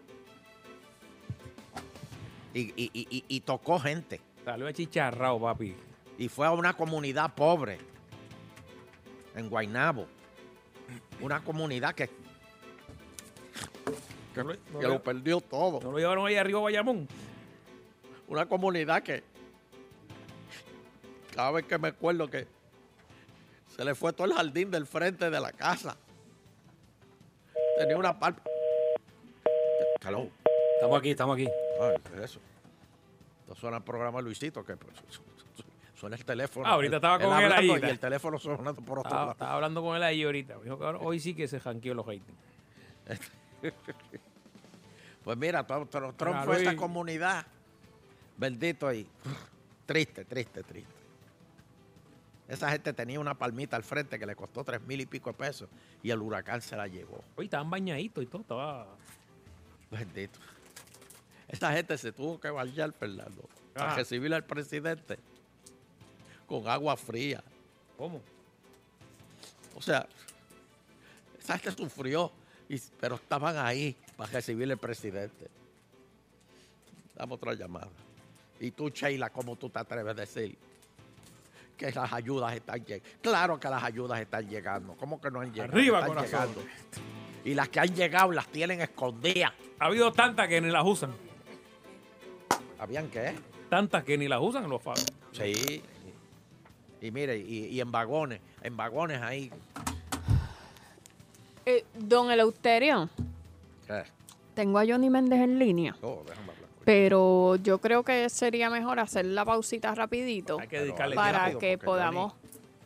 Speaker 3: Y, y- y- y- y tocó gente.
Speaker 2: Salió achicharrado, papi.
Speaker 3: Y fue a una comunidad pobre. En Guaynabo. Una comunidad que, que, que lo perdió todo.
Speaker 2: No lo llevaron ahí arriba a Bayamón.
Speaker 3: Una comunidad que cada vez que me acuerdo que se le fue todo el jardín del frente de la casa. Tenía una palpa. Hello.
Speaker 5: Estamos aquí, estamos aquí.
Speaker 3: Ay, ¿qué es eso? Esto suena el programa de Luisito, que pues, su- su- suena el teléfono.
Speaker 2: Ah, ahorita estaba con él
Speaker 3: hablando
Speaker 2: ahí. Ah.
Speaker 3: Y el teléfono sonando por otro
Speaker 2: Estaba,
Speaker 3: lado.
Speaker 2: estaba hablando con él ahí ahorita. Me dijo que ahora- hoy sí que se janqueó los ratings.
Speaker 3: Pues mira, Trump, Trump- Trump
Speaker 2: Mira,
Speaker 3: fue esta
Speaker 2: Luis.
Speaker 3: comunidad. Bendito ahí. Triste, triste, triste. Esa gente tenía una palmita al frente que le costó tres mil y pico de pesos y el huracán se la llevó.
Speaker 2: Hoy estaban bañaditos y todo. Estaba...
Speaker 3: Bendito. Esa gente se tuvo que bañar, Fernando, para
Speaker 2: Ah.
Speaker 3: recibir al presidente con agua fría.
Speaker 2: ¿Cómo?
Speaker 3: O sea, esa gente sufrió, y- pero estaban ahí para recibir al presidente. Damos otra llamada. Y tú, Sheila, ¿cómo tú te atreves a decir que las ayudas están llegando? Claro que las ayudas están llegando. ¿Cómo que no han llegado?
Speaker 2: Arriba,
Speaker 3: Están
Speaker 2: corazón.
Speaker 3: llegando. Y las que han llegado las tienen escondidas.
Speaker 2: Ha habido tantas que ni las usan.
Speaker 3: ¿Habían qué?
Speaker 2: Tantas que ni las usan los fados.
Speaker 3: Sí. Y mire, y, y en vagones, en vagones ahí.
Speaker 4: Eh, don Eleuterio,
Speaker 3: Eh,
Speaker 4: tengo a Johnny Méndez en línea,
Speaker 3: oh, déjame hablar.
Speaker 4: pero yo creo que sería mejor hacer la pausita rapidito
Speaker 3: que dedicarle
Speaker 4: para
Speaker 3: tiempo,
Speaker 4: que
Speaker 3: porque
Speaker 4: podamos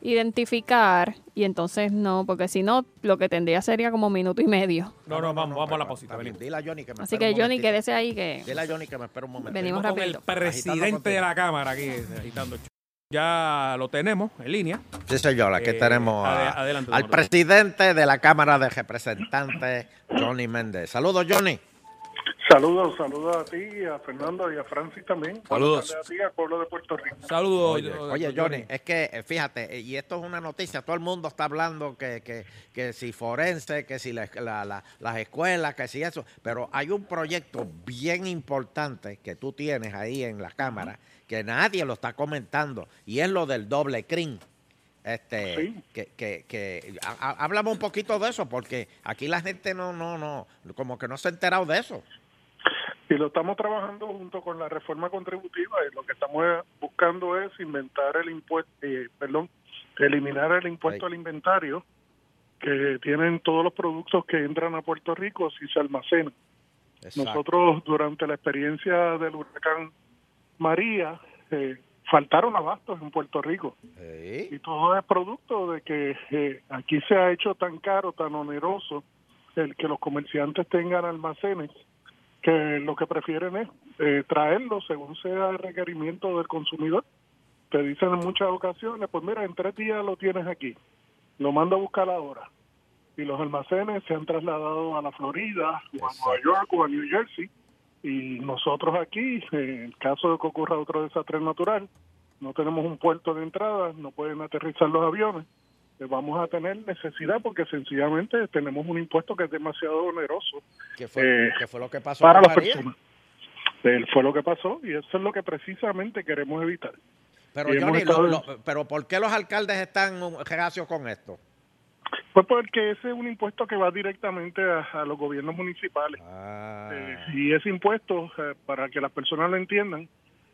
Speaker 4: identificar y entonces no, porque si no, lo que tendría sería como minuto y medio.
Speaker 2: No, no, vamos, vamos a la pausita. venimos.
Speaker 3: Dile a Johnny que me
Speaker 4: Así que Johnny, quédese ahí que...
Speaker 3: Dile a Johnny que me espera un momento.
Speaker 4: Venimos
Speaker 2: con
Speaker 4: rapidito.
Speaker 2: el presidente de la Cámara aquí eh, agitando el show. Ya lo tenemos en línea.
Speaker 3: Sí, señor, aquí
Speaker 2: Eh,
Speaker 3: tenemos a-
Speaker 2: ade- adelante,
Speaker 3: al
Speaker 2: don Arturo.
Speaker 3: presidente de la Cámara de Representantes, Johnny Méndez. Saludos, Johnny.
Speaker 17: Saludos, saludos a ti, a Fernando y a Francis también.
Speaker 3: Saludos.
Speaker 17: Buenas tardes A ti, al pueblo de Puerto Rico.
Speaker 2: Saludos.
Speaker 3: Oye, oye, Johnny, es que eh, fíjate, eh, y esto es una noticia, todo el mundo está hablando que, que, que si forense, que si la- la- la- las escuelas, que si eso, pero hay un proyecto bien importante que tú tienes ahí en la Cámara que nadie lo está comentando y es lo del doble crin. Este,
Speaker 17: Sí.
Speaker 3: que, que, que ha- ha- háblame un poquito de eso, porque aquí la gente no, no, no, como que no se ha enterado de eso.
Speaker 17: Y lo estamos trabajando junto con la reforma contributiva y lo que estamos eh, buscando es inventar el impuesto, eh, perdón, eliminar el impuesto al inventario que tienen todos los productos que entran a Puerto Rico si se almacenan. Nosotros durante la experiencia del huracán María eh, faltaron abastos en Puerto Rico. Y todo es producto de que eh, aquí se ha hecho tan caro, tan oneroso el que los comerciantes tengan almacenes que lo que prefieren es eh, traerlo según sea el requerimiento del consumidor. Te dicen en muchas ocasiones, pues mira, en tres días lo tienes aquí, lo mando a buscar ahora. Y los almacenes se han trasladado a la Florida, o a Nueva York, o a New Jersey. Y nosotros aquí, eh, en caso de que ocurra otro desastre natural, no tenemos un puerto de entrada, no pueden aterrizar los aviones, eh, vamos a tener necesidad porque sencillamente tenemos un impuesto que es demasiado oneroso
Speaker 3: Que fue,
Speaker 17: Eh,
Speaker 3: que fue lo que pasó
Speaker 17: para
Speaker 3: con
Speaker 17: las
Speaker 3: María.
Speaker 17: personas. Eh, fue lo que pasó y eso es lo que precisamente queremos evitar.
Speaker 3: Pero,
Speaker 17: Y hemos
Speaker 3: Johnny,
Speaker 17: estado-
Speaker 3: lo- lo- pero ¿por qué los alcaldes están um, reacios con esto?
Speaker 17: Pues porque ese es un impuesto que va directamente a, a los gobiernos municipales.
Speaker 3: Ah.
Speaker 17: Eh, y ese impuesto, eh, para que las personas lo entiendan,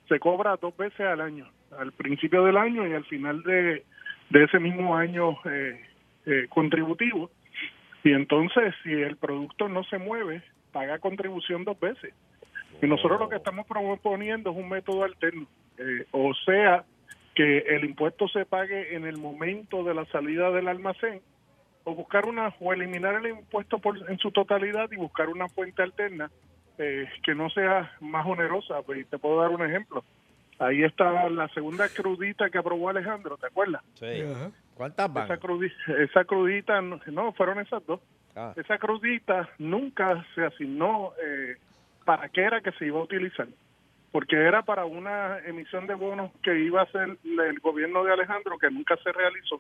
Speaker 17: se cobra dos veces al año, al principio del año y al final de, de ese mismo año eh, eh, contributivo. Y entonces, si el producto no se mueve, paga contribución dos veces. Y nosotros lo que estamos proponiendo es un método alterno, eh, o sea, que el impuesto se pague en el momento de la salida del almacén o buscar una o eliminar el impuesto por, en su totalidad y buscar una fuente alterna eh, que no sea más onerosa. Pues, y te puedo dar un ejemplo. Ahí está la segunda crudita que aprobó Alejandro, ¿te acuerdas?
Speaker 3: ¿Cuántas van?
Speaker 17: Esa, crudi- esa crudita, no, no, fueron esas dos.
Speaker 3: Ah.
Speaker 17: Esa crudita nunca se asignó eh, para qué era que se iba a utilizar. Porque era para una emisión de bonos que iba a hacer el gobierno de Alejandro, que nunca se realizó.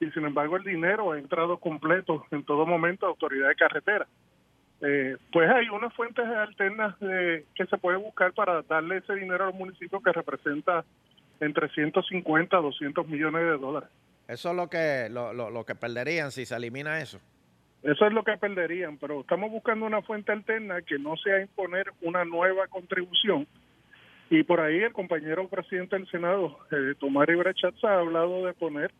Speaker 17: Y sin embargo, el dinero ha entrado completo en todo momento a autoridad de carretera. Eh, pues hay unas fuentes alternas de- que se puede buscar para darle ese dinero a los municipios que representa entre 150 a 200 millones de dólares.
Speaker 3: Eso es lo que, lo, lo- lo que perderían si se elimina eso.
Speaker 17: Eso es lo que perderían, pero estamos buscando una fuente alterna que no sea imponer una nueva contribución. Y por ahí el compañero presidente del Senado, eh, Tomás Rivera Chatza, ha hablado de poner,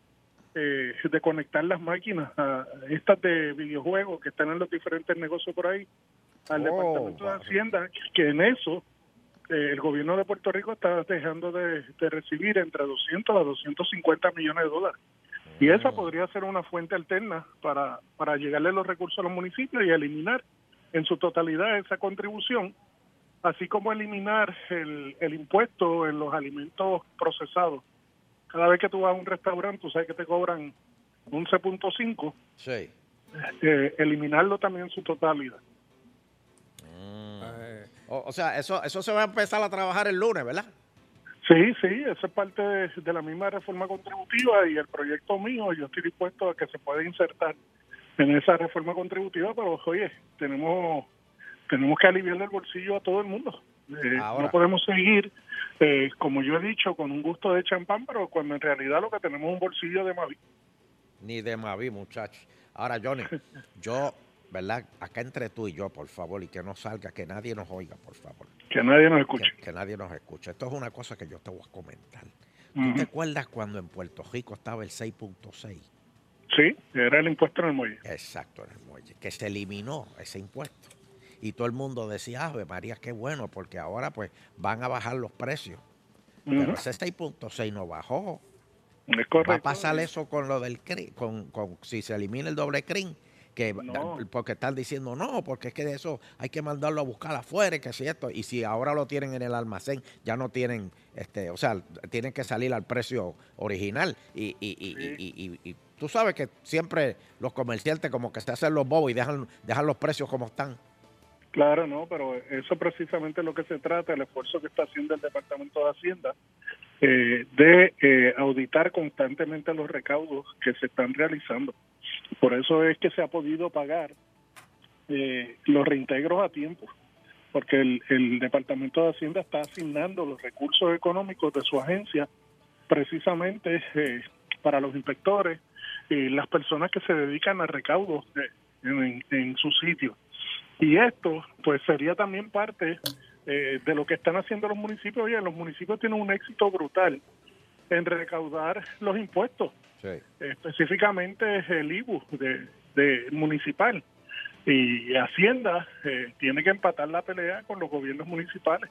Speaker 17: eh, de conectar las máquinas, a estas de videojuegos que están en los diferentes negocios por ahí, al
Speaker 3: Oh,
Speaker 17: Departamento de Hacienda, que en eso eh, el gobierno de Puerto Rico está dejando de, de recibir entre 200 a 250 millones de dólares. Y esa podría ser una fuente alterna para, para llegarle los recursos a los municipios y eliminar en su totalidad esa contribución, así como eliminar el, el impuesto en los alimentos procesados. Cada vez que tú vas a un restaurante, tú sabes que te cobran 11.5,
Speaker 3: Sí.
Speaker 17: eh, eliminarlo también en su totalidad.
Speaker 3: Mm. O, o sea, eso, eso se va a empezar a trabajar el lunes, ¿verdad?
Speaker 17: Sí, sí, eso es parte de, de la misma reforma contributiva y el proyecto mío, yo estoy dispuesto a que se pueda insertar en esa reforma contributiva, pero oye, tenemos tenemos que aliviarle el bolsillo a todo el mundo. Eh,
Speaker 3: Ahora.
Speaker 17: No podemos seguir, eh, como yo he dicho, con un gusto de champán, pero cuando en realidad lo que tenemos es un bolsillo de Mavi.
Speaker 3: Ni de Mavi, muchachos. Ahora, Johnny, yo, ¿verdad? Acá entre tú y yo, por favor, y que no salga, que nadie nos oiga, por favor.
Speaker 17: Que nadie nos escuche.
Speaker 3: Que, que nadie nos escuche. Esto es una cosa que yo te voy a comentar. ¿Tú
Speaker 17: mm,
Speaker 3: te acuerdas cuando en Puerto Rico estaba el 6.6?
Speaker 17: Sí, era el impuesto en el muelle.
Speaker 3: Exacto, en el muelle. Que se eliminó ese impuesto. Y todo el mundo decía, Ave María, qué bueno, porque ahora pues van a bajar los precios. Pero
Speaker 17: Ujú.
Speaker 3: ese 6.6 no bajó. Va a pasar eso con lo del crin, con, con- si se elimina el doble crin, que va-
Speaker 17: No.
Speaker 3: porque están diciendo no, porque es que de eso hay que mandarlo a buscar afuera, y que si esto, y si ahora lo tienen en el almacén, ya no tienen, este, o sea, tienen que salir al precio original. Y, y, y, y- y- y- y tú sabes que siempre los comerciantes como que se hacen los bobos y dejan, dejan los precios como están.
Speaker 17: Claro, no, pero eso precisamente es lo que se trata, el esfuerzo que está haciendo el Departamento de Hacienda eh, de eh, auditar constantemente los recaudos que se están realizando. Por eso es que se ha podido pagar eh, los reintegros a tiempo, porque el, el Departamento de Hacienda está asignando los recursos económicos de su agencia precisamente eh, para los inspectores y las personas que se dedican a recaudos eh, en- en su sitio. Y esto, pues, sería también parte eh, de lo que están haciendo los municipios. Oye, los municipios tienen un éxito brutal en recaudar los impuestos, específicamente el IBU de, de municipal. Y Hacienda eh, tiene que empatar la pelea con los gobiernos municipales.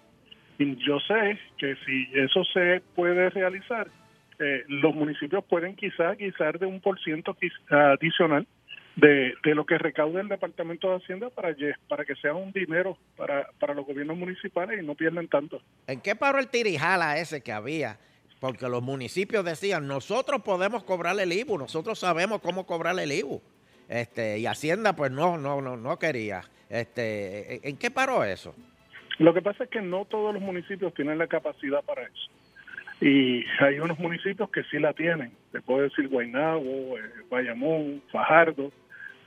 Speaker 17: Y yo sé que si eso se puede realizar, eh, los municipios pueden quizás guisar de un por ciento quiz- adicional de, de lo que recaude el Departamento de Hacienda para, ye- para que sea un dinero para, para los gobiernos municipales y no pierdan tanto.
Speaker 3: ¿En qué paró el tirijala ese que había? Porque los municipios decían, nosotros podemos cobrar el IBU, nosotros sabemos cómo cobrar el IBU. Este, y Hacienda, pues no, no, no, no quería. Este, ¿en- ¿En qué paró eso?
Speaker 17: Lo que pasa es que no todos los municipios tienen la capacidad para eso. Y hay unos municipios que sí la tienen. Te puedo decir Guaynabo, eh, Bayamón, Fajardo,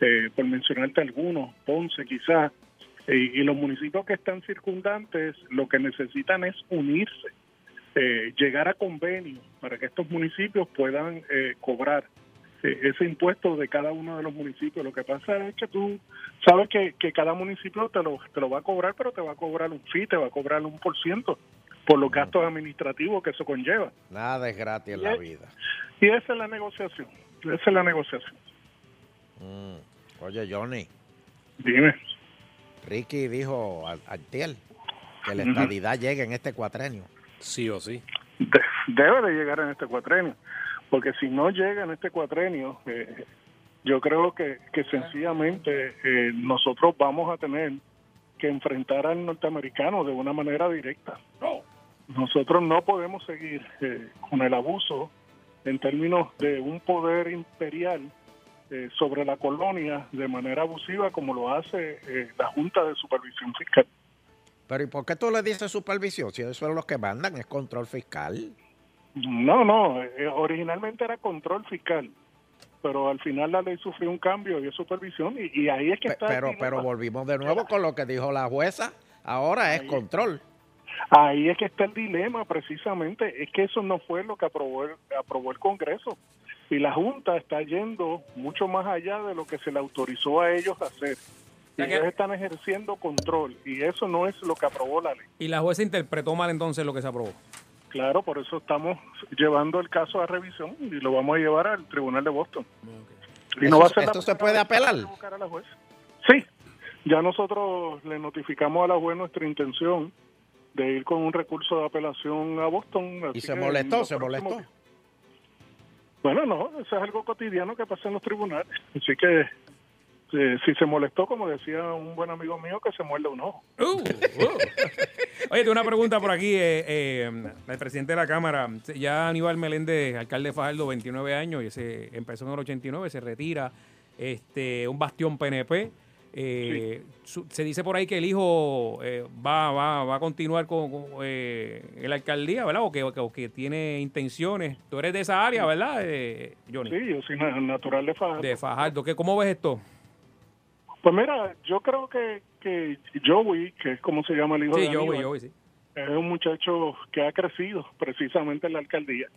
Speaker 17: eh, por mencionarte algunos, Ponce quizás. Y, y los municipios que están circundantes lo que necesitan es unirse, eh, llegar a convenios para que estos municipios puedan eh, cobrar eh, ese impuesto de cada uno de los municipios. Lo que pasa es que tú sabes que, que cada municipio te lo, te lo va a cobrar, pero te va a cobrar un fee, te va a cobrar un por ciento por los gastos administrativos que eso conlleva.
Speaker 3: Nada es gratis en la vida.
Speaker 17: Y esa es la negociación. Esa es la negociación.
Speaker 3: Mm. Oye, Johnny.
Speaker 17: Dime.
Speaker 3: Ricky dijo a- antier que la
Speaker 17: Ujú.
Speaker 3: estadidad llegue en este cuatrenio.
Speaker 5: Sí o sí.
Speaker 17: debe de llegar en este cuatrenio, porque si no llega en este cuatrenio, eh, yo creo que, que sencillamente eh, nosotros vamos a tener que enfrentar al norteamericano de una manera directa. Nosotros no podemos seguir eh, con el abuso en términos de un poder imperial eh, sobre la colonia de manera abusiva como lo hace eh, la Junta de Supervisión Fiscal.
Speaker 3: Pero ¿y por qué tú le dices supervisión? Si ellos son los que mandan, es control fiscal.
Speaker 17: No, no, eh, originalmente era control fiscal, pero al final la ley sufrió un cambio y es supervisión y, y ahí es que
Speaker 3: Pe-
Speaker 17: está... el
Speaker 3: Pero,
Speaker 17: dilema.
Speaker 3: pero volvimos de nuevo con lo que dijo la jueza. Ahora es control.
Speaker 17: Ahí es que está el dilema precisamente, es que eso no fue lo que aprobó el, aprobó el Congreso y la Junta está yendo mucho más allá de lo que se le autorizó a ellos hacer. Y ellos están ejerciendo control y eso no es lo que aprobó la ley.
Speaker 2: Y la jueza interpretó mal entonces lo que se aprobó.
Speaker 17: Claro, por eso estamos llevando el caso a revisión y lo vamos a llevar al Tribunal de Boston. Y
Speaker 3: Eso-
Speaker 17: no va a ser la
Speaker 3: esto se
Speaker 17: primera
Speaker 3: puede
Speaker 17: vez que
Speaker 3: apelar.
Speaker 17: vamos a buscar a la juez. Sí, ya nosotros le notificamos a la juez nuestra intención de ir con un recurso de apelación a Boston. así
Speaker 3: Y se
Speaker 17: que
Speaker 3: molestó,
Speaker 17: en
Speaker 3: se
Speaker 17: los próximos
Speaker 3: molestó.
Speaker 17: días- Bueno, no, eso es algo cotidiano que pasa en los tribunales. Así que eh, si se molestó, como decía un buen amigo mío, que se muerde un ojo.
Speaker 2: Oye, tengo una pregunta por aquí. eh, eh, el presidente de la Cámara, ya Aníbal Meléndez, alcalde de Fajardo, 29 años, y se empezó en el 89, se retira este un bastión PNP. Eh, su- se dice por ahí que el hijo eh, va, va, va a continuar con, con, eh, en la alcaldía, ¿verdad? O que, o que- o que tiene intenciones. Tú eres de esa área, ¿verdad, eh, Johnny?
Speaker 17: Sí, yo soy na- natural de Fajardo.
Speaker 2: De Fajardo. ¿Qué, ¿Cómo ves esto?
Speaker 17: Pues mira, yo creo que, que Joey, que es como se llama el hijo
Speaker 2: Sí,
Speaker 17: de
Speaker 2: yo voy,
Speaker 17: Aníbal,
Speaker 2: yo voy, sí.
Speaker 17: es un muchacho que ha crecido precisamente en la alcaldía.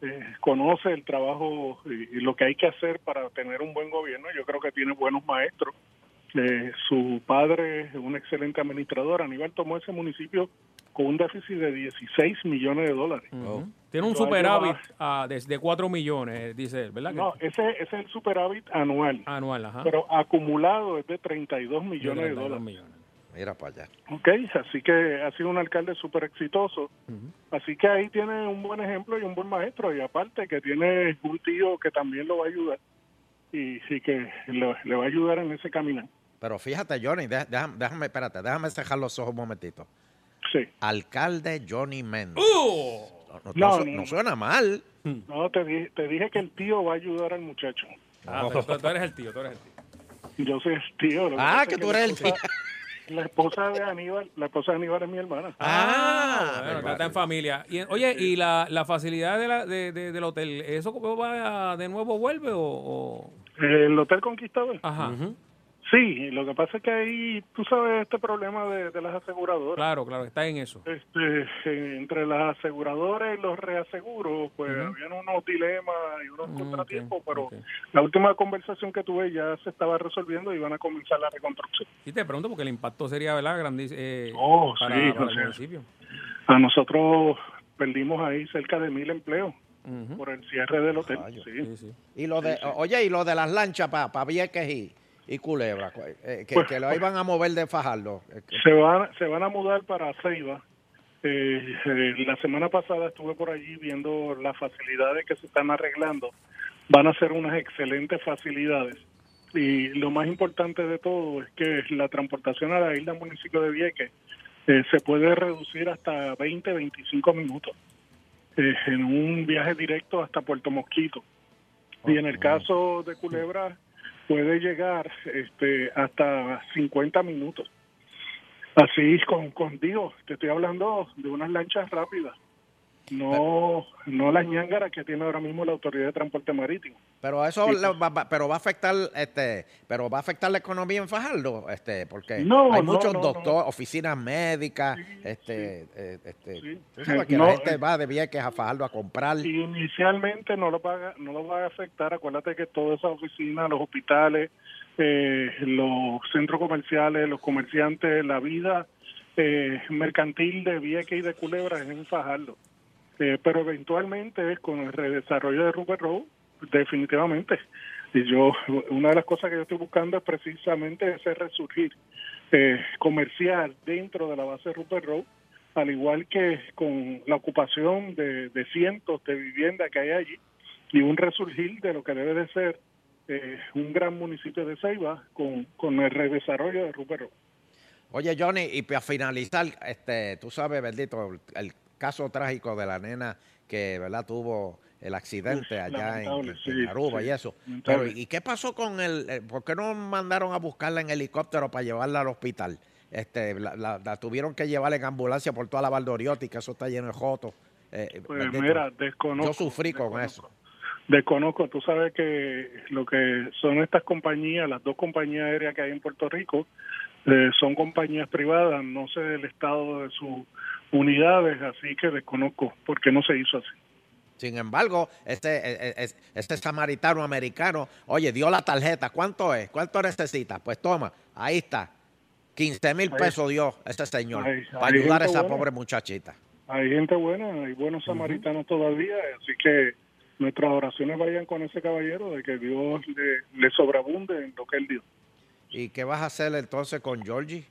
Speaker 17: Eh, conoce el trabajo y, y lo que hay que hacer para tener un buen gobierno. Yo creo que tiene buenos maestros. Eh, su padre es un excelente administrador. Aníbal tomó ese municipio con un déficit de 16 millones de dólares.
Speaker 2: Tiene un
Speaker 17: Lo ha
Speaker 2: superávit ah, de, de 4 millones, dice él, ¿verdad?
Speaker 17: No, ese, ese es el superávit anual.
Speaker 2: Anual, ajá.
Speaker 17: Pero acumulado es de 32 millones de
Speaker 2: 32
Speaker 17: dólares.
Speaker 2: millones.
Speaker 3: Mira para allá.
Speaker 17: Ok, así que ha sido un alcalde súper exitoso. Así que ahí tiene un buen ejemplo y un buen maestro. Y aparte que tiene un tío que también lo va a ayudar. Y sí que le, le va a ayudar en ese caminar.
Speaker 3: Pero fíjate, Johnny, deja- déjame, déjame, espérate, déjame cerrar los ojos un momentito.
Speaker 17: Sí. Uh,
Speaker 3: Alcalde Johnny Méndez.
Speaker 2: ¡Oh!
Speaker 3: No, no,
Speaker 17: No,
Speaker 3: no su-
Speaker 17: no.
Speaker 3: no suena mal.
Speaker 17: No, te dije, te dije que el tío va a ayudar al muchacho.
Speaker 2: Ah, tú, tú- tú eres el tío, tú eres el tío.
Speaker 17: Yo soy el tío. lo
Speaker 2: Ah,
Speaker 17: pasa
Speaker 2: que
Speaker 17: es
Speaker 2: tú eres
Speaker 17: la
Speaker 2: el tío.
Speaker 17: esposa- La esposa de Aníbal, la esposa de Aníbal es mi hermana.
Speaker 2: Ah, bueno, está en familia. Y, oye, ¿y la, la facilidad de la- de- de- del hotel, eso cómo va de nuevo vuelve o...? o-
Speaker 17: Eh, El Hotel Conquistador.
Speaker 2: Ajá.
Speaker 17: Sí, lo que pasa es que ahí, tú sabes, este problema de, de las aseguradoras.
Speaker 2: Claro, claro, está en eso.
Speaker 17: Este, eh, entre las aseguradoras y los reaseguros, pues
Speaker 2: Ujú.
Speaker 17: habían unos dilemas y unos contratiempos, pero la última conversación que tuve ya se estaba resolviendo y van a comenzar la reconstrucción.
Speaker 2: Y te pregunto porque el impacto sería, ¿verdad? Grandísimo. Eh,
Speaker 17: Oh,
Speaker 2: para,
Speaker 17: sí,
Speaker 2: para
Speaker 17: o
Speaker 2: el
Speaker 17: sea.
Speaker 2: municipio.
Speaker 17: A nosotros perdimos ahí cerca de mil empleos
Speaker 2: Ujú.
Speaker 17: por el cierre del hotel.
Speaker 3: Rayo.
Speaker 17: sí.
Speaker 3: Y lo de,
Speaker 17: Sí, sí.
Speaker 3: Oye, y lo de las lanchas para Vieques y, y Culebra, cu- eh, que,
Speaker 17: Pues-
Speaker 3: que lo iban a mover de Fajardo. Eh, que-
Speaker 17: Se van, se van a mudar para Ceiba. Eh, eh, la semana pasada estuve por allí viendo las facilidades que se están arreglando. Van a ser unas excelentes facilidades. Y lo más importante de todo es que la transportación a la isla municipio de Vieques eh, se puede reducir hasta 20, 25 minutos eh, en un viaje directo hasta Puerto Mosquito. Y en el caso de Culebra puede llegar este, hasta 50 minutos. Así, con, con digo, te estoy hablando de unas lanchas rápidas, no no las ñángaras que tiene ahora mismo la Autoridad de Transporte Marítimo.
Speaker 3: Pero eso
Speaker 17: Sí.
Speaker 3: le va, va- pero va a afectar este, pero va a afectar la economía en Fajardo, este, porque
Speaker 17: No,
Speaker 3: hay
Speaker 17: no,
Speaker 3: muchos
Speaker 17: no, no.
Speaker 3: doctores, oficinas médicas, este, eh, este, tú sabes
Speaker 17: Eh,
Speaker 3: que
Speaker 17: no,
Speaker 3: la gente
Speaker 17: eh.
Speaker 3: va de Vieques a Fajardo a comprar.
Speaker 17: Inicialmente no lo va a, no lo va a afectar, acuérdate que todas esas oficinas, los hospitales, eh, los centros comerciales, los comerciantes, la vida eh, mercantil de Vieques y de Culebra es en Fajardo. Eh, pero eventualmente con el redesarrollo de Rupert Road, definitivamente. Y yo, una de las cosas que yo estoy buscando es precisamente ese resurgir eh, comercial dentro de la base de Rupert Road, al igual que con la ocupación de, de cientos de viviendas que hay allí y un resurgir de lo que debe de ser eh, un gran municipio de Ceiba con, con el redesarrollo de Rupert Road.
Speaker 3: Oye, Johnny, y para finalizar, este, tú sabes, bendito, el, el caso trágico de la nena que, ¿verdad? Tuvo el accidente
Speaker 17: Uf,
Speaker 3: allá en,
Speaker 17: lamentable,
Speaker 3: en
Speaker 17: sí,
Speaker 3: Aruba
Speaker 17: sí,
Speaker 3: y eso. Pero,
Speaker 17: lamentable.
Speaker 3: ¿y qué pasó con el, eh, por qué no mandaron a buscarla en helicóptero para llevarla al hospital? Este, la, la- la tuvieron que llevar en ambulancia por toda la Valdoriotti, que eso está lleno de jotos. Eh,
Speaker 17: Pues
Speaker 3: bendito.
Speaker 17: mira,
Speaker 3: Yo
Speaker 17: desconozco.
Speaker 3: sufrí con eso.
Speaker 17: Desconozco, tú sabes que lo que son estas compañías, las dos compañías aéreas que hay en Puerto Rico, eh, son compañías privadas, no sé el estado de sus unidades, así que desconozco por qué no se hizo así.
Speaker 3: Sin embargo, este, eh, eh, este samaritano americano, oye, dio la tarjeta, ¿cuánto es? ¿Cuánto necesitas? Pues toma, ahí está. 15 mil
Speaker 17: Ahí.
Speaker 3: pesos dio ese señor
Speaker 17: Ahí,
Speaker 3: para
Speaker 17: ahí,
Speaker 3: ayudar a
Speaker 17: gente
Speaker 3: esa
Speaker 17: buena.
Speaker 3: pobre muchachita.
Speaker 17: Hay gente buena, hay buenos samaritanos todavía, así que nuestras oraciones vayan con ese caballero de que Dios le, le sobreabunde en lo que él dio.
Speaker 3: ¿Y qué vas a hacer entonces con Georgie?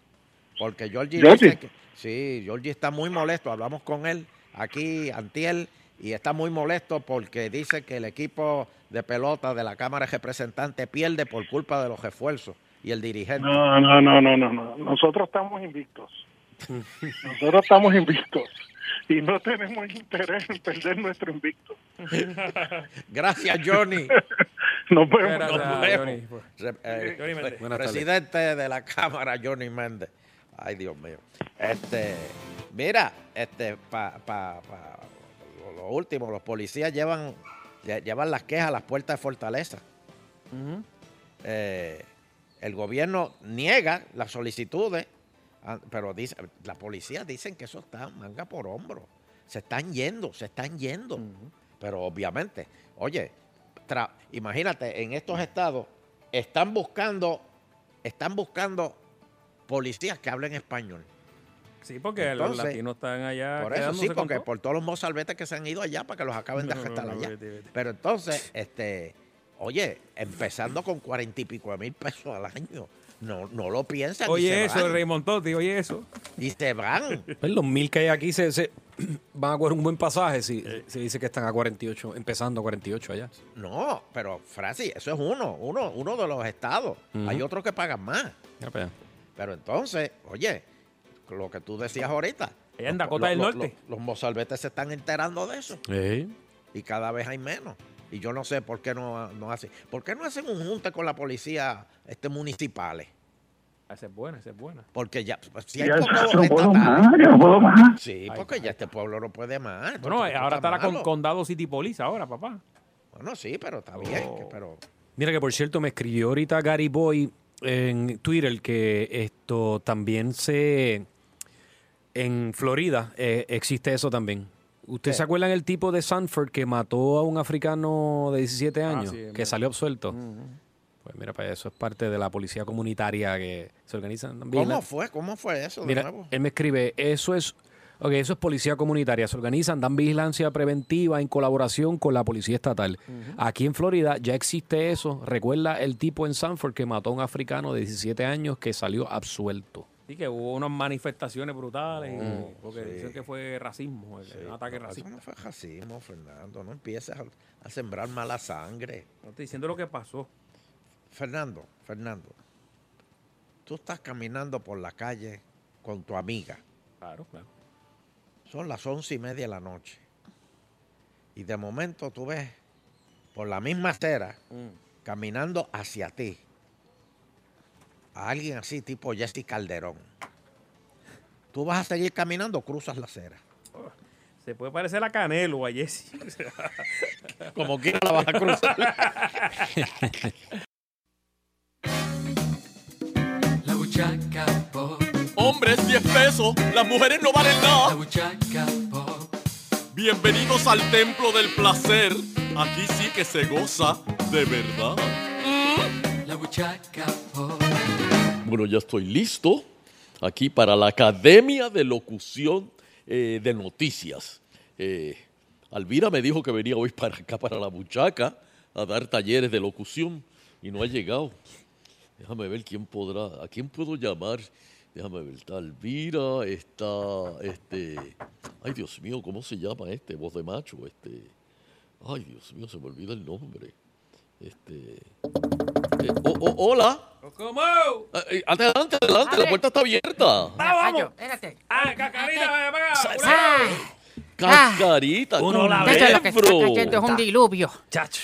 Speaker 3: Porque Georgie,
Speaker 17: ¿Georgie?
Speaker 3: dice que- sí, Georgie está muy molesto. Hablamos con él aquí, Antiel, y está muy molesto porque dice que el equipo de pelota de la Cámara de Representantes pierde por culpa de los esfuerzos y el dirigente.
Speaker 17: No, no, no, no, no, no. Nosotros estamos invictos. Nosotros estamos invictos y no tenemos interés en perder nuestro invicto.
Speaker 3: Gracias, Johnny.
Speaker 17: Nos vemos.
Speaker 3: Gracias,
Speaker 17: Nos
Speaker 3: Johnny.
Speaker 17: vemos.
Speaker 3: Re- eh,
Speaker 17: pues. Johnny Méndez.
Speaker 3: pre- presidente de la Cámara, Johnny Méndez. Ay, Dios mío. Este, mira, este, pa, pa- pa- lo, lo último, los policías llevan, lle- llevan las quejas a las puertas de Fortaleza. Eh, el gobierno niega las solicitudes, ah, pero dice, la policía dicen que eso está manga por hombro. Se están yendo, se están yendo. Pero obviamente, oye, tra- imagínate, en estos estados están buscando, están buscando policías que hablen español.
Speaker 2: Sí, porque los
Speaker 3: Entonces,
Speaker 2: latinos están allá
Speaker 3: Por eso, sí,
Speaker 2: quedándose con
Speaker 3: porque
Speaker 2: todo.
Speaker 3: por todos los mozalbetes que se han ido allá para que los acaben de
Speaker 2: No, no,
Speaker 3: arrestar
Speaker 2: no,
Speaker 3: allá.
Speaker 2: vete, vete.
Speaker 3: Pero entonces, este, Oye, empezando con cuarenta y pico de mil pesos al año. No, no lo piensan. y se
Speaker 2: Oye eso,
Speaker 3: van.
Speaker 2: Raymond Totti, oye eso.
Speaker 3: Y se van.
Speaker 5: Pues los mil que hay aquí se, se- van a coger un buen pasaje si se dice que están a 48, empezando a 48 allá.
Speaker 3: No, pero Francis, eso es uno, uno, uno de los estados.
Speaker 5: Ujú.
Speaker 3: Hay otros que pagan más. Pero entonces, oye, lo que tú decías ahorita.
Speaker 2: Allá en
Speaker 3: los-
Speaker 2: Dakota
Speaker 3: los-
Speaker 2: del
Speaker 3: los-
Speaker 2: Norte.
Speaker 3: Los, los mozalbetes se están enterando de eso. Y cada vez hay menos. Y yo no sé por qué no, no hacen. ¿Por qué no hacen un junte con la policía este, municipales?
Speaker 2: Ah, Esa es buena, esa es buena.
Speaker 3: Porque ya, pues, si hay
Speaker 2: Ya,
Speaker 3: pocos
Speaker 2: yo no puedo
Speaker 3: estatales-
Speaker 2: más, yo no puedo más.
Speaker 3: Sí,
Speaker 2: Ay,
Speaker 3: porque ya este pueblo no puede más. Esto-
Speaker 2: Bueno,
Speaker 3: esto
Speaker 2: eh, ahora
Speaker 3: está
Speaker 2: estará con
Speaker 3: malo.
Speaker 2: Condado City Police ahora, papá. Oh.
Speaker 3: Bueno, sí, pero está bien. que- pero
Speaker 5: Mira que por cierto me escribió ahorita Gary Boy en Twitter que esto también se en Florida eh, existe eso también. ¿Usted se acuerdan el tipo de Sanford que mató a un africano de 17
Speaker 2: Ah,
Speaker 5: años
Speaker 2: sí,
Speaker 5: que
Speaker 2: mira.
Speaker 5: salió absuelto? Pues mira, para eso es parte de la policía comunitaria que se organizan también.
Speaker 3: ¿Cómo fue? ¿Cómo fue eso de
Speaker 5: Mira,
Speaker 3: nuevo?
Speaker 5: él me escribe, eso es, ok, eso es policía comunitaria, se organizan, dan vigilancia preventiva en colaboración con la policía estatal. Aquí en Florida ya existe eso. Recuerda el tipo en Sanford que mató a un africano de 17 años que salió absuelto.
Speaker 2: Sí, que hubo unas manifestaciones brutales. y-
Speaker 5: Mm.
Speaker 2: porque dicen que fue racismo, el- un ataque
Speaker 3: No, eso
Speaker 2: racista.
Speaker 3: no fue racismo, Fernando. No empieces a, a sembrar mala sangre.
Speaker 2: No estoy diciendo lo que pasó.
Speaker 3: Fernando, Fernando, tú estás caminando por la calle con tu amiga.
Speaker 2: Claro, claro.
Speaker 3: Son las once y media de la noche. Y de momento tú ves por la misma acera,
Speaker 2: Mm.
Speaker 3: caminando hacia ti, a alguien así tipo Jesse Calderón. Tú vas a seguir caminando, cruzas la acera.
Speaker 2: Se puede parecer a Canelo o a Jesse.
Speaker 3: Como quiera la vas a
Speaker 2: cruzar.
Speaker 18: La buchaca pop. Hombres 10 pesos, las mujeres no valen nada. La buchaca pop. Bienvenidos al templo del placer. Aquí sí que se goza de verdad. La buchaca pop. Bueno, ya estoy listo aquí para la Academia de Locución eh, de Noticias. Eh, Alvira me dijo que venía hoy para acá, para la buchaca, a dar talleres de locución y no ha llegado. Déjame ver quién podrá, a quién puedo llamar. Déjame ver, está Alvira, está este. Ay, Dios mío, ¿cómo se llama este? Voz de macho, este. Ay, Dios mío, se me olvida el nombre. Este. eh, oh, oh, hola.
Speaker 2: ¿Cómo?
Speaker 18: Ah, eh, Adelante, adelante, la puerta está abierta.
Speaker 2: vamos! ¡Espérate! ¡Ah, cacarita!
Speaker 4: Ah,
Speaker 18: Cascarita,
Speaker 2: Uno la
Speaker 18: culebro.
Speaker 19: Esto Ah, es lo que está cayendo es un diluvio.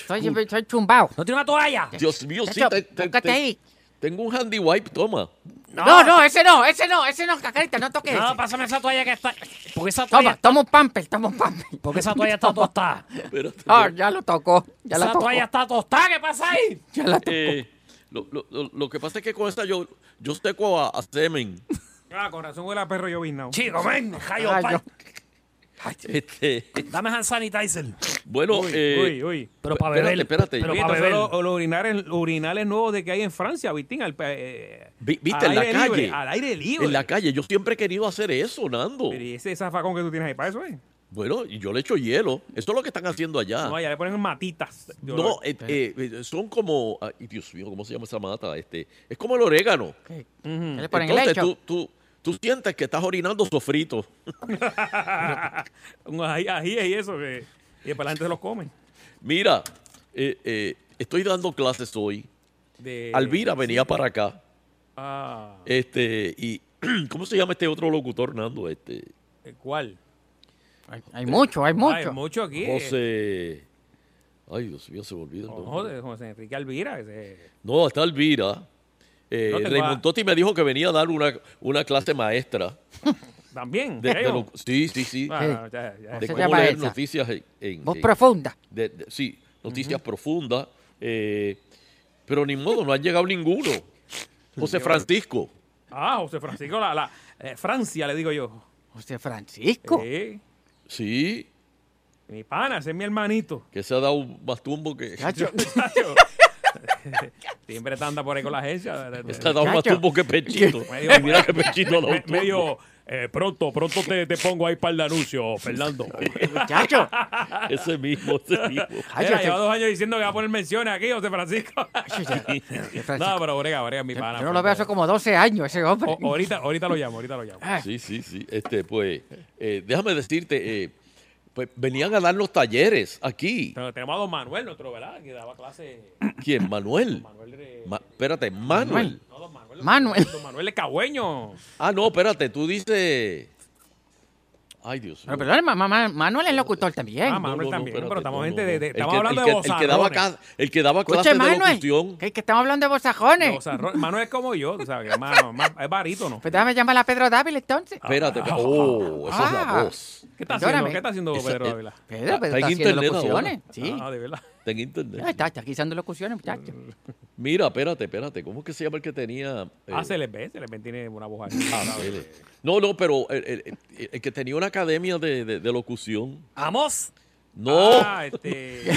Speaker 19: Soy, soy chumbao.
Speaker 5: ¿No tiene una toalla?
Speaker 18: Dios mío, sí,
Speaker 19: Chacho,
Speaker 18: te- te-
Speaker 19: búscate
Speaker 18: te-
Speaker 19: ahí.
Speaker 18: tengo un handy wipe, toma.
Speaker 19: No, no, ese no, ese no, ese no, cacarita, no toques.
Speaker 5: No,
Speaker 19: ese.
Speaker 5: pásame esa toalla que está. Porque esa toalla,
Speaker 19: Toma, toma un pamper, toma un pamper.
Speaker 5: porque esa toalla está tostada.
Speaker 18: Espérate.
Speaker 19: Ah, ya lo tocó, ya
Speaker 5: esa
Speaker 19: la tocó.
Speaker 5: toalla está tostada, ¿qué pasa ahí?
Speaker 18: Eh, lo, lo- lo- lo que pasa es que con esta yo, yo seco a, a semen.
Speaker 2: Ah, con razón huele a perro lloviznado.
Speaker 5: Chico, ven, rayo,
Speaker 2: Ay,
Speaker 5: pa-
Speaker 2: yo-
Speaker 18: Este,
Speaker 5: Dame hand sanitizer.
Speaker 18: bueno,
Speaker 2: Uy,
Speaker 18: eh,
Speaker 2: uy, uy.
Speaker 5: Pero para
Speaker 18: espérate,
Speaker 5: beber.
Speaker 18: espérate.
Speaker 5: Pero
Speaker 2: Oye,
Speaker 5: para
Speaker 2: estos
Speaker 5: beber.
Speaker 2: son Los, los urinales, los urinales nuevos de que hay en Francia, Vitín. Al, eh,
Speaker 18: Vi- Viste,
Speaker 2: al
Speaker 18: en la
Speaker 2: aire
Speaker 18: calle.
Speaker 2: libre, al aire libre.
Speaker 18: En la calle. Yo siempre he querido hacer eso, Nando.
Speaker 2: Pero ¿y ese zafacón que tú tienes ahí para eso, ¿eh?
Speaker 18: Bueno, y yo le echo hielo. Esto es lo que están haciendo allá.
Speaker 2: No, allá le ponen matitas. Yo
Speaker 18: No,
Speaker 2: lo-
Speaker 18: eh, eh, son como. Ay, Dios mío, ¿cómo se llama esa mata? Este, es como el orégano.
Speaker 2: Ujú.
Speaker 19: le ponen el
Speaker 18: Entonces
Speaker 19: lecho.
Speaker 18: tú, tú, tú sientes que estás orinando sofrito.
Speaker 2: Un ají, ají y eso que. Y para la gente se los comen.
Speaker 18: Mira, eh, eh, estoy dando clases hoy.
Speaker 2: De-
Speaker 18: Alvira venía para acá.
Speaker 2: Ah,
Speaker 18: Este, y. ¿Cómo se llama este otro locutor, Nando? Este,
Speaker 2: Eh, ¿Cuál? Ah,
Speaker 19: Hay mucho, hay mucho.
Speaker 2: Hay mucho aquí.
Speaker 18: José. Ay, Dios mío, se me olvida el
Speaker 2: No,
Speaker 18: nombre.
Speaker 2: José, José Enrique Alvira. ese-
Speaker 18: No, está Elvira. Eh,
Speaker 2: No te
Speaker 18: Raymond
Speaker 2: va-
Speaker 18: Totti me dijo que venía a dar una, una clase maestra.
Speaker 2: También.
Speaker 18: De, de
Speaker 2: creo.
Speaker 18: lo- sí, sí, sí.
Speaker 2: Ah, ya, ya.
Speaker 18: De
Speaker 19: Se
Speaker 18: cómo
Speaker 19: llama
Speaker 18: leer
Speaker 19: esa.
Speaker 18: noticias en... en-
Speaker 19: Voz
Speaker 18: en-
Speaker 19: profunda.
Speaker 18: de- de- sí, noticias profundas. eh, pero ni modo, no han llegado ninguno. José Francisco.
Speaker 2: Ah, José Francisco, la, la- eh, Francia, le digo yo.
Speaker 19: José Francisco.
Speaker 2: Sí,
Speaker 18: Sí,
Speaker 2: mi pana, ese es mi hermanito.
Speaker 18: que se ha dado más tumbo que...
Speaker 2: Chacho. Sí, Siempre te anda por ahí con la agencia.
Speaker 18: Está dado más tubo que pechito.
Speaker 2: Medio-
Speaker 18: Mira que pechito da un
Speaker 2: me-
Speaker 18: tubo.
Speaker 2: Medio, eh, pronto, pronto te, te pongo ahí para el anuncio, Fernando.
Speaker 18: Muchacho. Ese mismo, ese mismo.
Speaker 2: Mira, lleva dos años diciendo que va a poner menciones aquí, José Francisco. no, pero brega, brega, mi pana.
Speaker 19: Yo no lo veo hace como 12 años, ese hombre.
Speaker 2: O- ahorita, ahorita lo llamo, ahorita lo llamo.
Speaker 18: Ah. Sí, sí, sí. Este, pues, eh, déjame decirte, eh, pues venían a dar los talleres aquí.
Speaker 2: Pero tenemos a don Manuel, nuestro, ¿verdad? Que daba clase.
Speaker 18: ¿Quién? Manuel. Ma- espérate, Manuel.
Speaker 19: Manuel.
Speaker 2: Don Manuel es cagüeño.
Speaker 18: Ah, no, espérate, tú dices. Ay, Dios
Speaker 19: Pero
Speaker 18: mío.
Speaker 19: perdón, ma- ma- Manuel es locutor también.
Speaker 18: No, no, no, espérate, no, no.
Speaker 2: estamos
Speaker 18: El
Speaker 2: hablando
Speaker 18: que- el
Speaker 2: de
Speaker 18: que- El que daba,
Speaker 2: vozarrones.
Speaker 18: ca- el que daba
Speaker 19: Escuche,
Speaker 18: clase de
Speaker 19: Manuel.
Speaker 18: locución.
Speaker 19: Que, que estamos hablando de bosajones.
Speaker 2: O sea, Ro- Manuel es como yo, tú sabes, que es más- más- es barítono.
Speaker 19: Pues déjame llamar a Pedro Dávila entonces.
Speaker 18: Espérate,
Speaker 2: Ah.
Speaker 18: oh, esa es
Speaker 19: Ah.
Speaker 18: la voz.
Speaker 2: ¿Qué está haciendo?
Speaker 19: Perdóname.
Speaker 2: ¿Qué está haciendo
Speaker 18: Esa-
Speaker 2: Pedro
Speaker 18: eh,
Speaker 2: Ávila?
Speaker 19: Pedro, Pedro está haciendo locuciones,
Speaker 18: ahora.
Speaker 19: sí.
Speaker 2: Ah, de verdad.
Speaker 18: Está en internet.
Speaker 19: Ah, Está, está aquí haciendo locuciones,
Speaker 2: ah,
Speaker 19: muchachos.
Speaker 18: Eh. Mira, espérate, espérate. ¿Cómo es que se llama el que tenía? eh,
Speaker 2: Ah, se les ve, se les ve, tiene una voz así.
Speaker 18: ah, Pele? No, no, pero el, el- el- el que tenía una academia de, de- de locución.
Speaker 2: ¡Amos!
Speaker 18: No.
Speaker 2: Ah, este.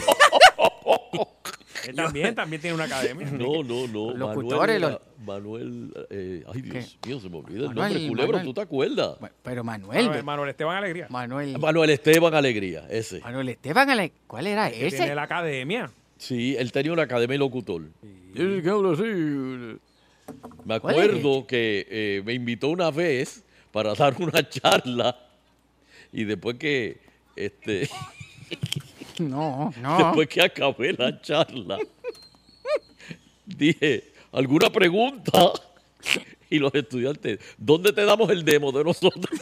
Speaker 2: Él también, también tiene una academia.
Speaker 18: No, no, no.
Speaker 2: Los locutores,
Speaker 18: Manuel, era- Manuel eh, ay, Dios mío, se me olvida el
Speaker 19: Manuel,
Speaker 18: nombre. Culebro,
Speaker 19: Manuel.
Speaker 18: ¿tú te acuerdas?
Speaker 19: Pero Manuel.
Speaker 2: Manuel, Manuel Esteban Alegría.
Speaker 19: Manuel.
Speaker 18: Manuel Esteban Alegría, ese.
Speaker 19: Manuel Esteban, Ale- ¿cuál era
Speaker 2: Que tiene
Speaker 19: ese?
Speaker 2: la academia.
Speaker 18: Sí, él tenía una academia de locutor. Me
Speaker 19: ¿Cuál es este?
Speaker 18: acuerdo que eh, me invitó una vez para dar una charla y después que este
Speaker 19: No, no.
Speaker 18: después que acabé la charla dije alguna pregunta y los estudiantes dónde te damos el demo de nosotros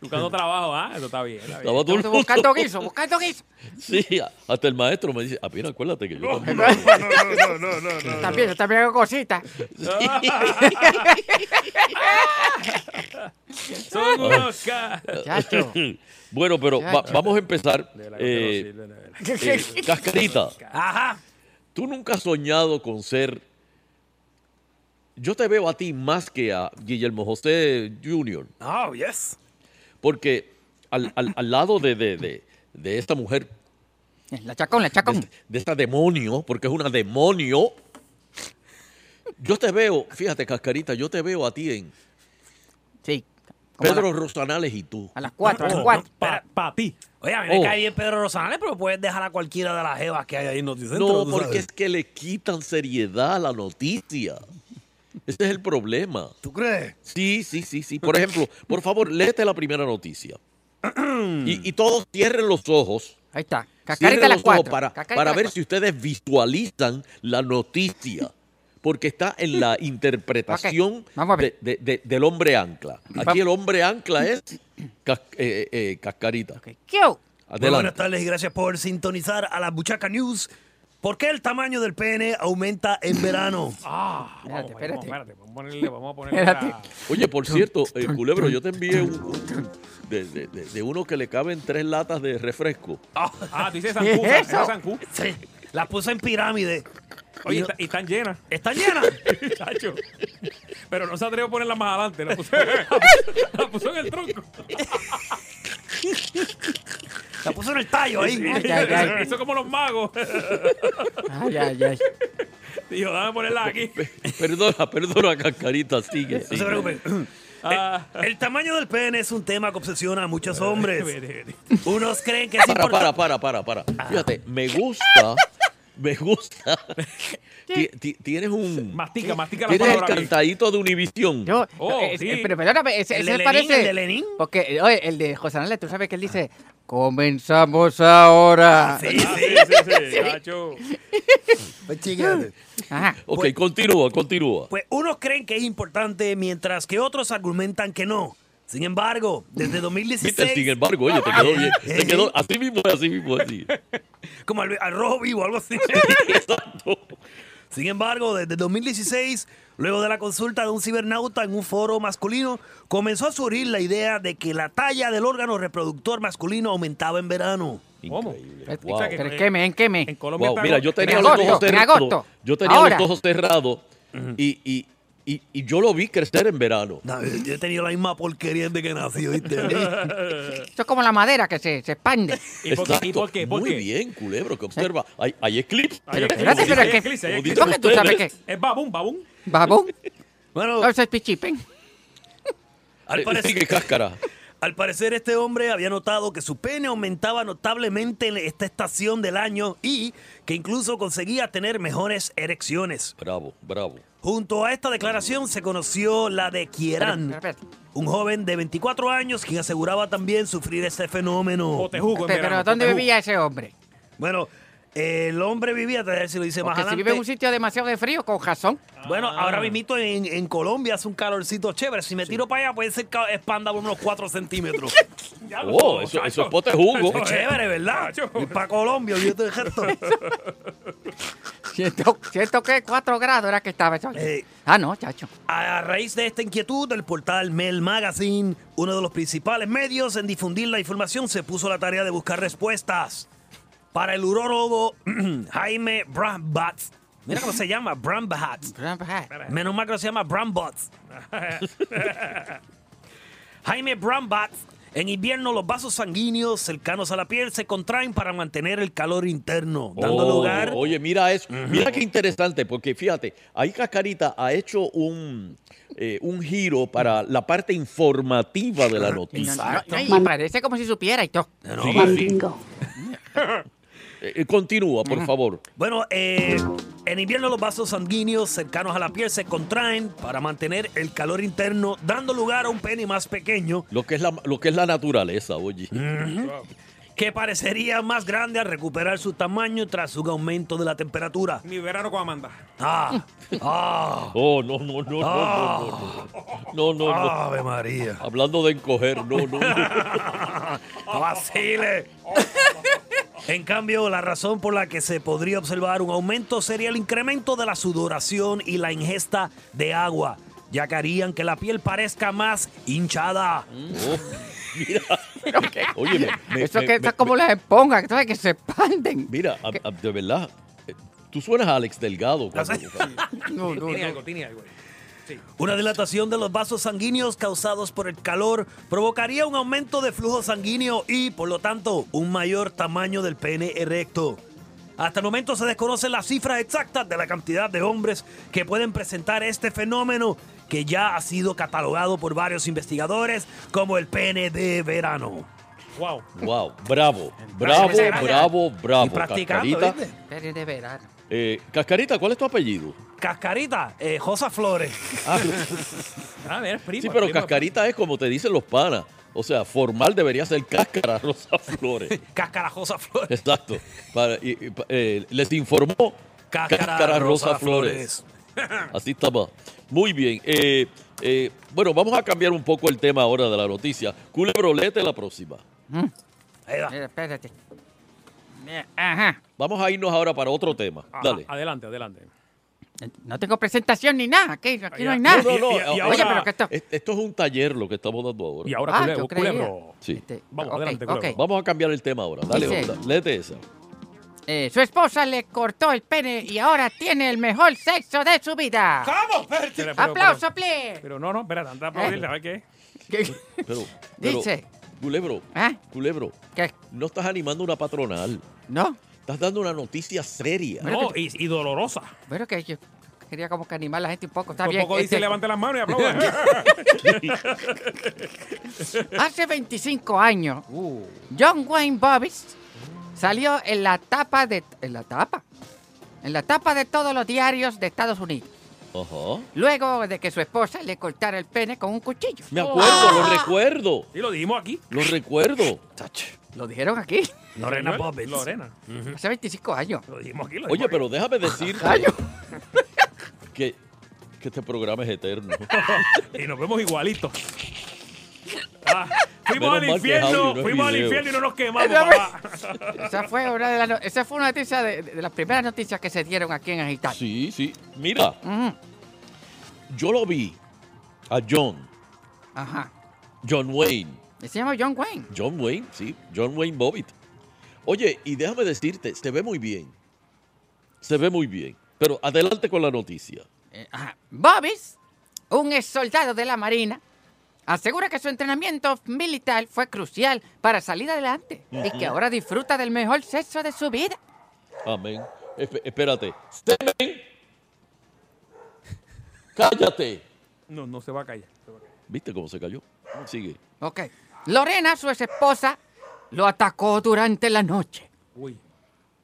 Speaker 2: Buscando trabajo, ah, eso está bien. está bien.
Speaker 18: Estaba todo el mundo-
Speaker 19: Buscando guiso, buscando guiso.
Speaker 18: sí hasta el maestro me dice apenas acuérdate que yo también
Speaker 2: No, no, no, no.
Speaker 19: También, yo también hago cositas.
Speaker 2: Son unos ca-
Speaker 19: Chacho.
Speaker 18: Ah. bueno, pero va-
Speaker 2: Chacho.
Speaker 18: vamos a empezar.
Speaker 2: De la
Speaker 18: Eh,
Speaker 2: que no sirve,
Speaker 18: eh,
Speaker 2: de la-
Speaker 18: cascarita,
Speaker 2: Ajá.
Speaker 18: tú nunca has soñado con ser. Yo te veo a ti más que a Guillermo José Jr.
Speaker 2: Oh, yes.
Speaker 18: Porque al, al- al lado de, de- de- de esta mujer,
Speaker 19: Eh, La chacón, la chacón.
Speaker 18: de esta demonio, porque es una demonio, yo te veo, fíjate, Cascarita, yo te veo a ti en.
Speaker 19: Sí.
Speaker 20: como
Speaker 18: Pedro Rosanales y tú.
Speaker 19: A las
Speaker 20: cuatro, a las cuatro.
Speaker 2: Para ti.
Speaker 20: Oye, a mí me
Speaker 18: Oh.
Speaker 20: cae bien Pedro Rosales, pero puedes dejar a cualquiera de las jevas que hay ahí en Noticentro.
Speaker 18: No, porque es que le quitan seriedad a la noticia. Ese es el problema.
Speaker 20: ¿Tú crees?
Speaker 18: Sí, sí, sí, sí. Por ejemplo, por favor, léete la primera noticia. y, y todos cierren los ojos.
Speaker 19: Ahí está.
Speaker 18: Cierren
Speaker 19: Cascarita a las
Speaker 18: los ojos
Speaker 19: cuatro.
Speaker 18: para,
Speaker 19: Cascarita
Speaker 18: para
Speaker 19: a las
Speaker 18: ver
Speaker 19: cuatro.
Speaker 18: si ustedes visualizan la noticia. Porque está en la interpretación de- de- de- del hombre ancla. Aquí el hombre ancla es cas- eh, eh, cascarita.
Speaker 20: Muy
Speaker 18: Adelante.
Speaker 20: buenas tardes y gracias por sintonizar a la Buchaca News. ¿Por qué el tamaño del pene aumenta en verano?
Speaker 2: Ah,
Speaker 20: Espérate,
Speaker 2: vamos, vamos,
Speaker 20: espérate.
Speaker 2: espérate, vamos a ponerle, vamos a ponerle
Speaker 20: Espérate.
Speaker 2: la-
Speaker 18: Oye, por cierto, eh, Culebro, yo te envié un, un- de, de- de- de uno que le caben tres latas de refresco.
Speaker 2: Ah, tú dices
Speaker 20: ¿Qué
Speaker 2: Sancú,
Speaker 20: es
Speaker 2: San-
Speaker 20: eso?
Speaker 2: Sancú.
Speaker 20: Sí, la puse en pirámide.
Speaker 2: Oye, está- y están llenas.
Speaker 20: ¿Están llenas?
Speaker 2: Chacho. Pero no se atrevió a ponerla más adelante. La puso, la puso en el tronco.
Speaker 20: La puso en el tallo ahí.
Speaker 2: Sí,
Speaker 20: Ay, ay, ay.
Speaker 2: Eso es como los magos.
Speaker 19: Ah,
Speaker 20: Ay, ay, ay.
Speaker 2: Dijo, dame ponerla aquí.
Speaker 18: Perdona, perdona, Cascarita, sigue. Ah,
Speaker 20: No se preocupe. Eh,
Speaker 2: Ah.
Speaker 20: El, el tamaño del pene es un tema que obsesiona a muchos hombres. Unos creen que es
Speaker 18: Ah, Para,
Speaker 20: importante.
Speaker 18: para, para, para, para. Fíjate, me gusta, me gusta. Ti- ti- Tienes un...
Speaker 2: Mastica, mastica la
Speaker 18: Tienes el
Speaker 2: palabra.
Speaker 18: cantadito de Univisión.
Speaker 2: Oh,
Speaker 19: Eh, eh,
Speaker 2: sí.
Speaker 19: Pero perdóname, ese,
Speaker 20: El
Speaker 19: ese
Speaker 20: de
Speaker 19: me
Speaker 20: Lenin,
Speaker 19: parece.
Speaker 20: el de Lenin.
Speaker 19: Porque eh, oye, el de José Anales, tú sabes que él dice: Comenzamos ahora.
Speaker 20: Ah, Sí, sí,
Speaker 2: sí, sí, chacho.
Speaker 20: Ajá.
Speaker 18: Pues, Ok,
Speaker 20: Pues-
Speaker 18: continúa, continúa.
Speaker 20: Pues unos creen que es importante, mientras que otros argumentan que no. Sin embargo, desde
Speaker 18: Viste,
Speaker 20: 2016...
Speaker 18: sin embargo, oye, te quedó bien.
Speaker 20: Eh,
Speaker 18: Te quedó así mismo, así mismo, así.
Speaker 20: como al, al rojo vivo, algo así. Sin embargo, desde 2016, luego de la consulta de un cibernauta en un foro masculino, comenzó a surgir la idea de que la talla del órgano reproductor masculino aumentaba en verano.
Speaker 2: ¿Cómo?
Speaker 18: Wow.
Speaker 19: Pero en qué mes, en qué mes. En
Speaker 2: Colombia
Speaker 18: Wow, mira, yo tenía
Speaker 19: en
Speaker 18: los
Speaker 19: agosto,
Speaker 18: ojos
Speaker 19: en
Speaker 18: cerrados.
Speaker 19: agosto.
Speaker 18: Yo tenía
Speaker 19: Ahora.
Speaker 18: los ojos cerrados y, y, y, y yo lo vi crecer en verano.
Speaker 20: No, yo he tenido la misma porquería desde que nací, ¿viste?
Speaker 19: Eso es como la madera que se, se expande.
Speaker 18: Exacto. Muy bien, culebro, que observa. Hay, hay eclipse.
Speaker 19: Pero espérate, pero es que-
Speaker 18: Como dicen
Speaker 19: ¿cómo que tú sabes
Speaker 18: ustedes.
Speaker 2: Es babum, babum.
Speaker 19: ¿Babón?
Speaker 20: Bueno,
Speaker 19: Eso es pichipen.
Speaker 18: Eh, Sigue cáscara.
Speaker 20: Al parecer, este hombre había notado que su pene aumentaba notablemente en esta estación del año y que incluso conseguía tener mejores erecciones.
Speaker 18: Bravo, bravo.
Speaker 20: Junto a esta declaración se conoció la de Kieran, un joven de 24 años quien aseguraba también sufrir este fenómeno.
Speaker 19: Pe- Pero ¿dónde vivía ese hombre?
Speaker 20: Bueno, el hombre vivía, a ver si lo dice más
Speaker 19: Porque si
Speaker 20: adelante.
Speaker 19: vive en un sitio demasiado de frío, con razón.
Speaker 20: Bueno,
Speaker 18: Ah.
Speaker 20: ahora mismito en, en Colombia hace un calorcito chévere. Si me tiro para allá, puede ser que expanda por unos 4 centímetros.
Speaker 18: Oh, eso, eso es pote de jugo.
Speaker 20: Es chévere, ¿verdad? Y para Colombia, yo te gesto.
Speaker 19: Siento, siento que 4 grados era que estaba eso.
Speaker 20: Eh.
Speaker 19: Ah, no, chacho.
Speaker 20: A raíz de esta inquietud, el portal Mel Magazine, uno de los principales medios en difundir la información, se puso a la tarea de buscar respuestas. Para el urólogo Jaime Brambat. Mira cómo se llama, Brambat. Menos mal que no se llama Brambot. Jaime Brambat. En invierno, los vasos sanguíneos cercanos a la piel se contraen para mantener el calor interno, dando
Speaker 18: Oh,
Speaker 20: lugar
Speaker 18: Oye, mira eso. Mira qué interesante, porque fíjate, ahí Cascarita ha hecho un, eh, un giro para la parte informativa de la noticia.
Speaker 19: Ay, y parece como si supiera y todo.
Speaker 18: Sí, sí. Eh, eh, Continúa, por favor.
Speaker 20: Bueno, eh, en invierno los vasos sanguíneos cercanos a la piel se contraen para mantener el calor interno, dando lugar a un pene más pequeño
Speaker 18: Lo que es la, lo que es la naturaleza, oye.
Speaker 20: que parecería más grande al recuperar su tamaño tras un aumento de la temperatura.
Speaker 2: Mi verano con Amanda.
Speaker 20: Ah, ah.
Speaker 18: Oh, no, no, no, no,
Speaker 20: Ah.
Speaker 18: no, no, no, no, no.
Speaker 20: Ave María.
Speaker 18: Hablando de encoger, no, no, no.
Speaker 20: No vacile. En cambio, la razón por la que se podría observar un aumento sería el incremento de la sudoración y la ingesta de agua, ya que harían que la piel parezca más hinchada.
Speaker 19: Mm.
Speaker 18: mira. Oye, me- me-
Speaker 19: Eso
Speaker 18: me-
Speaker 19: que
Speaker 18: me-
Speaker 19: está como las esponjas, que sabes que se expanden.
Speaker 18: Mira, a- a- de verdad, eh, tú suenas a Alex Delgado. cuando-
Speaker 19: No, no,
Speaker 2: Tiene
Speaker 19: no.
Speaker 2: algo, tiene algo.
Speaker 20: Una dilatación de los vasos sanguíneos causados por el calor provocaría un aumento de flujo sanguíneo y, por lo tanto, un mayor tamaño del pene erecto. Hasta el momento se desconocen las cifras exactas de la cantidad de hombres que pueden presentar este fenómeno que ya ha sido catalogado por varios investigadores como el pene de verano.
Speaker 2: Wow.
Speaker 18: Wow, bravo, bravo,
Speaker 20: Gracias.
Speaker 18: bravo,
Speaker 20: Y
Speaker 18: bravo.
Speaker 20: practicando,
Speaker 18: Ah, Cascarita,
Speaker 20: ¿viste?
Speaker 19: Pero de verano.
Speaker 18: eh, Cascarita, ¿cuál es tu apellido?
Speaker 20: Cascarita, eh, Josa Flores.
Speaker 2: Ah, mira, es primo.
Speaker 18: sí,
Speaker 2: es
Speaker 18: pero
Speaker 2: primo.
Speaker 18: Cascarita es como te dicen los panas. O sea, formal debería ser Cáscara Rosa Flores.
Speaker 20: Cáscara Josa Flores.
Speaker 18: Exacto. Para- y- y pa- eh, les informó
Speaker 20: Cáscara
Speaker 18: Cáscara, Rosa,
Speaker 20: Rosa
Speaker 18: Flores. Así estaba. Muy bien. eh, eh, bueno, vamos a cambiar un poco el tema ahora de la noticia. Culebro, léete la próxima.
Speaker 20: Ahí va.
Speaker 19: Mira, espérate. Mira, Ajá.
Speaker 18: Vamos a irnos ahora para otro tema. Dale.
Speaker 2: Adelante, adelante.
Speaker 19: No tengo presentación ni nada. Aquí, aquí no hay
Speaker 18: No,
Speaker 19: nada.
Speaker 18: no, no,
Speaker 19: Oye,
Speaker 18: ahora-
Speaker 19: pero que esto.
Speaker 18: es- esto es un taller lo que estamos dando ahora.
Speaker 2: Y ahora
Speaker 19: Ah,
Speaker 2: culebro,
Speaker 19: yo creía.
Speaker 2: culebro.
Speaker 18: Sí.
Speaker 2: Vamos,
Speaker 19: ok,
Speaker 2: adelante,
Speaker 19: ok.
Speaker 2: culebro.
Speaker 18: Vamos a cambiar el tema ahora. Dale,
Speaker 19: Dice-
Speaker 18: onda, léete esa.
Speaker 19: Eh, su esposa le cortó el pene y ahora tiene el mejor sexo de su vida.
Speaker 2: ¡Vamos, Pero, pero-
Speaker 19: Ah. ¡Aplauso, Ah.
Speaker 2: pero-
Speaker 19: please!
Speaker 2: Pero no, no, espera, anda para abrirla, a ver qué.
Speaker 18: Pero,
Speaker 19: Dice.
Speaker 18: Culebro,
Speaker 19: ¿Ah?
Speaker 18: Culebro,
Speaker 19: ¿Qué?
Speaker 18: no estás animando una patronal.
Speaker 19: No.
Speaker 18: Estás dando una noticia seria.
Speaker 2: No, y, y dolorosa.
Speaker 19: Bueno, que yo quería como que animar a la gente un poco. Está
Speaker 2: Por
Speaker 19: bien.
Speaker 2: poco dice,
Speaker 19: este,
Speaker 2: levante las manos y aplaudan.
Speaker 19: Hace 25 años, John Wayne Bobbitt salió en la tapa de... ¿En la tapa? En la tapa de todos los diarios de Estados Unidos.
Speaker 18: Ajá.
Speaker 19: Luego de que su esposa le cortara el pene con un cuchillo. ¡Ah!
Speaker 18: Me acuerdo,
Speaker 19: Oh.
Speaker 18: lo recuerdo.
Speaker 2: Y lo dijimos aquí.
Speaker 18: Lo recuerdo.
Speaker 19: Lo dijeron aquí.
Speaker 20: Lorena Bobbitt.
Speaker 2: Lorena.
Speaker 19: Hace 25 años.
Speaker 2: Lo dijimos aquí. Lo dijimos
Speaker 18: Oye,
Speaker 2: aquí.
Speaker 18: pero déjame decirte que, que este programa es eterno.
Speaker 2: y nos vemos igualitos. Ah, fuimos
Speaker 18: Menos
Speaker 2: al
Speaker 18: mal que es
Speaker 2: infierno,
Speaker 18: audio, no es
Speaker 2: fuimos al
Speaker 18: video.
Speaker 2: infierno y no nos quemamos,
Speaker 19: Esa
Speaker 2: papá.
Speaker 19: Esa fue una de las, no- esa fue una noticia de, de las primeras noticias que se dieron aquí en Agitar.
Speaker 18: Sí, sí. Mira,
Speaker 19: Ujú.
Speaker 18: yo lo vi a John,
Speaker 19: Ajá.
Speaker 18: John Wayne.
Speaker 19: Se llama John Wayne.
Speaker 18: John Wayne, sí, John Wayne Bobbitt. Oye, y déjame decirte, se ve muy bien. Se ve muy bien. Pero adelante con la noticia.
Speaker 19: Eh, ajá. Bobbitt un ex soldado de la Marina, asegura que su entrenamiento militar fue crucial para salir adelante y que
Speaker 18: Ujú.
Speaker 19: ahora disfruta del mejor sexo de su vida.
Speaker 18: Amén. Esp- espérate. Semen. Cállate.
Speaker 2: No, no se va a callar. se va a callar.
Speaker 18: ¿Viste cómo se cayó? Sigue.
Speaker 19: Ok. Lorena, su ex esposa, lo atacó durante la noche
Speaker 2: Uy.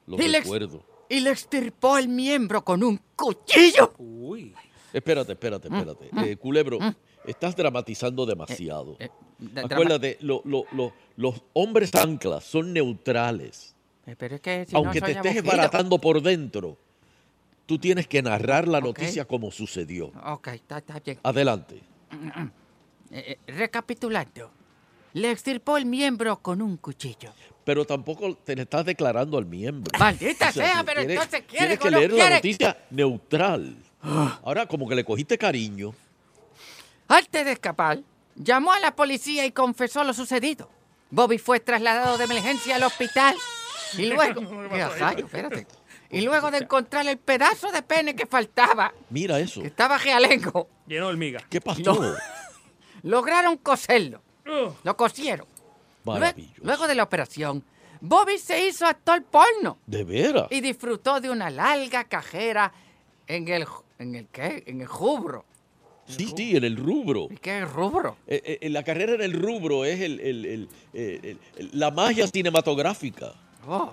Speaker 18: Lo
Speaker 19: Y le ex-
Speaker 18: recuerdo.
Speaker 19: y le extirpó el miembro con un cuchillo.
Speaker 2: Uy.
Speaker 18: Espérate, espérate, espérate.
Speaker 19: Mm,
Speaker 18: Eh,
Speaker 19: mm,
Speaker 18: Culebro,
Speaker 19: mm. Eh,
Speaker 18: estás dramatizando demasiado.
Speaker 19: de-
Speaker 18: Acuérdate, lo- lo- lo- los hombres anclas son neutrales.
Speaker 19: Eh, Pero es que si no
Speaker 18: Aunque
Speaker 19: soy
Speaker 18: te estés
Speaker 19: aburrido.
Speaker 18: esbaratando por dentro, tú tienes que narrar la noticia como sucedió.
Speaker 19: Ok, está, está bien. Mm,
Speaker 18: Adelante.
Speaker 19: Eh, eh, recapitulando. Le extirpó el miembro con un cuchillo.
Speaker 18: Pero tampoco te le estás declarando al miembro.
Speaker 19: Maldita sea, pero
Speaker 18: tienes-
Speaker 19: entonces quiere
Speaker 18: Tienes
Speaker 19: o
Speaker 18: que
Speaker 19: no
Speaker 18: leer la
Speaker 19: quiere. Ah.
Speaker 18: noticia neutral. Ahora, como que le cogiste cariño.
Speaker 19: Antes de escapar, llamó a la policía y confesó lo sucedido. Bobby fue trasladado de emergencia al hospital y luego... ¿Qué rayo? Espérate. Y luego de encontrar el pedazo de pene que faltaba,
Speaker 18: Mira eso.
Speaker 19: estaba realengo,
Speaker 2: Lleno de hormiga.
Speaker 18: ¿Qué pasó?
Speaker 19: lograron coserlo. Lo cosieron. Lue-
Speaker 18: Maravilloso.
Speaker 19: Luego de la operación, Bobby se hizo actor porno
Speaker 18: De veras.
Speaker 19: y disfrutó de una larga cajera en el... ¿En el qué? En el jubro.
Speaker 18: Sí, sí, en el rubro.
Speaker 19: ¿Qué rubro?
Speaker 18: Eh, eh, eh, la carrera en el rubro es el, el- el- eh, el- el- la magia cinematográfica.
Speaker 19: Oh.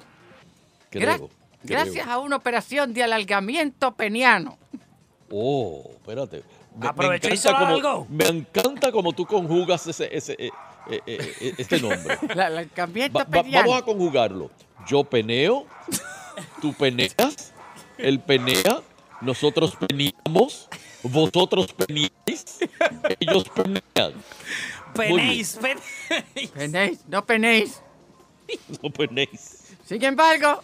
Speaker 18: Creo,
Speaker 19: Gra-
Speaker 18: creo.
Speaker 19: Gracias a una operación de alargamiento peniano.
Speaker 18: Oh, espérate. Me, me,
Speaker 19: Aprovechó y
Speaker 18: encanta
Speaker 19: hizo
Speaker 18: como,
Speaker 19: algo.
Speaker 18: me encanta como tú conjugas ese, ese, eh, eh, eh, eh, este nombre.
Speaker 19: El alargamiento
Speaker 18: Va- va-
Speaker 19: peniano.
Speaker 18: vamos a conjugarlo. Yo peneo, tú peneas, él penea, nosotros peneamos, vosotros peneáis, ellos penean. Muy bien.
Speaker 19: Penéis, penéis. No penéis.
Speaker 18: No penéis.
Speaker 19: Sin embargo,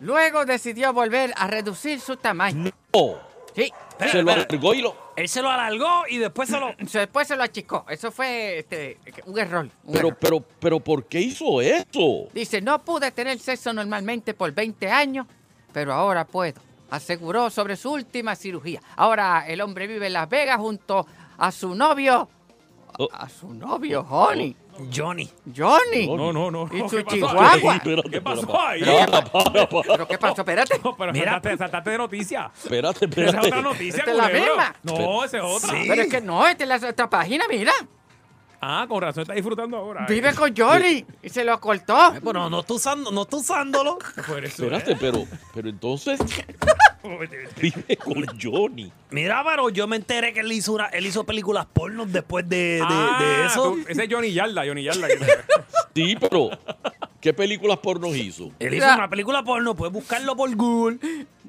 Speaker 19: luego decidió volver a reducir su tamaño.
Speaker 18: Oh,
Speaker 19: Sí.
Speaker 18: se lo alargó y lo...
Speaker 19: Él se lo alargó y después se lo... Después se lo achicó. Eso fue este, un error. un
Speaker 18: Pero, pero, pero, ¿por qué hizo eso?
Speaker 19: Dice, no pude tener sexo normalmente por 20 años, pero ahora puedo. Aseguró sobre su última cirugía. Ahora el hombre vive en Las Vegas junto a su novio. A, a su novio, Johnny.
Speaker 20: Johnny.
Speaker 19: Johnny.
Speaker 20: No, no, no, no,
Speaker 19: Y su
Speaker 20: ¿qué pasó ahí?
Speaker 19: chihuahua.
Speaker 18: Espérate, ¿Qué pasó
Speaker 2: espérate, ahí?
Speaker 19: ¿Pero qué pasó? Espérate.
Speaker 2: Pero
Speaker 19: Mira,
Speaker 2: saltaste, saltaste de noticia.
Speaker 18: Espérate,
Speaker 2: Esa es
Speaker 18: espérate.
Speaker 2: otra noticia,
Speaker 19: Esta es la
Speaker 2: culebro.
Speaker 19: misma.
Speaker 2: No, esa es otra.
Speaker 19: Pero es que no, esta es la otra página, mira.
Speaker 2: Ah, con razón está disfrutando ahora. eh.
Speaker 19: Vive con Johnny y se lo cortó.
Speaker 20: Pero no está usando, no está usándolo.
Speaker 2: ¿eh?
Speaker 18: Espérate, pero, pero entonces vive con Johnny.
Speaker 20: Mira, pero yo me enteré que él hizo, una- él hizo películas pornos después de, de- de eso.
Speaker 2: Ah. tú- ese es Johnny Yarda, Johnny Yarda.
Speaker 18: Sí, pero ¿qué películas pornos hizo?
Speaker 20: Él hizo una película porno, puedes buscarlo por Google.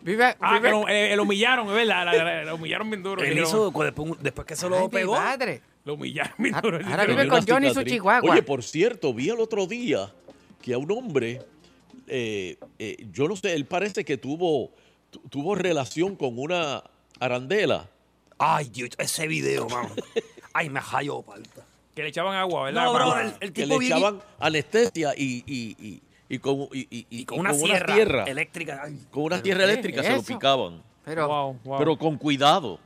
Speaker 19: Vive,
Speaker 2: Ah, que lo, eh, lo humillaron, es verdad. la- la- la- Lo humillaron bien duro.
Speaker 20: Él
Speaker 2: dijeron.
Speaker 20: hizo, cu- después, después que se lo
Speaker 2: Ay, mi
Speaker 20: pegó.
Speaker 19: madre. Ah,
Speaker 2: Lo humillaron bien duro.
Speaker 19: ahora
Speaker 18: Pero
Speaker 19: vive
Speaker 18: hay
Speaker 19: con
Speaker 18: una
Speaker 19: Johnny y su
Speaker 18: cicatriz.
Speaker 19: chihuahua.
Speaker 18: Oye, pues, por cierto, vi el otro día que a un hombre, eh, eh, yo no sé, él parece que tuvo, tu- tuvo relación con una arandela.
Speaker 20: Ay, Dios, ese video, mano. Ay, me jallo, palta.
Speaker 2: Que le echaban agua, ¿verdad?
Speaker 20: No, bro,
Speaker 2: Para-
Speaker 20: el- el
Speaker 18: que
Speaker 20: tipo
Speaker 18: le
Speaker 20: bien-
Speaker 18: echaban anestesia y, y- y- y con, y- y- y-
Speaker 20: Con una
Speaker 18: con
Speaker 20: sierra
Speaker 18: tierra.
Speaker 20: eléctrica. Ay,
Speaker 18: Con una
Speaker 20: ¿pero
Speaker 18: tierra
Speaker 20: qué es
Speaker 18: eléctrica se lo
Speaker 20: eso?
Speaker 18: picaban.
Speaker 19: Pero,
Speaker 18: Pero con cuidado.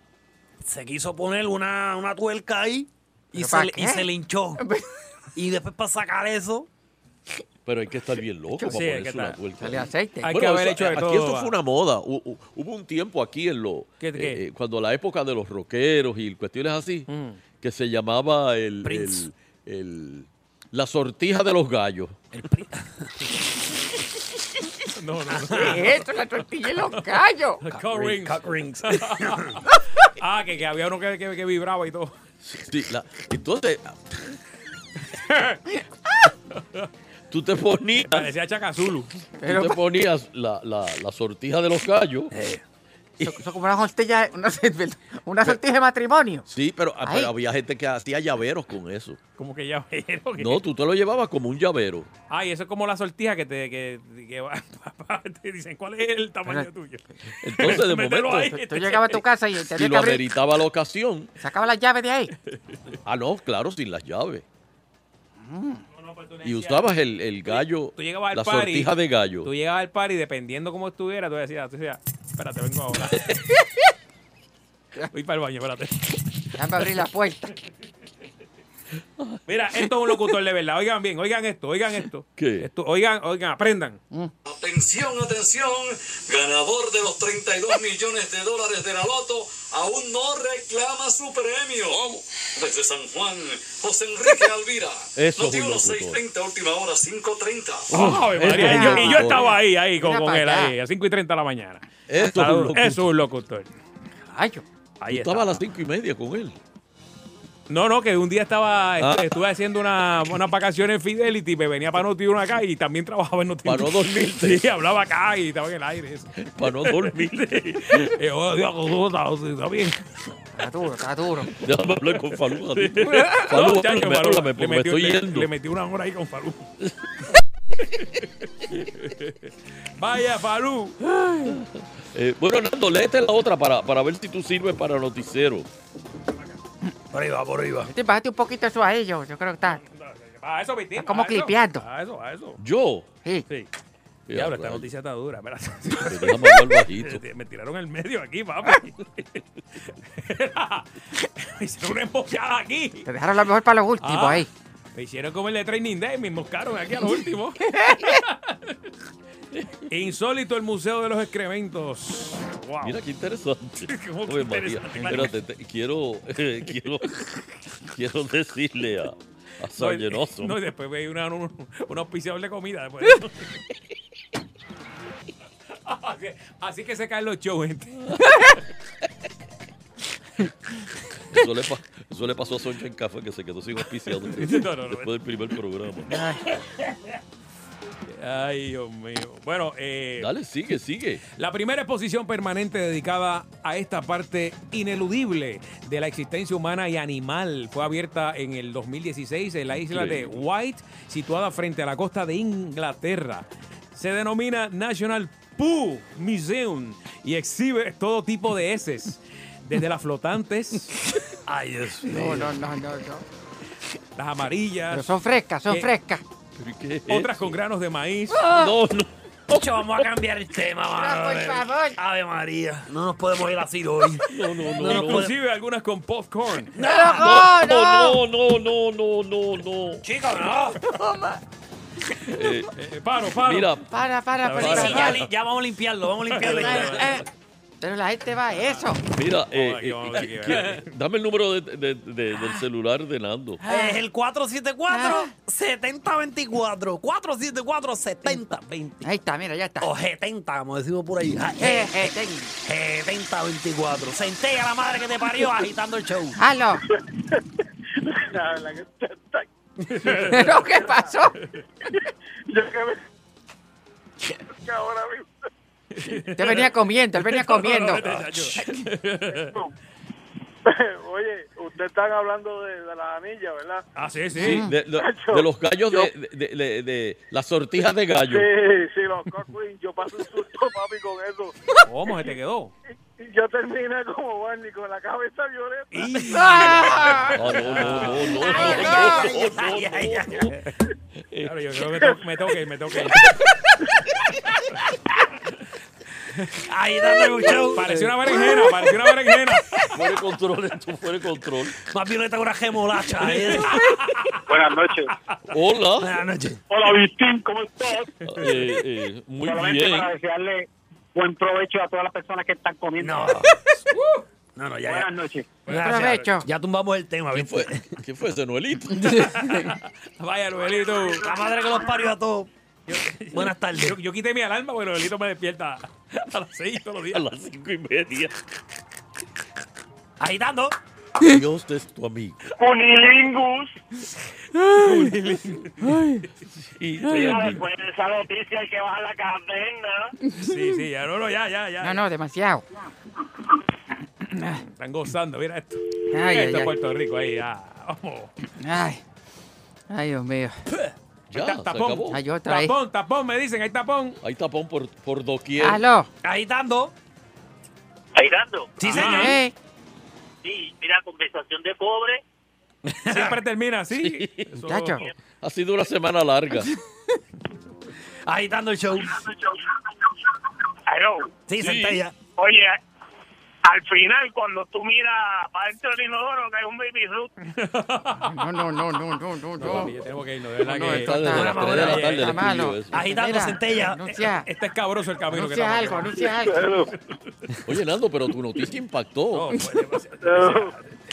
Speaker 20: se quiso poner una, una tuerca ahí y
Speaker 18: ¿Pero
Speaker 20: se,
Speaker 18: para
Speaker 20: le, y
Speaker 18: qué?
Speaker 20: se le hinchó. y después para sacar eso.
Speaker 18: Pero hay que estar bien loco
Speaker 20: Sí,
Speaker 18: para
Speaker 20: hay que
Speaker 18: ponerse una
Speaker 20: estar-
Speaker 18: tuerca.
Speaker 20: Sale aceite. Hay que
Speaker 18: Bueno,
Speaker 20: haber
Speaker 18: eso-
Speaker 20: hecho de
Speaker 18: aquí
Speaker 20: todo,
Speaker 18: eso
Speaker 20: va.
Speaker 18: fue una moda. Hu- hu- Hubo un tiempo aquí en lo,
Speaker 2: ¿Qué- qué?
Speaker 18: eh, eh, cuando la época de los rockeros y cuestiones así,
Speaker 20: Mm.
Speaker 18: que se llamaba el,
Speaker 2: Prince.
Speaker 18: el- el- la sortija de los gallos.
Speaker 2: No, no.
Speaker 19: ¿Qué es esto? La tortilla y los gallos.
Speaker 2: Cock rings. ah, que, que había uno que, que- que vibraba y todo.
Speaker 18: Sí, la- entonces, tú te ponías,
Speaker 2: Parecía Chacazulu.
Speaker 18: tú te ponías la, la- la sortija de los gallos.
Speaker 19: Eso como una sortilla, una, sortilla- una sortilla de matrimonio.
Speaker 18: Sí, pero, ah,
Speaker 19: Ay.
Speaker 18: pero había gente que hacía llaveros con eso.
Speaker 2: Como que ya vieron. que-
Speaker 18: No, tú te lo llevabas como un llavero.
Speaker 2: Ay, eso es como la sortija que te, que, que va- te dicen cuál es el tamaño tuyo.
Speaker 18: Entonces, de
Speaker 2: Mételo
Speaker 18: momento,
Speaker 2: ahí.
Speaker 19: Tú, tú llegabas a tu casa y tenías
Speaker 18: si
Speaker 19: que
Speaker 18: lo
Speaker 19: abrir,
Speaker 18: ameritaba la ocasión.
Speaker 19: sacabas las llaves de ahí.
Speaker 18: Ah, no, claro, sin las llaves. Y
Speaker 19: Mm,
Speaker 2: decías-
Speaker 18: usabas el, el gallo,
Speaker 2: Tú llegabas al
Speaker 18: la
Speaker 2: party,
Speaker 18: sortija de gallo.
Speaker 2: Tú llegabas al party, dependiendo cómo estuviera, tú decías, tú decías, espérate, vengo ahora. Voy para el baño, espérate.
Speaker 19: Déjame abrir la puerta.
Speaker 2: Mira, esto es un locutor de verdad. Oigan bien, oigan esto, oigan esto.
Speaker 18: ¿Qué?
Speaker 2: Esto- oigan, oigan, aprendan.
Speaker 18: Mm.
Speaker 1: Atención, atención, ganador de los 32 millones de dólares de la Loto aún no reclama su premio. Desde San Juan, José Enrique Alvira.
Speaker 18: Eso
Speaker 1: Noti
Speaker 18: es un
Speaker 1: 1,
Speaker 18: locutor.
Speaker 1: 6:30, última hora, 5.30.
Speaker 2: Ay, María,
Speaker 18: esto
Speaker 2: y
Speaker 18: es
Speaker 2: yo-
Speaker 18: un
Speaker 2: y, yo,
Speaker 18: locutor.
Speaker 2: estaba ahí, ahí, con,
Speaker 18: Mira
Speaker 2: con
Speaker 18: para
Speaker 2: él
Speaker 18: acá.
Speaker 2: ahí, a 5 y 30 de la mañana.
Speaker 18: Esto es un locutor.
Speaker 2: Eso es un locutor. Ahí
Speaker 18: Tú
Speaker 2: está.
Speaker 18: estabas a las cinco y media con él.
Speaker 2: No, no, que un día estaba,
Speaker 18: Ah.
Speaker 2: este, estuve haciendo una, unas vacaciones en Fidelity, me venía para Noti1 acá y también trabajaba en Noti1.
Speaker 18: Para no dormirte.
Speaker 2: Sí, hablaba acá y estaba en el aire. Eso.
Speaker 18: Para no dormirte.
Speaker 2: Eh, oh, Dios, oh, Dios, está bien.
Speaker 19: Está duro, está duro.
Speaker 18: Déjame hablar con Falú.
Speaker 2: Sí.
Speaker 18: Falú,
Speaker 2: No, chacho, Falú,
Speaker 18: háblame, háblame,
Speaker 2: le
Speaker 18: porque me
Speaker 2: metió-
Speaker 18: estoy
Speaker 2: le-
Speaker 18: yendo.
Speaker 2: Le metí una hora ahí con Falú. Vaya, Falú.
Speaker 18: Eh, bueno, Nando, léete la otra para, para ver si tú sirves para noticero.
Speaker 20: Por ahí va, por ahí va.
Speaker 19: Te bajaste un poquito eso ahí, yo, yo creo que está.
Speaker 2: A Ah, eso, Vitín.
Speaker 19: Como
Speaker 2: a eso,
Speaker 19: clipeando.
Speaker 2: A eso, a eso.
Speaker 18: ¿Yo?
Speaker 19: Sí.
Speaker 2: Sí.
Speaker 18: Ya,
Speaker 2: Diablo, esta
Speaker 18: rayo.
Speaker 2: noticia está dura. espera.
Speaker 18: Déjame hablar bajito.
Speaker 2: Me tiraron el medio aquí, papi. me hicieron una emboscada aquí.
Speaker 19: Te dejaron lo mejor para los últimos
Speaker 2: Ah,
Speaker 19: ahí.
Speaker 2: Me hicieron como el de Training Day, me emboscaron aquí a lo último. Insólito el Museo de los Excrementos. Wow.
Speaker 18: Mira qué interesante.
Speaker 2: ¿Cómo que
Speaker 18: Ave
Speaker 2: interesante?
Speaker 18: María. Espérate, te- quiero, eh, quiero, quiero decirle a, a
Speaker 2: No, y-
Speaker 18: Sargenoso.
Speaker 2: No, y después veí una, un, un auspiciador de comida. después de eso. así, así que se caen los shows, gente.
Speaker 18: Eso le, pa- eso le pasó a Soncha en Café que se quedó sin auspiciado
Speaker 2: No, no, no.
Speaker 18: después del primer programa.
Speaker 2: Ay, Dios mío. Bueno, eh,
Speaker 18: Dale, sigue, sigue.
Speaker 2: La primera exposición permanente dedicada a esta parte ineludible de la existencia humana y animal fue abierta en el 2016 en la isla de
Speaker 18: Increíble.
Speaker 2: White, situada frente a la costa de Inglaterra. Se denomina National Poo Museum y exhibe todo tipo de heces, desde las flotantes, Ay, Dios
Speaker 19: No,
Speaker 2: mío.
Speaker 19: no, no, no, no.
Speaker 2: las amarillas.
Speaker 19: Pero son frescas, son
Speaker 2: eh,
Speaker 19: frescas.
Speaker 2: Otras con granos de maíz.
Speaker 18: No, no.
Speaker 20: Mucho, vamos a cambiar el tema, mano.
Speaker 2: por
Speaker 20: a ver.
Speaker 19: favor.
Speaker 20: Ave María, no nos podemos ir así hoy.
Speaker 18: No, no, no.
Speaker 2: No, Eh, inclusive algunas con popcorn.
Speaker 18: No, no, no, no, no, no, no.
Speaker 20: Chicos, no.
Speaker 18: Eh,
Speaker 2: Eh, paro, paro.
Speaker 18: mira,
Speaker 19: Para, para, por
Speaker 18: Para,
Speaker 19: favor.
Speaker 20: Sí, ya, li- ya vamos a limpiarlo, vamos a limpiarlo.
Speaker 19: Eh, Pero la gente va a eso.
Speaker 18: mira, eh,
Speaker 2: Vamos aquí,
Speaker 18: eh,
Speaker 2: vamos aquí,
Speaker 18: qui-
Speaker 2: vamos
Speaker 18: qui- dame el número de- de-
Speaker 15: Ah.
Speaker 18: de- del celular de Nando.
Speaker 20: Ah. Es el
Speaker 19: Ah.
Speaker 20: 474-7024. 474-7020.
Speaker 19: Ahí está, mira, ya está.
Speaker 20: O 70, como decimos por ahí. Ah,
Speaker 19: Eh,
Speaker 20: eh,
Speaker 19: eh, ten.
Speaker 20: 7024. Centella la madre que te parió agitando el show.
Speaker 19: ¡Halo! ¿Pero qué pasó? Te venía comiendo, él venía comiendo.
Speaker 13: Oye, ustedes están hablando de, de las anillas, ¿verdad?
Speaker 2: Ah, sí, sí.
Speaker 15: Mm.
Speaker 18: Sí, de, de- de los gallos de, de, de- de- de las sortijas de gallo.
Speaker 13: Sí, sí, los Cochrane, yo paso un susto, papi, con eso.
Speaker 2: Oh, ¿Cómo se te quedó?
Speaker 13: Y yo terminé como Barney con la cabeza violeta.
Speaker 18: Ah, no, no, no, no, no, no, no, no, no.
Speaker 2: Claro, yo creo que tengo- me tengo que ir, me tengo que ir.
Speaker 20: Agitando el show.
Speaker 2: Pareció una berenjena, pareció una berenjena.
Speaker 18: Fuera de control, esto fuera de control.
Speaker 20: Más violeta que una remolacha. eh.
Speaker 7: Buenas noches.
Speaker 18: Hola.
Speaker 20: Buenas noches.
Speaker 7: Hola, Vistín, ¿cómo estás?
Speaker 18: Eh, eh, muy
Speaker 15: Solamente
Speaker 18: bien.
Speaker 15: para desearle buen provecho a todas las personas que están comiendo.
Speaker 20: No. No, no, ya. ya.
Speaker 15: Buenas noches.
Speaker 20: Gracias.
Speaker 19: Provecho.
Speaker 20: Ya tumbamos el tema,
Speaker 18: ¿Quién
Speaker 20: ¿viste?
Speaker 18: fue, ¿Quién fue ese Noelito?
Speaker 2: Vaya, Noelito.
Speaker 20: La madre que los parió a todos. Buenas tardes.
Speaker 2: Yo, yo quité mi alarma, pero Noelito me despierta a las seis todos los
Speaker 18: A
Speaker 2: días.
Speaker 18: las cinco y media.
Speaker 20: Agitando.
Speaker 18: Dios es tu amigo.
Speaker 7: Unilingus.
Speaker 18: Y
Speaker 7: Después de esa noticia hay que bajar la cadena.
Speaker 2: Sí, sí, ya, no, no, ya, ya, ya.
Speaker 19: No, no, demasiado.
Speaker 2: Están gozando, mira esto.
Speaker 19: Ay,
Speaker 2: esto
Speaker 19: ay,
Speaker 2: es
Speaker 19: ay.
Speaker 2: Puerto Rico, ahí, ya. Vamos.
Speaker 19: Ay, ay, Dios mío.
Speaker 18: ya, se
Speaker 2: Ta- tapón.
Speaker 18: acabó.
Speaker 19: Hay otra ahí.
Speaker 2: Tapón, tapón, me dicen, hay tapón.
Speaker 18: Hay tapón por, por doquier.
Speaker 19: ¡Aló!
Speaker 20: Agitando.
Speaker 8: Airando.
Speaker 20: Sí,
Speaker 2: Ajá.
Speaker 20: señor.
Speaker 19: Eh,
Speaker 8: Sí, mira, conversación de pobre.
Speaker 2: Siempre termina así. Eso-
Speaker 19: muchacho.
Speaker 18: Ha sido una semana larga.
Speaker 20: Agitando el show.
Speaker 8: Aló.
Speaker 20: Sí,
Speaker 18: Sí.
Speaker 20: Centella.
Speaker 8: Oye,
Speaker 13: Al final, cuando tú miras para dentro del inodoro, que hay un baby root.
Speaker 19: No, no, no, no, no, no. no.
Speaker 2: Yo tengo que irnos, de
Speaker 19: No,
Speaker 2: verdad
Speaker 19: no,
Speaker 2: que...
Speaker 19: esto está- Está
Speaker 2: Vamos,
Speaker 19: de la
Speaker 2: vamos,
Speaker 19: tarde,
Speaker 2: eh,
Speaker 19: le escribo
Speaker 2: malo.
Speaker 19: eso. Agitando Mira, centella. anuncia.
Speaker 2: Eh, Está escabroso el camino que
Speaker 19: Anuncia
Speaker 2: estamos
Speaker 19: algo,
Speaker 2: haciendo.
Speaker 19: anuncia algo.
Speaker 18: Claro. Oye, Nando, pero tu noticia impactó.
Speaker 2: De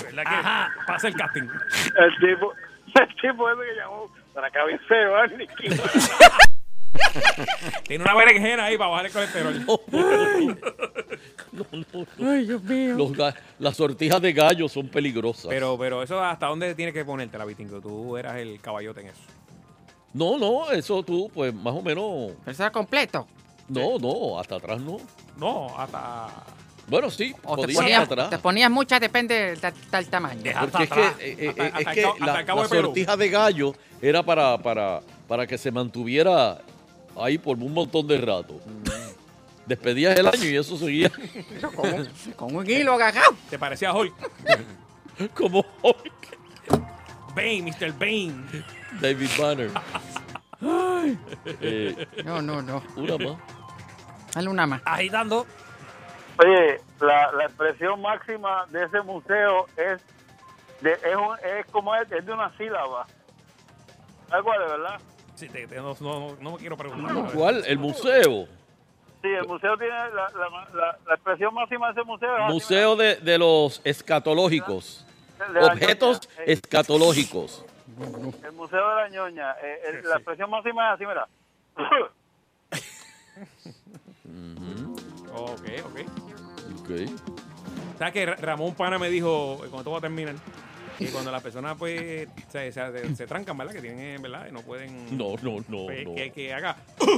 Speaker 2: verdad que pasa el casting.
Speaker 13: El tipo, el tipo ese que llamó para cabeceo, Arnicky.
Speaker 2: Tiene una berenjena ahí para bajar el colesterol.
Speaker 18: Ay, Dios mío. las sortijas de gallo son peligrosas.
Speaker 2: Pero, pero eso hasta dónde tienes que ponerte la Vitingo. Tú eras el caballote en eso.
Speaker 18: No, no, eso tú, pues más o menos.
Speaker 19: ¿Eso era completo?
Speaker 18: No, no, hasta atrás no.
Speaker 2: No, hasta.
Speaker 18: Bueno, sí,
Speaker 19: O te
Speaker 18: podía
Speaker 19: ponías,
Speaker 18: hasta
Speaker 19: te
Speaker 18: atrás.
Speaker 19: ponías muchas, depende del, ta- tal tamaño.
Speaker 18: Porque es que, eh, eh, eh, es que la, la sortija de gallo era para, para, para que se mantuviera ahí por un montón de rato. Despedías el año y eso seguía.
Speaker 19: con, con un hilo agarrado.
Speaker 2: Te parecía Hulk.
Speaker 18: Como
Speaker 2: Bane, Mr. Bane.
Speaker 18: David Banner.
Speaker 2: Eh.
Speaker 19: No, no, no.
Speaker 18: Una más.
Speaker 19: Dale una más.
Speaker 20: Agitando.
Speaker 13: Oye, la, la expresión máxima de ese museo es de, es, un- es como es, es de una sílaba. Algo de verdad.
Speaker 2: Sí, te- te- no, no, no me quiero preguntar.
Speaker 18: ¿Cuál? El museo.
Speaker 13: Sí, el museo tiene la, la, la, la expresión máxima de ese museo. es así,
Speaker 18: Museo de, de los escatológicos.
Speaker 13: de la
Speaker 18: Objetos
Speaker 13: ñoña. Eh,
Speaker 18: escatológicos.
Speaker 13: El museo de la ñoña. eh, el- la expresión máxima es así, mira.
Speaker 2: Ok, ok.
Speaker 18: Ok.
Speaker 2: ¿Sabes que Ra- Ramón Pana me dijo, eh, cuando todo va a terminar, que cuando las personas pues se, se- se trancan, ¿verdad? Que tienen, eh, ¿verdad? Y no pueden...
Speaker 18: No, no, no,
Speaker 2: pues,
Speaker 18: no.
Speaker 2: Que, que haga...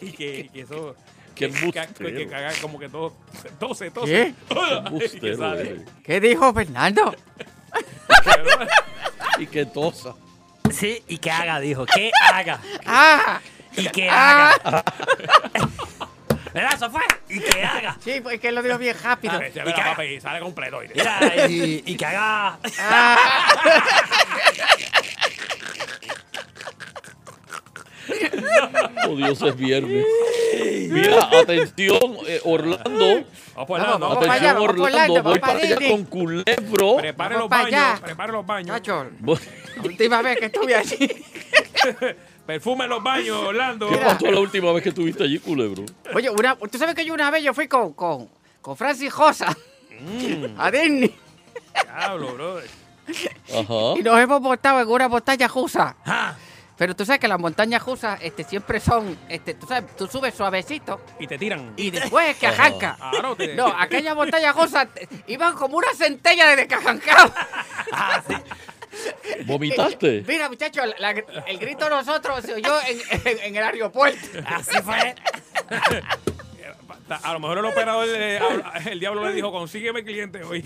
Speaker 2: y que, que eso...
Speaker 18: Qué
Speaker 2: que- que,
Speaker 18: embustero.
Speaker 2: que haga como que todo... Tose,
Speaker 19: ¿Qué?
Speaker 2: tose. y que
Speaker 18: Embustero
Speaker 2: sale.
Speaker 18: eres.
Speaker 19: ¿Qué dijo Fernando?
Speaker 18: Y que tosa.
Speaker 20: Sí, y que haga, dijo. Que haga.
Speaker 19: ¡Ah!
Speaker 20: Y que
Speaker 19: Ah.
Speaker 20: haga. ¿Verdad? Eso fue. Y que haga.
Speaker 19: Sí, pues es que lo digo bien rápido.
Speaker 2: Dale, chévere, Ah, papi, sale completo. oíste.
Speaker 20: Mira, y, y que haga.
Speaker 19: Ah.
Speaker 18: Oh, Dios, es viernes. Mira, atención, eh, Orlando.
Speaker 19: Orlando. Vamos para allá,
Speaker 18: atención,
Speaker 19: vamos para Orlando,
Speaker 18: Orlando. Voy
Speaker 19: vamos para
Speaker 18: para allá
Speaker 19: Disney.
Speaker 18: con Culebro.
Speaker 2: Prepare
Speaker 19: Vamos
Speaker 2: los
Speaker 19: pa'
Speaker 2: baños,
Speaker 19: allá.
Speaker 2: prepare los baños.
Speaker 19: Chacho,
Speaker 18: Voy-
Speaker 19: la última vez que estuve allí.
Speaker 2: Perfume los baños, Orlando.
Speaker 18: ¿Qué pasó la última vez que estuviste allí, Culebro?
Speaker 19: Oye, una, tú sabes que yo una vez yo fui con, con, con Francis Josa a Disney
Speaker 2: Diablo, brother.
Speaker 18: Ajá.
Speaker 19: y nos hemos montado en una montaña rusa. Pero tú sabes que las montañas rusas este, siempre son, este, tú sabes, tú subes suavecito
Speaker 2: Y te tiran.
Speaker 19: y después es que
Speaker 2: Ajá.
Speaker 19: arranca.
Speaker 2: Claro, te-
Speaker 19: No, aquella montaña rusa te- iban como una centella desde que arrancaba.
Speaker 18: ¿Vomitaste?
Speaker 19: Mira, muchachos, la- la- el grito de nosotros se oyó en, en- en el aeropuerto.
Speaker 20: Así fue.
Speaker 2: Ta- A lo mejor el operador, le- a- el diablo le dijo, consígueme cliente hoy.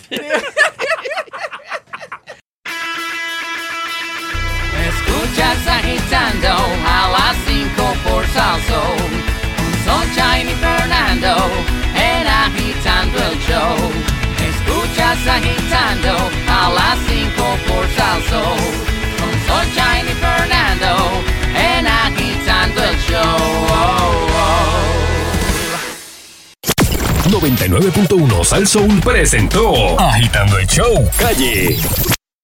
Speaker 14: Escuchas agitando a las 5 por Salso. Con Sunshine y Fernando en agitando el show. Escuchas agitando a las 5 por Salso. Con Sunshine y Fernando en agitando el show. Oh,
Speaker 9: 99.1 Sal Soul presentó Agitando el Show Calle.